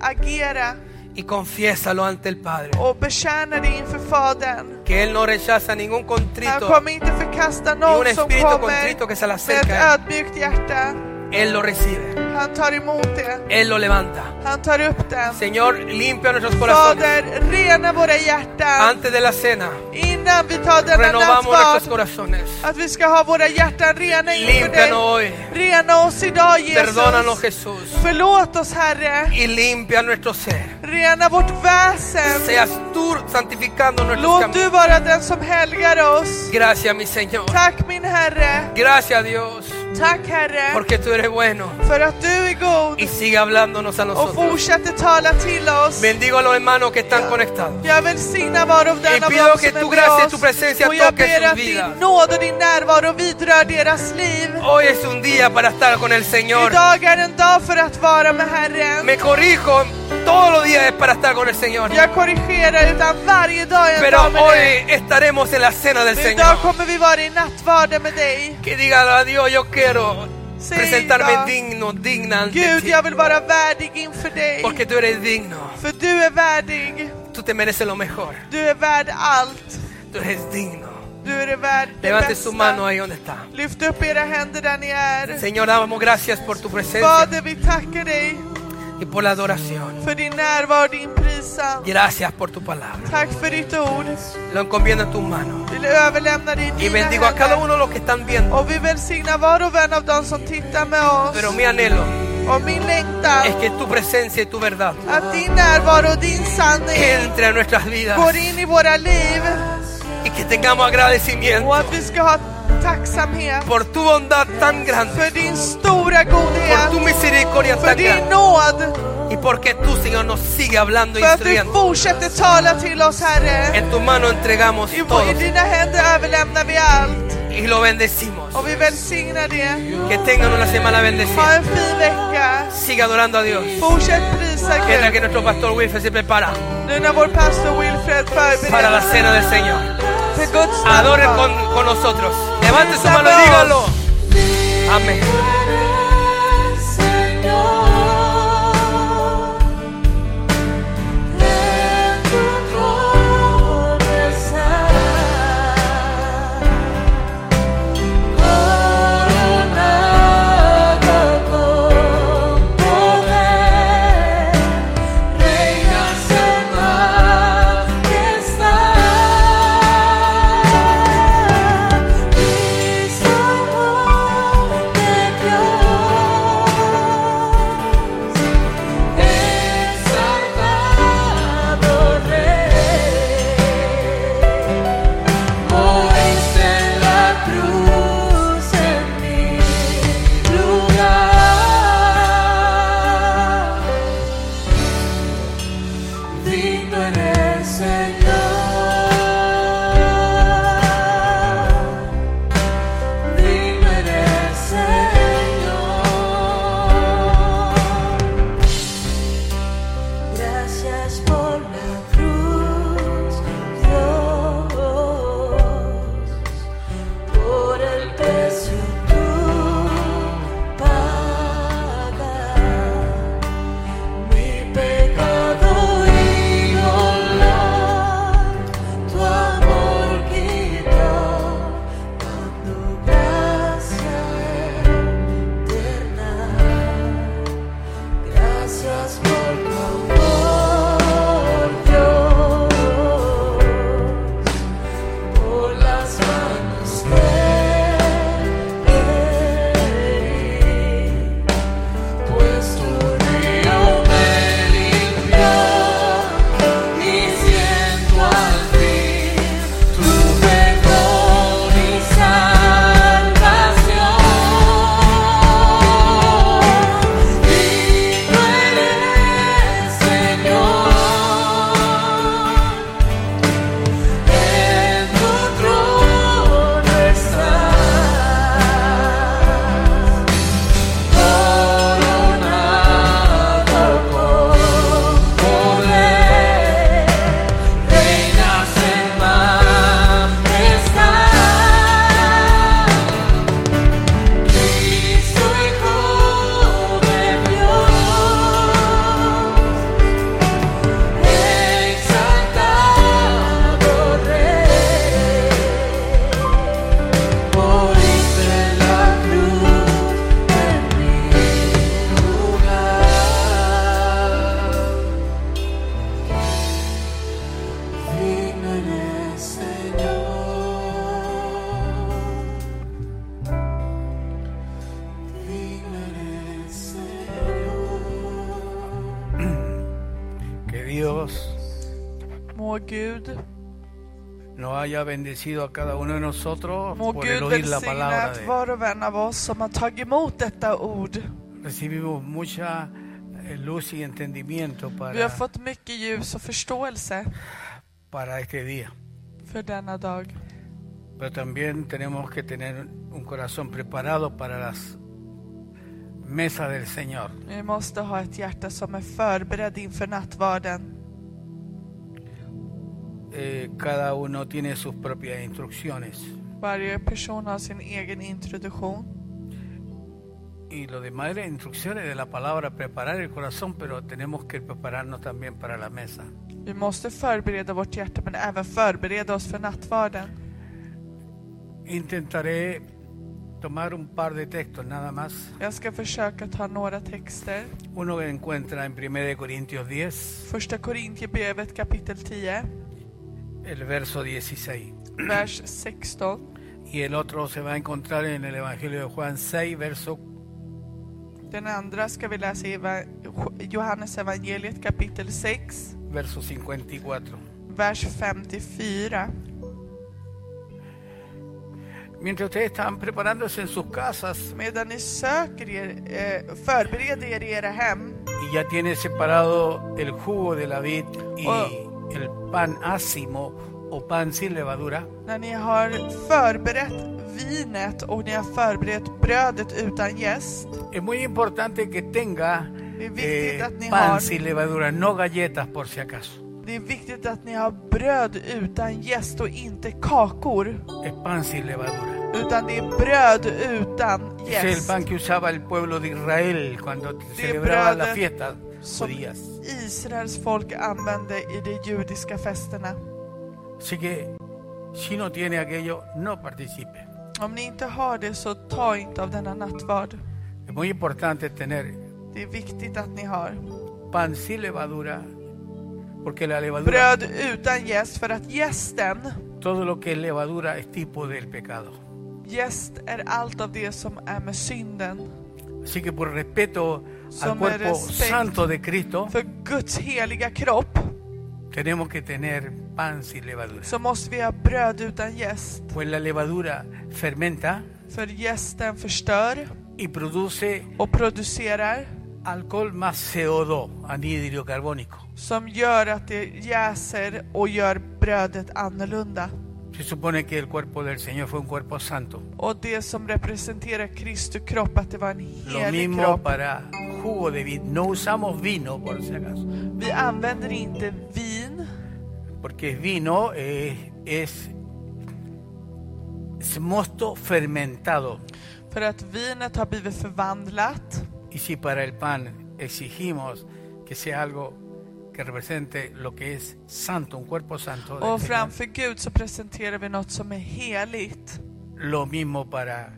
Speaker 2: Agera
Speaker 1: y confiésalo ante el Padre.
Speaker 2: och betjäna dig inför Fadern.
Speaker 1: Que Él no rechaza ningún
Speaker 2: Han
Speaker 1: contrito.
Speaker 2: kommer inte förkasta
Speaker 1: Y un
Speaker 2: någon som
Speaker 1: espíritu
Speaker 2: kommer
Speaker 1: contrito que se le
Speaker 2: med ett
Speaker 1: acerca a él.
Speaker 2: ödmjukt hjärta.
Speaker 1: Él lo recibe.
Speaker 2: Han tar emot det.
Speaker 1: Él lo levanta.
Speaker 2: Han tar upp den.
Speaker 1: Señor, limpia nuestros corazones.
Speaker 2: Fader, rena våra hjärtan
Speaker 1: Antes de la cena,
Speaker 2: innan vi tar denna
Speaker 1: renovamos nuestros
Speaker 2: nattvard.
Speaker 1: corazones.
Speaker 2: Att vi ska ha våra hjärtan rena inför dig.
Speaker 1: Límpianos hoy.
Speaker 2: Rena oss idag
Speaker 1: Perdónanos,
Speaker 2: Jesus.
Speaker 1: Jesús.
Speaker 2: Förlåt oss Herre.
Speaker 1: Y limpia nuestro ser.
Speaker 2: Rena vårt väsen.
Speaker 1: Seas tú santificando nuestros
Speaker 2: Låt du
Speaker 1: caminos.
Speaker 2: vara den som helgar oss.
Speaker 1: Gracias, mi Señor.
Speaker 2: Tack min Herre.
Speaker 1: Gracias, Dios,
Speaker 2: Tack Herre.
Speaker 1: porque tú eres bueno
Speaker 2: För att du är god
Speaker 1: y sigue hablándonos a
Speaker 2: och
Speaker 1: nosotros.
Speaker 2: fortsätter tala till oss.
Speaker 1: Bendigo a los hermanos que están conectados.
Speaker 2: Jag välsignar var och
Speaker 1: Y
Speaker 2: den av
Speaker 1: Eh, pido
Speaker 2: dem
Speaker 1: que
Speaker 2: som är
Speaker 1: tu
Speaker 2: med
Speaker 1: gracia y
Speaker 2: oss.
Speaker 1: tu presencia
Speaker 2: Och jag
Speaker 1: toque
Speaker 2: ber
Speaker 1: sus
Speaker 2: att
Speaker 1: vidas.
Speaker 2: din nåd och din närvaro vidrör deras liv.
Speaker 1: Hoy es un día para estar con el Señor.
Speaker 2: Idag är en dag för att vara med Herren.
Speaker 1: Me corrijo, todos los días es para estar con el Señor.
Speaker 2: Jag korrigerar utan varje dag är en
Speaker 1: Pero
Speaker 2: dag med
Speaker 1: hoy
Speaker 2: dig.
Speaker 1: estaremos en la cena del
Speaker 2: Men Idag
Speaker 1: Señor.
Speaker 2: kommer vi vara i nattvarden med dig.
Speaker 1: Que diga a Dios, yo quiero
Speaker 2: Sí,
Speaker 1: presentarme
Speaker 2: Dios.
Speaker 1: digno, digna ante
Speaker 2: Gud,
Speaker 1: ti.
Speaker 2: jag vill vara värdig inför dig.
Speaker 1: Porque tú eres digno.
Speaker 2: För du är värdig.
Speaker 1: Tú te mereces lo mejor.
Speaker 2: Du är värd allt.
Speaker 1: Tú eres digno.
Speaker 2: Du är värd det
Speaker 1: Levante su mano
Speaker 2: bästa.
Speaker 1: ahí donde está.
Speaker 2: Lyft upp era händer där ni är.
Speaker 1: Señor, damos gracias por tu presencia
Speaker 2: Fader, vi tackar dig
Speaker 1: y por la adoración.
Speaker 2: för din närvaro och din prisan.
Speaker 1: Gracias por tu palabra.
Speaker 2: Tack för ditt ord.
Speaker 1: Lo encomiendo en tus manos.
Speaker 2: Vi överlämnar dig i
Speaker 1: Y
Speaker 2: dina
Speaker 1: bendigo a cada
Speaker 2: händer.
Speaker 1: uno de los que están viendo.
Speaker 2: Och vi välsignar var och en av dem som tittar med
Speaker 1: Pero
Speaker 2: oss.
Speaker 1: mi anhelo
Speaker 2: Och min längtan
Speaker 1: es que tu presencia y tu verdad
Speaker 2: att din närvaro och din sanning
Speaker 1: entre a nuestras vidas
Speaker 2: går in i våra liv
Speaker 1: y que tengamos agradecimiento
Speaker 2: och att vi ska ha tacksamhet
Speaker 1: por tu bondad tan grande,
Speaker 2: för din stora
Speaker 1: por
Speaker 2: godhet,
Speaker 1: tu misericordia
Speaker 2: för
Speaker 1: tan
Speaker 2: din
Speaker 1: grande
Speaker 2: nåd,
Speaker 1: y porque tú, Señor, nos sigue hablando e
Speaker 2: för att du
Speaker 1: instruyendo.
Speaker 2: fortsätter tala till oss Herre.
Speaker 1: En tu mano entregamos
Speaker 2: I, vår- I
Speaker 1: todo
Speaker 2: dina händer överlämnar vi allt
Speaker 1: y lo bendecimos.
Speaker 2: och vi välsignar det.
Speaker 1: Que tengan una semana
Speaker 2: Ha
Speaker 1: bendecida.
Speaker 2: en fin vecka.
Speaker 1: Siga adorando a Dios.
Speaker 2: Fortsätt prisa
Speaker 1: Mientras que
Speaker 2: Gud.
Speaker 1: nuestro pastor Wilfred se prepara
Speaker 2: Nu när vår pastor Wilfred
Speaker 1: para la
Speaker 2: förbereder
Speaker 1: cena del Señor.
Speaker 2: för Guds
Speaker 1: Adore
Speaker 2: nattvard.
Speaker 1: con, con nosotros. Levante su mano y dígalo. Amén.
Speaker 3: Señor, en tu trono estar, coronado con poder, reinas en majestad. Salvador de Dios, el Salvador Rey, moriste en la cruz en mi lugar. Digno eres, Señor. Digno eres, Señor. Gracias por la cruz, Dios, por el precio tú pagas, mi pecado y dolor, tu amor quitó tu gracia eterna. Gracias por tu amor, Dios, por las manos que herí, pues tu río me limpió y siento al fin tu perdón y salvación. Y no eres, Señor, en tu trono estás. Coronado con poder, reinas en majestad. Cristo hijo de Dios, exaltado rey. Moriste en la cruz en mi lugar. Digno eres, Señor. Digno eres, Señor.
Speaker 4: Que Dios
Speaker 2: Må Gud,
Speaker 4: nos haya bendecido a cada uno de nosotros
Speaker 2: må
Speaker 4: por el
Speaker 2: Gud
Speaker 4: oír la
Speaker 2: välsigna
Speaker 4: palabra
Speaker 2: att
Speaker 4: de Él.
Speaker 2: var och en av oss som har tagit emot detta ord.
Speaker 4: Recibimos mucha eh, luz y entendimiento
Speaker 2: Vi har
Speaker 4: para,
Speaker 2: fått mycket ljus och förståelse
Speaker 4: para este día.
Speaker 2: för denna dag.
Speaker 4: Pero también tenemos que tener un corazón preparado para las mesas del Señor.
Speaker 2: Vi måste ha ett hjärta som är förberedd inför nattvarden.
Speaker 4: Eh, cada uno tiene sus propias instrucciones
Speaker 2: Varje person har sin egen introduktion.
Speaker 4: y lo demás las instrucciones de la palabra, preparar el corazón, pero tenemos que prepararnos también para la mesa.
Speaker 2: Vi måste förbereda vårt hjärta men även förbereda oss för nattvarden.
Speaker 4: Intentaré tomar un par de textos nada más.
Speaker 2: Jag ska försöka ta några texter.
Speaker 4: Uno que encuentra en 1 Corintios 10,
Speaker 2: Första Korintierbrevet kapitel 10,
Speaker 4: el verso 16.
Speaker 2: vers 16.
Speaker 4: Y el otro se va a encontrar en el Evangelio de Juan 6, verso
Speaker 2: Den andra ska vi läsa i Eva- Johannes evangeliet kapitel 6,
Speaker 4: verso 54.
Speaker 2: vers 54.
Speaker 4: Mientras ustedes están preparándose en sus casas
Speaker 2: Medan ni söker er, eh, förbereder er i era hem
Speaker 4: y ya tienen separado el jugo de la vid y
Speaker 2: Oh.
Speaker 4: el pan ácimo o pan sin levadura,
Speaker 2: När ni har förberett vinet och ni har förberett brödet utan jäst.
Speaker 4: es muy importante que tenga eh,
Speaker 2: Es viktigt att ni
Speaker 4: pan
Speaker 2: har-
Speaker 4: sin levadura, no galletas por si acaso.
Speaker 2: Det är viktigt att ni har bröd utan jäst och inte kakor.
Speaker 4: Es pan sin levadura.
Speaker 2: Utan det är bröd utan
Speaker 4: Ese Es el
Speaker 2: jäst.
Speaker 4: pan que usaba el pueblo de Israel cuando celebraban
Speaker 2: brother.
Speaker 4: las fiestas
Speaker 2: Som
Speaker 4: judías.
Speaker 2: Israels folk använde i de judiska festerna.
Speaker 4: Así que si no tiene aquello, no participe.
Speaker 2: Om ni inte har det så ta inte av denna nattvard.
Speaker 4: Es muy importante tener
Speaker 2: Det är viktigt att ni har
Speaker 4: pan sin levadura, porque la levadura,
Speaker 2: bröd utan jäst för att jästen,
Speaker 4: todo lo que es levadura es tipo del pecado.
Speaker 2: jäst är allt av det som är med synden. Así
Speaker 4: Así que por respeto al
Speaker 2: Some
Speaker 4: cuerpo
Speaker 2: respect.
Speaker 4: santo de Cristo,
Speaker 2: För Guds heliga kropp
Speaker 4: tenemos que tener pan sin levadura.
Speaker 2: så måste vi ha bröd utan jäst.
Speaker 4: Pues la levadura fermenta
Speaker 2: För jästen förstör
Speaker 4: y produce
Speaker 2: och producerar
Speaker 4: alcohol más CO2, anhídrido carbónico.
Speaker 2: som gör att det jäser och gör brödet annorlunda.
Speaker 4: Se supone que el cuerpo del Señor fue un cuerpo santo.
Speaker 2: Och det som representerar Kristi kropp, att det var en
Speaker 4: Lo
Speaker 2: helig
Speaker 4: mismo
Speaker 2: kropp.
Speaker 4: para jugo de vid. No usamos vino, por si acaso.
Speaker 2: Vi använder inte vin,
Speaker 4: Porque es vino eh, es, es mosto fermentado.
Speaker 2: för att vinet har blivit förvandlat.
Speaker 4: Y si para el pan exigimos que sea algo que represente lo que es santo, un cuerpo santo, del
Speaker 2: Och
Speaker 4: Señor,
Speaker 2: framför Gud så presenterar vi något som är heligt.
Speaker 4: lo mismo para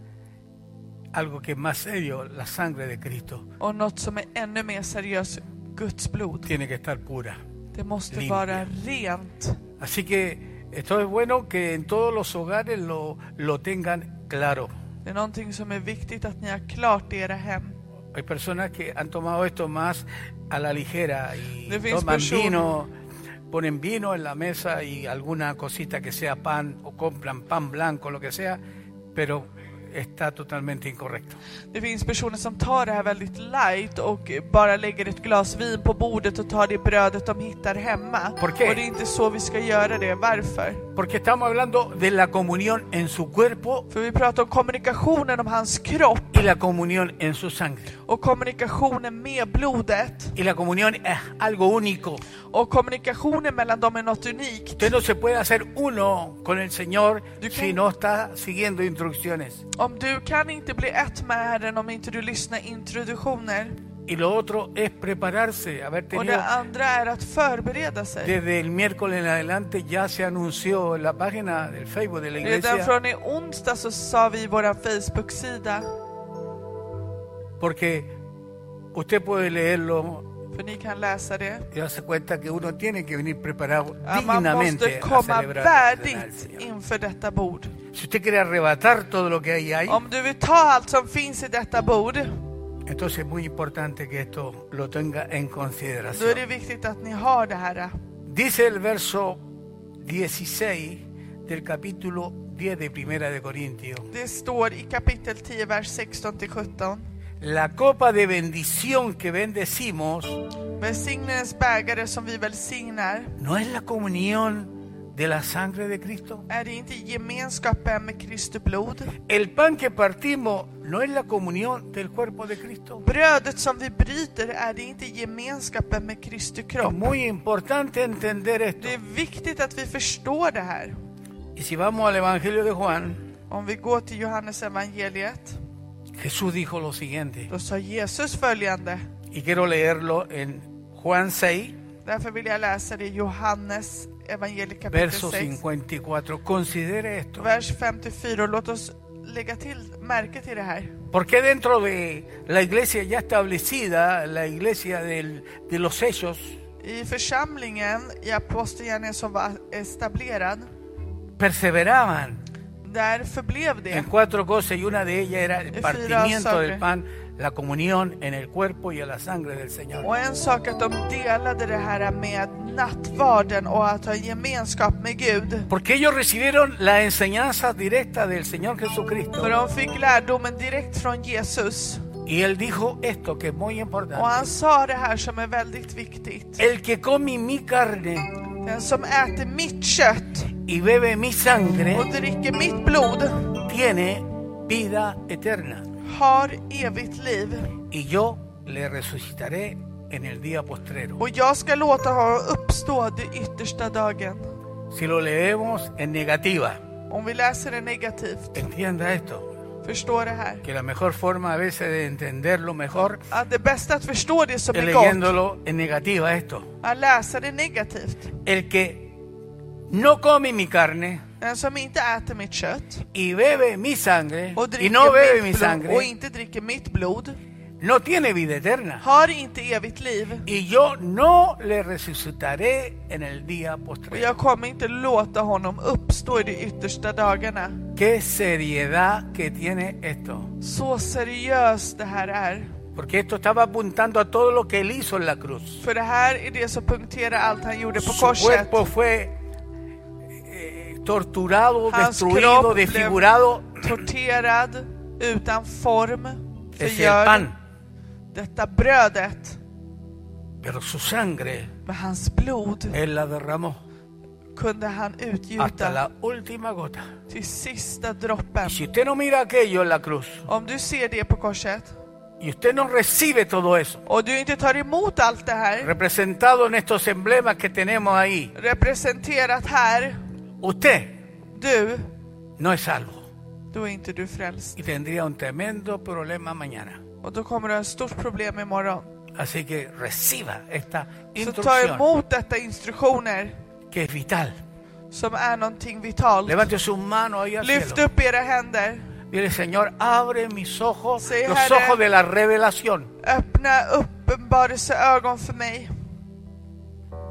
Speaker 4: algo que es más serio, la sangre de Cristo,
Speaker 2: Och något som är ännu mer seriöst, Guds blod.
Speaker 4: tiene que estar pura.
Speaker 2: Det måste
Speaker 4: Limpia.
Speaker 2: vara rent.
Speaker 4: Así que esto es bueno que en todos los hogares lo, lo tengan claro.
Speaker 2: Det är någonting som är viktigt att ni har klart i era hem.
Speaker 4: Hay personas que han tomado esto más a la ligera y
Speaker 2: De fin
Speaker 4: toman
Speaker 2: special.
Speaker 4: vino, ponen vino en la mesa y alguna cosita que sea pan o compran pan blanco, lo que sea, pero está totalmente incorrecto.
Speaker 2: Det finns personer som tar det här väldigt light och bara lägger ett glas vin på bordet och tar det brödet de hittar hemma.
Speaker 4: Por qué?
Speaker 2: Och det är inte så vi ska göra det. Varför?
Speaker 4: Porque estamos hablando de la comunión en su cuerpo
Speaker 2: För vi pratar om kommunikationen om hans kropp
Speaker 4: y la comunión en su sangre.
Speaker 2: och kommunikationen med blodet.
Speaker 4: Y la comunión es algo único.
Speaker 2: Och kommunikationen mellan dem är något unikt.
Speaker 4: Usted no se puede hacer uno con el Señor
Speaker 2: You
Speaker 4: si
Speaker 2: can-
Speaker 4: no está siguiendo instrucciones.
Speaker 2: Om du kan inte bli ett med Herren om inte du lyssnar introduktioner.
Speaker 4: Y lo otro es prepararse, haber
Speaker 2: Och
Speaker 4: tenido
Speaker 2: det andra är att förbereda sig.
Speaker 4: Desde el miércoles en adelante ya se anunció en la página del Facebook de la
Speaker 2: Redan
Speaker 4: iglesia
Speaker 2: från i onsdag så sa vi i vår Facebook-sida,
Speaker 4: porque usted puede leerlo
Speaker 2: för ni kan läsa det,
Speaker 4: y darse cuenta que uno tiene que venir preparado
Speaker 2: att man måste
Speaker 4: dignamente a
Speaker 2: komma
Speaker 4: celebrar la cena del
Speaker 2: värdigt
Speaker 4: Señor.
Speaker 2: inför detta bord.
Speaker 4: Si usted quiere arrebatar todo lo que hay ahí,
Speaker 2: Om du vill ta allt som finns i detta bord,
Speaker 4: entonces es muy importante que esto lo tenga en
Speaker 2: då är det
Speaker 4: consideración.
Speaker 2: viktigt att ni har det här.
Speaker 4: Dice el verso 16 del capítulo 10 de Primera de Corintios.
Speaker 2: Det står i kapitel 10, vers 16-17.
Speaker 4: La copa de bendición que bendecimos
Speaker 2: Välsignens bägare som vi välsignar,
Speaker 4: ¿No es la comunión de la sangre de Cristo?
Speaker 2: är det inte gemenskapen med Kristi blod?
Speaker 4: ¿El pan que partimos no es la comunión del cuerpo de Cristo?
Speaker 2: Brödet som vi bryter, är det inte gemenskapen med Kristi
Speaker 4: Es
Speaker 2: kropp?
Speaker 4: muy importante entender esto.
Speaker 2: Det är viktigt att vi förstår det här.
Speaker 4: Y si vamos al Evangelio de Juan,
Speaker 2: Om vi går till Johannes evangeliet
Speaker 4: Jesús dijo lo siguiente,
Speaker 2: då sa Jesus följande.
Speaker 4: y quiero leerlo en Juan 6,
Speaker 2: Därför vill jag läsa det i Johannes evangeliet kapitel
Speaker 4: verso
Speaker 2: 6,
Speaker 4: 54. Considere esto.
Speaker 2: vers 54. Låt oss lägga till märke till det här.
Speaker 4: Porque dentro de la iglesia ya establecida, la iglesia del- de los hechos,
Speaker 2: I församlingen i apostelgärningarna som var etablerad,
Speaker 4: perseveraban
Speaker 2: där förblev
Speaker 4: en
Speaker 2: det.
Speaker 4: cuatro cosas y una de ellas era el
Speaker 2: Efira,
Speaker 4: partimiento
Speaker 2: sangre.
Speaker 4: del pan, la comunión en el cuerpo y a la sangre del Señor.
Speaker 2: Och en sak att de delade det här med nattvarden och att ha gemenskap med Gud.
Speaker 4: Porque ellos recibieron la enseñanza directa del Señor Jesucristo.
Speaker 2: För de fick lärdomen direkt från Jesus.
Speaker 4: Y él dijo esto que es muy
Speaker 2: Och
Speaker 4: importante.
Speaker 2: han sa det här som är väldigt viktigt.
Speaker 4: El que come mi carne
Speaker 2: Den som äter mitt kött
Speaker 4: y bebe mi sangre
Speaker 2: och dricker mitt blod
Speaker 4: tiene vida eterna.
Speaker 2: har evigt liv.
Speaker 4: Y yo le resucitaré en el día postrero.
Speaker 2: Och jag ska låta honom uppstå den yttersta dagen.
Speaker 4: Si lo leemos en negativa,
Speaker 2: Om vi läser det negativt,
Speaker 4: entienda esto,
Speaker 2: förstå det här.
Speaker 4: que la mejor forma a veces de entenderlo mejor
Speaker 2: Att det bästa att förstå det som
Speaker 4: es
Speaker 2: är gott,
Speaker 4: leyéndolo en negativa esto.
Speaker 2: att läsa det negativt.
Speaker 4: El que no come mi carne
Speaker 2: Den som inte äter mitt kött
Speaker 4: y bebe mi sangre
Speaker 2: och
Speaker 4: y no
Speaker 2: dricker
Speaker 4: bebe
Speaker 2: mitt
Speaker 4: mi
Speaker 2: blod och
Speaker 4: sangre
Speaker 2: inte dricker mitt blod
Speaker 4: no tiene vida eterna.
Speaker 2: har inte evigt liv.
Speaker 4: Y yo no le resucitaré en el día
Speaker 2: Och
Speaker 4: postrero.
Speaker 2: jag kommer inte låta honom uppstå i de yttersta dagarna.
Speaker 4: Qué seriedad que tiene esto.
Speaker 2: Så seriöst det här är.
Speaker 4: Porque esto estaba apuntando a todo lo que él hizo en la cruz.
Speaker 2: För det här är det som punkterar allt han gjorde på
Speaker 4: Su
Speaker 2: korset.
Speaker 4: cuerpo fue eh, torturado,
Speaker 2: Hans
Speaker 4: destruido,
Speaker 2: kropp blev
Speaker 4: desfigurado.
Speaker 2: torterad, utan form,
Speaker 4: Es el pan,
Speaker 2: detta brödet.
Speaker 4: pero su sangre
Speaker 2: Med hans blod
Speaker 4: él la derramó
Speaker 2: kunde han
Speaker 4: hasta
Speaker 2: utgjuta
Speaker 4: la última gota.
Speaker 2: till sista droppen.
Speaker 4: Y si usted no mira aquello en la cruz
Speaker 2: Om du ser det på korset
Speaker 4: y usted no recibe todo eso,
Speaker 2: och du inte tar emot allt det här
Speaker 4: representado en estos emblemas que tenemos ahí,
Speaker 2: representerat här,
Speaker 4: usted
Speaker 2: du,
Speaker 4: no es salvo
Speaker 2: då är inte du frälst.
Speaker 4: y tendría un tremendo problema mañana.
Speaker 2: Och då kommer du ha ett stort problem imorgon.
Speaker 4: Así que reciba esta
Speaker 2: Så ta
Speaker 4: instrucción
Speaker 2: emot detta instruktioner
Speaker 4: que es vital.
Speaker 2: som är någonting vitalt.
Speaker 4: Levante sus manos ahí al
Speaker 2: Lyft
Speaker 4: cielo.
Speaker 2: upp era händer.
Speaker 4: Dile, Señor, abre mis ojos,
Speaker 2: Sí,
Speaker 4: los
Speaker 2: Jare.
Speaker 4: ojos de la revelación.
Speaker 2: Öppna uppenbarelseögon för mig.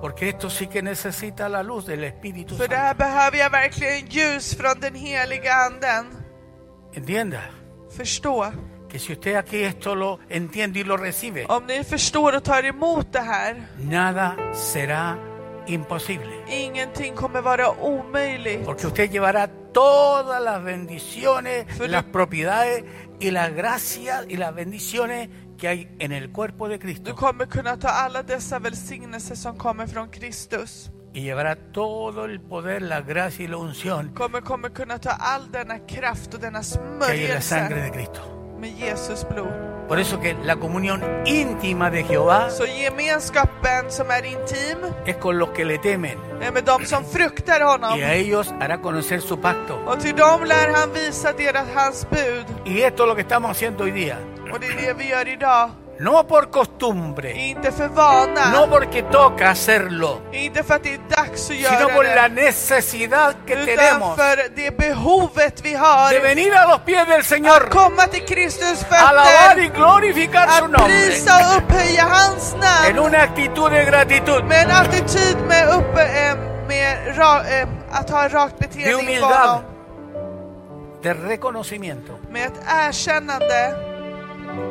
Speaker 4: Porque esto sí que necesita la luz del Espíritu
Speaker 2: För det här
Speaker 4: Santo.
Speaker 2: behöver jag verkligen ljus från den heliga anden.
Speaker 4: Entienda
Speaker 2: Förstå.
Speaker 4: que si usted aquí esto lo entiende y lo recibe,
Speaker 2: Om ni förstår och tar emot det här,
Speaker 4: nada será imposible.
Speaker 2: ingenting kommer vara omöjligt.
Speaker 4: Porque usted llevará todas las bendiciones,
Speaker 2: Pero-
Speaker 4: las propiedades y las gracias y las bendiciones que hay en el cuerpo de
Speaker 2: Du
Speaker 4: Cristo.
Speaker 2: kommer kunna ta alla dessa välsignelser som kommer från Kristus.
Speaker 4: Y llevará todo el poder, la gracia y la unción
Speaker 2: Kommer, kommer kunna ta all denna kraft och denna
Speaker 4: que hay en la sangre
Speaker 2: smörjelse
Speaker 4: de Cristo.
Speaker 2: med Jesus blod.
Speaker 4: Por eso que la comunión íntima de Jehová
Speaker 2: Så gemenskapen som är intim
Speaker 4: es con los que le temen
Speaker 2: är med dem som fruktar
Speaker 4: y a
Speaker 2: honom.
Speaker 4: ellos hará conocer su pacto.
Speaker 2: Och till dem lär han visa deras hans bud.
Speaker 4: Y esto es lo que estamos haciendo hoy día.
Speaker 2: Och det är det vi gör idag.
Speaker 4: No por costumbre,
Speaker 2: Inte för vana.
Speaker 4: no porque toca hacerlo,
Speaker 2: Inte för att det är dags att
Speaker 4: sino
Speaker 2: göra
Speaker 4: por la
Speaker 2: det,
Speaker 4: necesidad que
Speaker 2: utan
Speaker 4: tenemos
Speaker 2: för det behovet vi har
Speaker 4: de venir a los pies del Señor,
Speaker 2: att komma till Kristus
Speaker 4: alabar y
Speaker 2: fötter,
Speaker 4: glorificar su
Speaker 2: att
Speaker 4: nombre
Speaker 2: prisa och upphöja hans
Speaker 4: en
Speaker 2: namn
Speaker 4: una actitud de gratitud,
Speaker 2: med en attityd med, uppe, eh, med ra, eh, att ha rakt
Speaker 4: de
Speaker 2: beteende inför
Speaker 4: humildad,
Speaker 2: honom,
Speaker 4: de reconocimiento,
Speaker 2: med ett erkännande,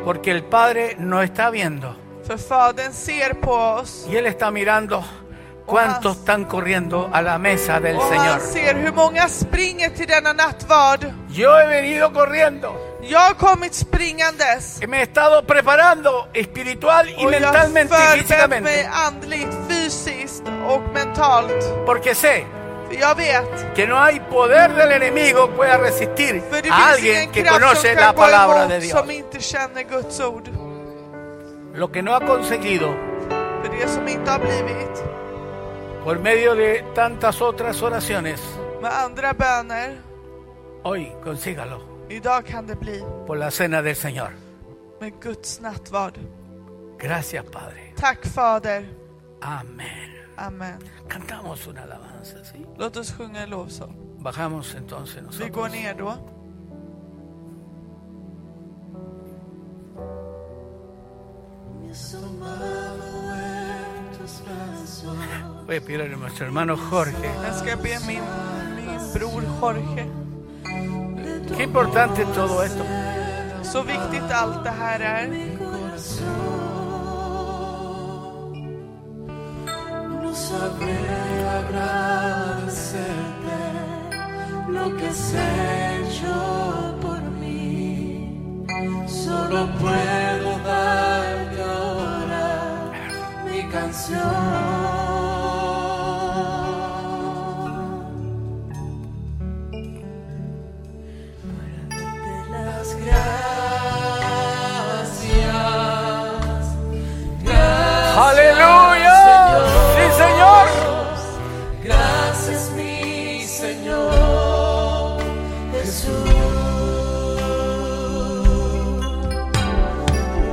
Speaker 4: porque el Padre no está viendo.
Speaker 2: för Fadern ser på oss
Speaker 4: Y él está mirando cuántos están corriendo a la mesa del
Speaker 2: och han
Speaker 4: Señor.
Speaker 2: ser hur många springer till denna nattvard.
Speaker 4: Yo he venido corriendo,
Speaker 2: Jag har kommit springandes
Speaker 4: me he estado preparando espiritual y
Speaker 2: och jag har
Speaker 4: mentalmente y
Speaker 2: förberett mig
Speaker 4: físicamente,
Speaker 2: andligt, fysiskt och mentalt.
Speaker 4: porque sé
Speaker 2: För jag vet,
Speaker 4: que no hay poder del enemigo pueda resistir
Speaker 2: för det
Speaker 4: a
Speaker 2: finns
Speaker 4: alguien
Speaker 2: ingen
Speaker 4: que
Speaker 2: kraft som
Speaker 4: conoce la
Speaker 2: kan
Speaker 4: palabra
Speaker 2: gå
Speaker 4: de
Speaker 2: emot
Speaker 4: Dios.
Speaker 2: som inte känner Guds ord.
Speaker 4: Lo que no ha conseguido
Speaker 2: För det som inte har blivit
Speaker 4: por medio de tantas otras oraciones,
Speaker 2: med andra böner,
Speaker 4: hoy consígalo
Speaker 2: idag kan det bli
Speaker 4: por la cena del Señor.
Speaker 2: med Guds nattvard.
Speaker 4: Gracias, Padre.
Speaker 2: Tack Fader.
Speaker 4: Amén.
Speaker 2: Amen.
Speaker 4: Cantamos una alabanza, ¿sí?
Speaker 2: Låt oss sjunga en lovsång.
Speaker 4: Bajamos entonces
Speaker 2: Vi går
Speaker 4: nosotros.
Speaker 2: ner då.
Speaker 4: Voy a pedirle a nuestro hermano Jorge.
Speaker 2: Jag ska be min, min bror Jorge.
Speaker 4: Qué importante es todo esto.
Speaker 2: Så viktigt allt det här är.
Speaker 3: No sabré agradecerte lo que has hecho por mí. Solo puedo darte ahora mi canción. Para darte las gracias. gracias
Speaker 4: Aleluya. Sí, Señor.
Speaker 3: Gracias mi Señor Jesús.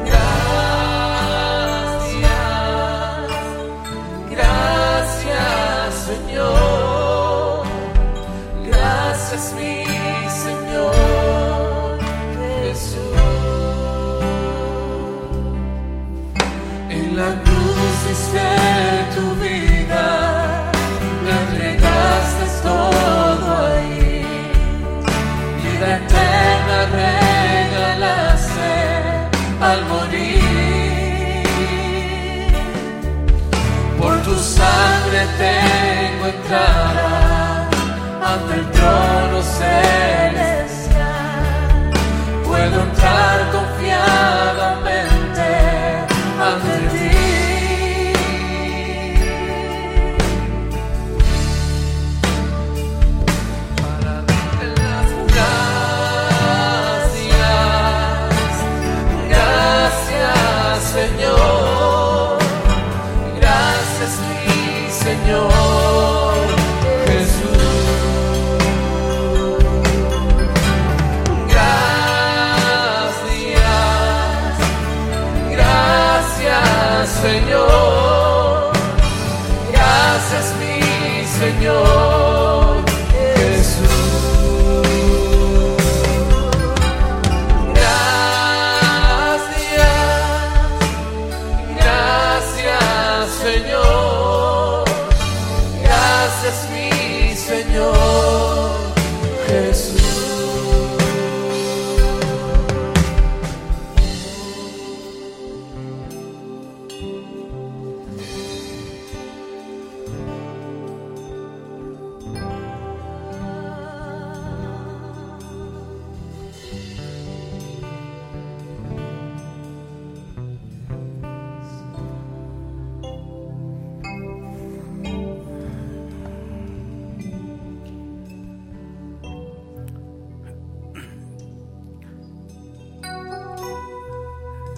Speaker 3: Gracias, gracias Señor. Gracias mi Señor Jesús. En la cruz diste tu vida, me entregaste todo ahí. Vida eterna regalaste al morir. Por tu sangre tengo entrada ante el trono celestial puedo entrar confiadamente ante ti. Para darte las gracias, gracias Señor, gracias mi Señor Jesús. Gracias, gracias Señor, gracias mi Señor Jesús. Gracias, gracias Señor, gracias mi Señor Jesús.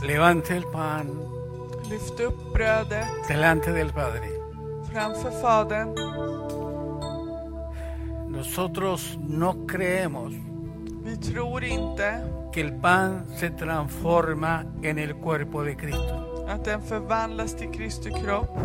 Speaker 4: Levante el pan
Speaker 2: Lyft upp brödet
Speaker 4: delante del Padre.
Speaker 2: framför Fadern.
Speaker 4: Nosotros no creemos
Speaker 2: Vi tror inte
Speaker 4: que el pan se transforma en el cuerpo de Cristo,
Speaker 2: att den förvandlas till Kristi kropp.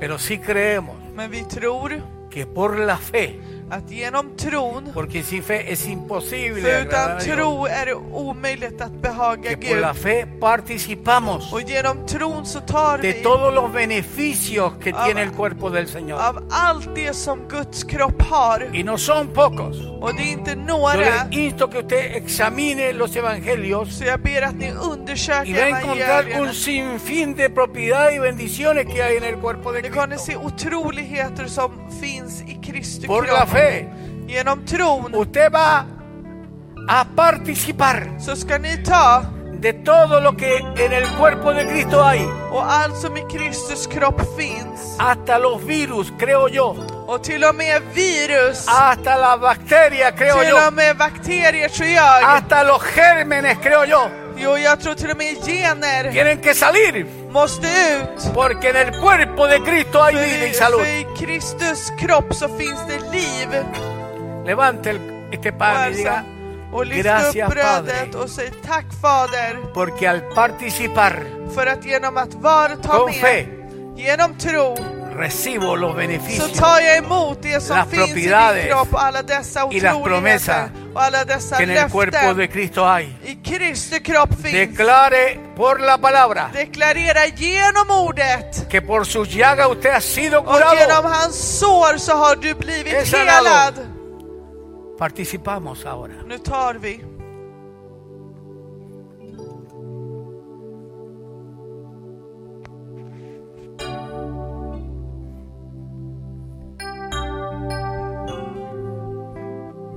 Speaker 4: pero sí creemos
Speaker 2: Men vi tror
Speaker 4: que por la fe,
Speaker 2: att genom tron,
Speaker 4: porque sin fe es imposible,
Speaker 2: för
Speaker 4: agradar
Speaker 2: utan
Speaker 4: a Dios,
Speaker 2: tro är det omöjligt att behaga
Speaker 4: que por
Speaker 2: Gud.
Speaker 4: la fe participamos
Speaker 2: Och genom tron så tar
Speaker 4: de
Speaker 2: vi
Speaker 4: todos los beneficios que
Speaker 2: Ah.
Speaker 4: tiene el cuerpo del Señor.
Speaker 2: av allt det som Guds kropp har.
Speaker 4: Y no son pocos.
Speaker 2: Och det är inte
Speaker 4: Yo
Speaker 2: några.
Speaker 4: les insto que usted examine los evangelios
Speaker 2: Så jag ber att ni undersöker
Speaker 4: y va a encontrar
Speaker 2: evangelierna.
Speaker 4: un sinfín de propiedades y bendiciones que hay en el cuerpo de
Speaker 2: Ni kommer
Speaker 4: Cristo.
Speaker 2: se otroligheter som finns i Kristi
Speaker 4: Por la
Speaker 2: kropp.
Speaker 4: fe,
Speaker 2: Genom tron
Speaker 4: usted va a participar
Speaker 2: så ska ni ta
Speaker 4: de todo lo que en el cuerpo de Cristo hay,
Speaker 2: och allt som i Kristus kropp finns
Speaker 4: hasta los virus, creo yo,
Speaker 2: och till och med virus,
Speaker 4: hasta las bacterias, creo
Speaker 2: till och
Speaker 4: yo,
Speaker 2: med bakterier tror jag.
Speaker 4: hasta los gérmenes, creo yo,
Speaker 2: Jo, jag tror till och med gener
Speaker 4: tienen que salir,
Speaker 2: måste ut.
Speaker 4: porque en el cuerpo de Cristo hay
Speaker 2: För
Speaker 4: vida
Speaker 2: i,
Speaker 4: y salud.
Speaker 2: för i Kristus kropp så finns det liv. alltså-
Speaker 4: Levante el- este pan y diga,
Speaker 2: Och lyft upp
Speaker 4: Gracias,
Speaker 2: brödet
Speaker 4: Padre.
Speaker 2: och säg tack Fader.
Speaker 4: porque al participar
Speaker 2: För att genom att vara ta
Speaker 4: Con
Speaker 2: med,
Speaker 4: fe.
Speaker 2: genom tro,
Speaker 4: recibo los
Speaker 2: så
Speaker 4: beneficios
Speaker 2: tar jag emot det som
Speaker 4: Las
Speaker 2: finns i
Speaker 4: propiedades.
Speaker 2: min kropp och alla dessa
Speaker 4: Y las
Speaker 2: otroligheter och alla dessa
Speaker 4: que en el cuerpo de
Speaker 2: löften
Speaker 4: Cristo hay.
Speaker 2: i Kristi kropp finns.
Speaker 4: Declare por la palabra
Speaker 2: Deklarera genom ordet
Speaker 4: que por sus llagas usted ha sido
Speaker 2: och genom
Speaker 4: curado.
Speaker 2: hans sår så har du
Speaker 4: Är
Speaker 2: blivit
Speaker 4: sanado.
Speaker 2: helad.
Speaker 4: Participamos ahora.
Speaker 2: Nu tar vi.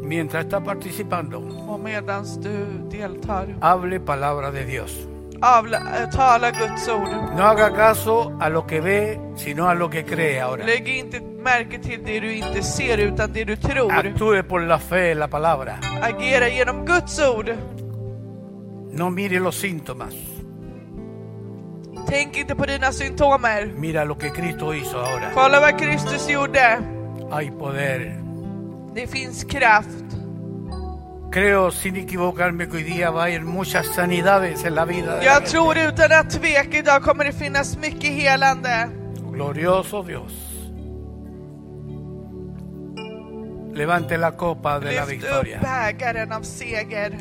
Speaker 4: Mientras está participando,
Speaker 2: Och medans du deltar,
Speaker 4: hable palabra de Dios.
Speaker 2: avla, eh, tala Guds ord.
Speaker 4: No haga caso a lo que ve, sino a lo que cree ahora.
Speaker 2: Lägg inte märke till det du inte ser utan det du tror.
Speaker 4: Actúe por la fe en la palabra.
Speaker 2: Agera genom Guds ord.
Speaker 4: No mire los síntomas.
Speaker 2: Tänk inte på dina symptomer.
Speaker 4: Mira lo que Cristo hizo ahora.
Speaker 2: Kolla vad Kristus gjorde.
Speaker 4: Hay poder.
Speaker 2: Det finns kraft.
Speaker 4: Creo sin equivocarme que hoy día va a haber muchas sanidades en la vida. de la
Speaker 2: Jag
Speaker 4: gente.
Speaker 2: tror utan att tveka idag kommer det finnas mycket helande.
Speaker 4: Glorioso Dios. Levante la copa de la
Speaker 2: Lyft upp
Speaker 4: victoria.
Speaker 2: bägaren av seger.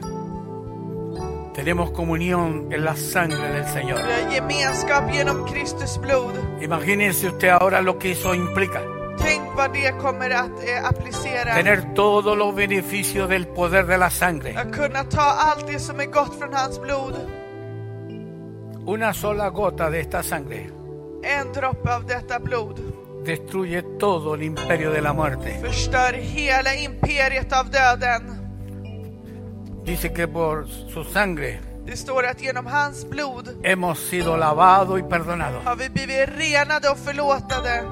Speaker 4: Tenemos comunión en la sangre del Señor.
Speaker 2: Vi har gemenskap genom Kristus blod.
Speaker 4: Imagínense usted ahora lo que eso implica.
Speaker 2: Tänk vad det kommer att eh, applicera.
Speaker 4: Tener todos los beneficios del poder de la sangre.
Speaker 2: Att kunna ta allt det som är gott från hans blod.
Speaker 4: Una sola gota de esta sangre
Speaker 2: En droppe av detta blod
Speaker 4: destruye todo el imperio de la muerte.
Speaker 2: förstör hela imperiet av döden.
Speaker 4: Dice que por su sangre
Speaker 2: Det står att genom hans blod
Speaker 4: hemos sido lavados y perdonados.
Speaker 2: har vi blivit renade och förlåtade.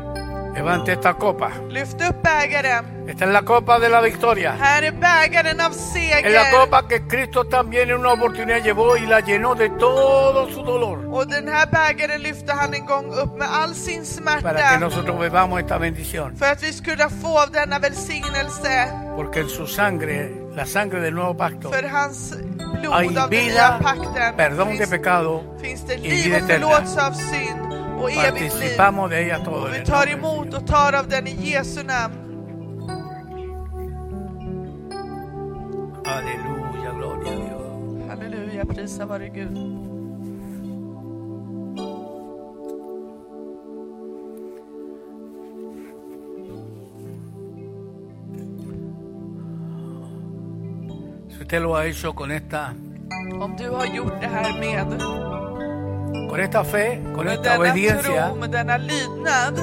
Speaker 4: Levante esta copa.
Speaker 2: Lyft upp bägaren.
Speaker 4: Esta es la copa de la victoria.
Speaker 2: Här är bägaren av
Speaker 4: Es la
Speaker 2: seger.
Speaker 4: copa que Cristo también en una oportunidad llevó y la llenó de todo su dolor
Speaker 2: Och den här bägaren lyfte han en gång upp med all sin
Speaker 4: para que
Speaker 2: smärta.
Speaker 4: nosotros bebamos esta bendición.
Speaker 2: För att vi skulle få av denna välsignelse.
Speaker 4: Porque en su sangre, la sangre del nuevo pacto,
Speaker 2: För hans
Speaker 4: hay
Speaker 2: blod av den nya
Speaker 4: vida,
Speaker 2: pakten
Speaker 4: perdón de
Speaker 2: finns,
Speaker 4: pecado.
Speaker 2: finns det
Speaker 4: y
Speaker 2: liv
Speaker 4: vida
Speaker 2: och
Speaker 4: eterna.
Speaker 2: förlåtelse av synd och evigt liv.
Speaker 4: Participamos de ella todos.
Speaker 2: Och
Speaker 4: en
Speaker 2: vi
Speaker 4: el
Speaker 2: tar
Speaker 4: nombre del
Speaker 2: emot och tar av den i Jesu namn.
Speaker 4: Señor. Aleluya, gloria a Dios.
Speaker 2: Halleluja, prisa vare Gud.
Speaker 4: Si usted lo ha hecho con esta,
Speaker 2: Om du har gjort det här med,
Speaker 4: con esta fe, con
Speaker 2: med
Speaker 4: esta
Speaker 2: denna
Speaker 4: obediencia,
Speaker 2: tro, med denna lydnad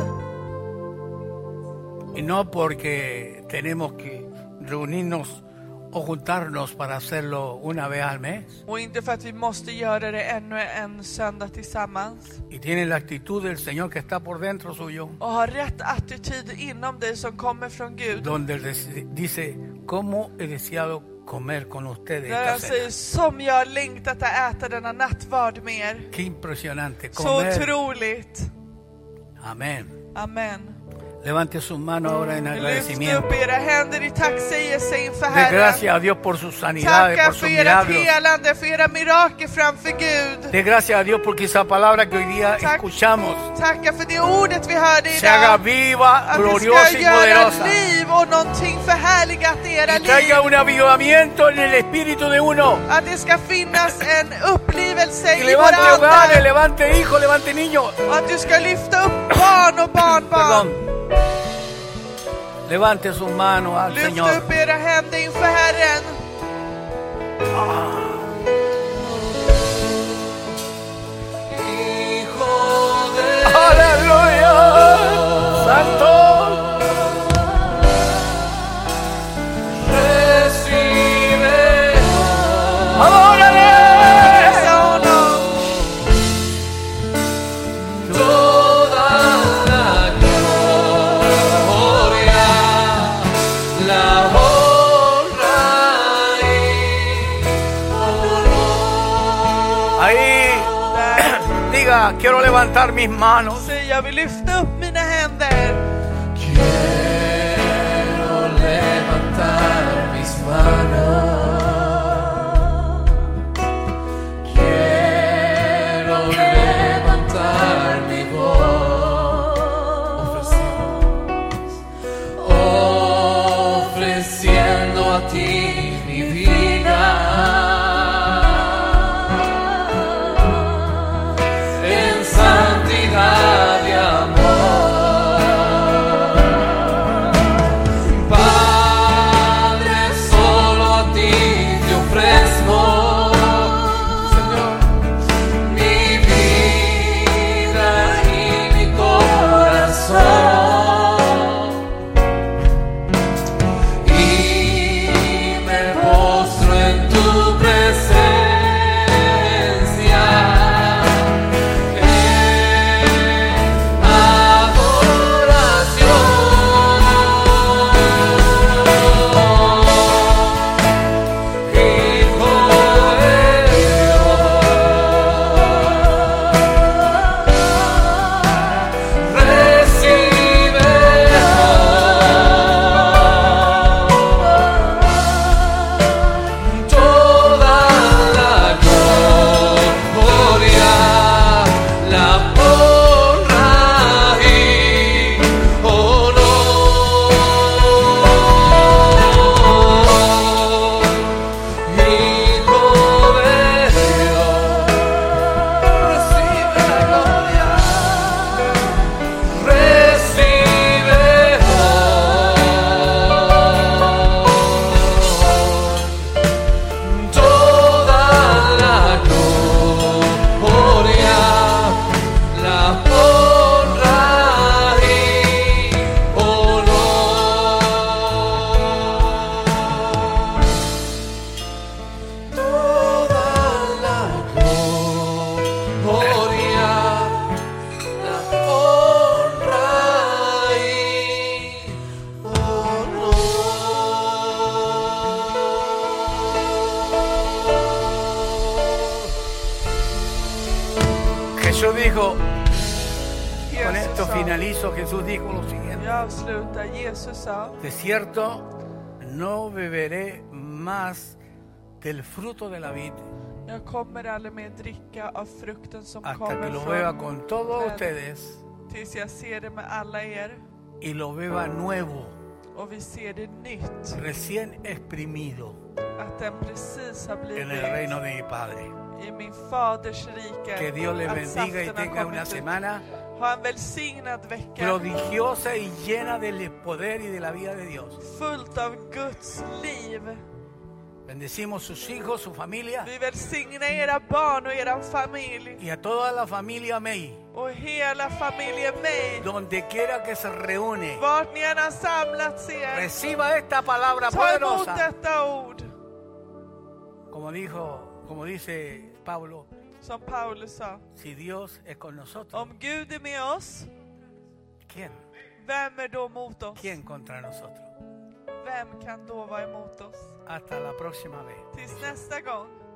Speaker 4: y no porque tenemos que reunirnos o juntarnos para hacerlo una vez al mes,
Speaker 2: och inte för att vi måste göra det ännu en söndag tillsammans
Speaker 4: y tiene la actitud del Señor que está por dentro suyo,
Speaker 2: och har rätt attityd inom dig som kommer från Gud.
Speaker 4: donde des- dice, ¿cómo he deseado comer con ustedes?
Speaker 2: Där
Speaker 4: Esta
Speaker 2: han
Speaker 4: cena?
Speaker 2: säger som jag har längtat att äta denna nattvard med er.
Speaker 4: Qué impresionante.
Speaker 2: Så
Speaker 4: Comer.
Speaker 2: otroligt.
Speaker 4: Amén.
Speaker 2: Amen.
Speaker 4: Levante sus manos ahora en
Speaker 2: Lyft
Speaker 4: agradecimiento.
Speaker 2: upp era händer i tacksägelse inför
Speaker 4: De
Speaker 2: Herren.
Speaker 4: gracias a Dios por sus sanidades,
Speaker 2: Tacka
Speaker 4: por
Speaker 2: för
Speaker 4: sus
Speaker 2: era
Speaker 4: milagros.
Speaker 2: helande, för era mirakel framför Gud.
Speaker 4: De gracias a Dios porque esa palabra que hoy día
Speaker 2: Tack.
Speaker 4: escuchamos
Speaker 2: Tacka för det ordet vi hörde
Speaker 4: se haga
Speaker 2: idag.
Speaker 4: viva,
Speaker 2: Att det
Speaker 4: gloriosa
Speaker 2: ska
Speaker 4: y
Speaker 2: göra
Speaker 4: poderosa.
Speaker 2: liv och någonting förhärligat i era
Speaker 4: Y traiga
Speaker 2: liv.
Speaker 4: un avivamiento en el espíritu de uno.
Speaker 2: Att det ska finnas en upplevelse
Speaker 4: Y
Speaker 2: i våra
Speaker 4: levante hogares,
Speaker 2: andar.
Speaker 4: levante hijos, levante niños.
Speaker 2: Och att du ska lyfta upp barn och
Speaker 4: Perdón.
Speaker 2: barnbarn.
Speaker 4: Levante sus manos al
Speaker 2: Lyft
Speaker 4: Señor.
Speaker 2: upp era händer inför Herren.
Speaker 4: Aleluya. Santo. Adórale.
Speaker 2: Prisa honom.
Speaker 3: Toda la gloria, la honra y honor.
Speaker 4: Ahí.
Speaker 2: Där
Speaker 4: Diga, quiero levantar mis manos.
Speaker 2: säger jag vill lyfta upp mina händer.
Speaker 3: Quiero levantar mis manos. Quiero levantar mi voz.
Speaker 4: finalizo, Jesús dijo lo siguiente.
Speaker 2: Jag avslutar. Jesus sa,
Speaker 4: De cierto, no beberé más del fruto de la vid
Speaker 2: jag kommer aldrig mer dricka av frukten som
Speaker 4: hasta que
Speaker 2: kommer
Speaker 4: lo
Speaker 2: från
Speaker 4: beba con todos
Speaker 2: trädet,
Speaker 4: ustedes
Speaker 2: tills jag ser det med alla er
Speaker 4: y lo beba nuevo,
Speaker 2: och vi ser det nytt,
Speaker 4: recién exprimido
Speaker 2: att den precis har blivit
Speaker 4: en el reino de mi Padre.
Speaker 2: i min faders rike.
Speaker 4: Que Dios les
Speaker 2: Att
Speaker 4: bendiga y
Speaker 2: saften har
Speaker 4: tenga
Speaker 2: kommit
Speaker 4: una
Speaker 2: ut.
Speaker 4: semana
Speaker 2: Ha en välsignad vecka,
Speaker 4: prodigiosa y llena del poder y de la vida de Dios.
Speaker 2: fullt av Guds liv.
Speaker 4: Bendecimos sus hijos, su familia
Speaker 2: Vi välsignar era barn och er familj
Speaker 4: y a toda la familia May,
Speaker 2: och hela familjen mig.
Speaker 4: donde quiera que se reúne.
Speaker 2: Vart ni än har samlats er,
Speaker 4: Reciba esta palabra
Speaker 2: ta emot
Speaker 4: poderosa.
Speaker 2: detta ord.
Speaker 4: Como dijo, como dice Pablo,
Speaker 2: Som Paulus sa,
Speaker 4: si Dios es con nosotros,
Speaker 2: om Gud är med oss,
Speaker 4: ¿quién?
Speaker 2: vem är då mot oss?
Speaker 4: ¿Quién contra nosotros?
Speaker 2: Vem kan då vara emot oss?
Speaker 4: Hasta la próxima vez.
Speaker 2: Tills nästa gång.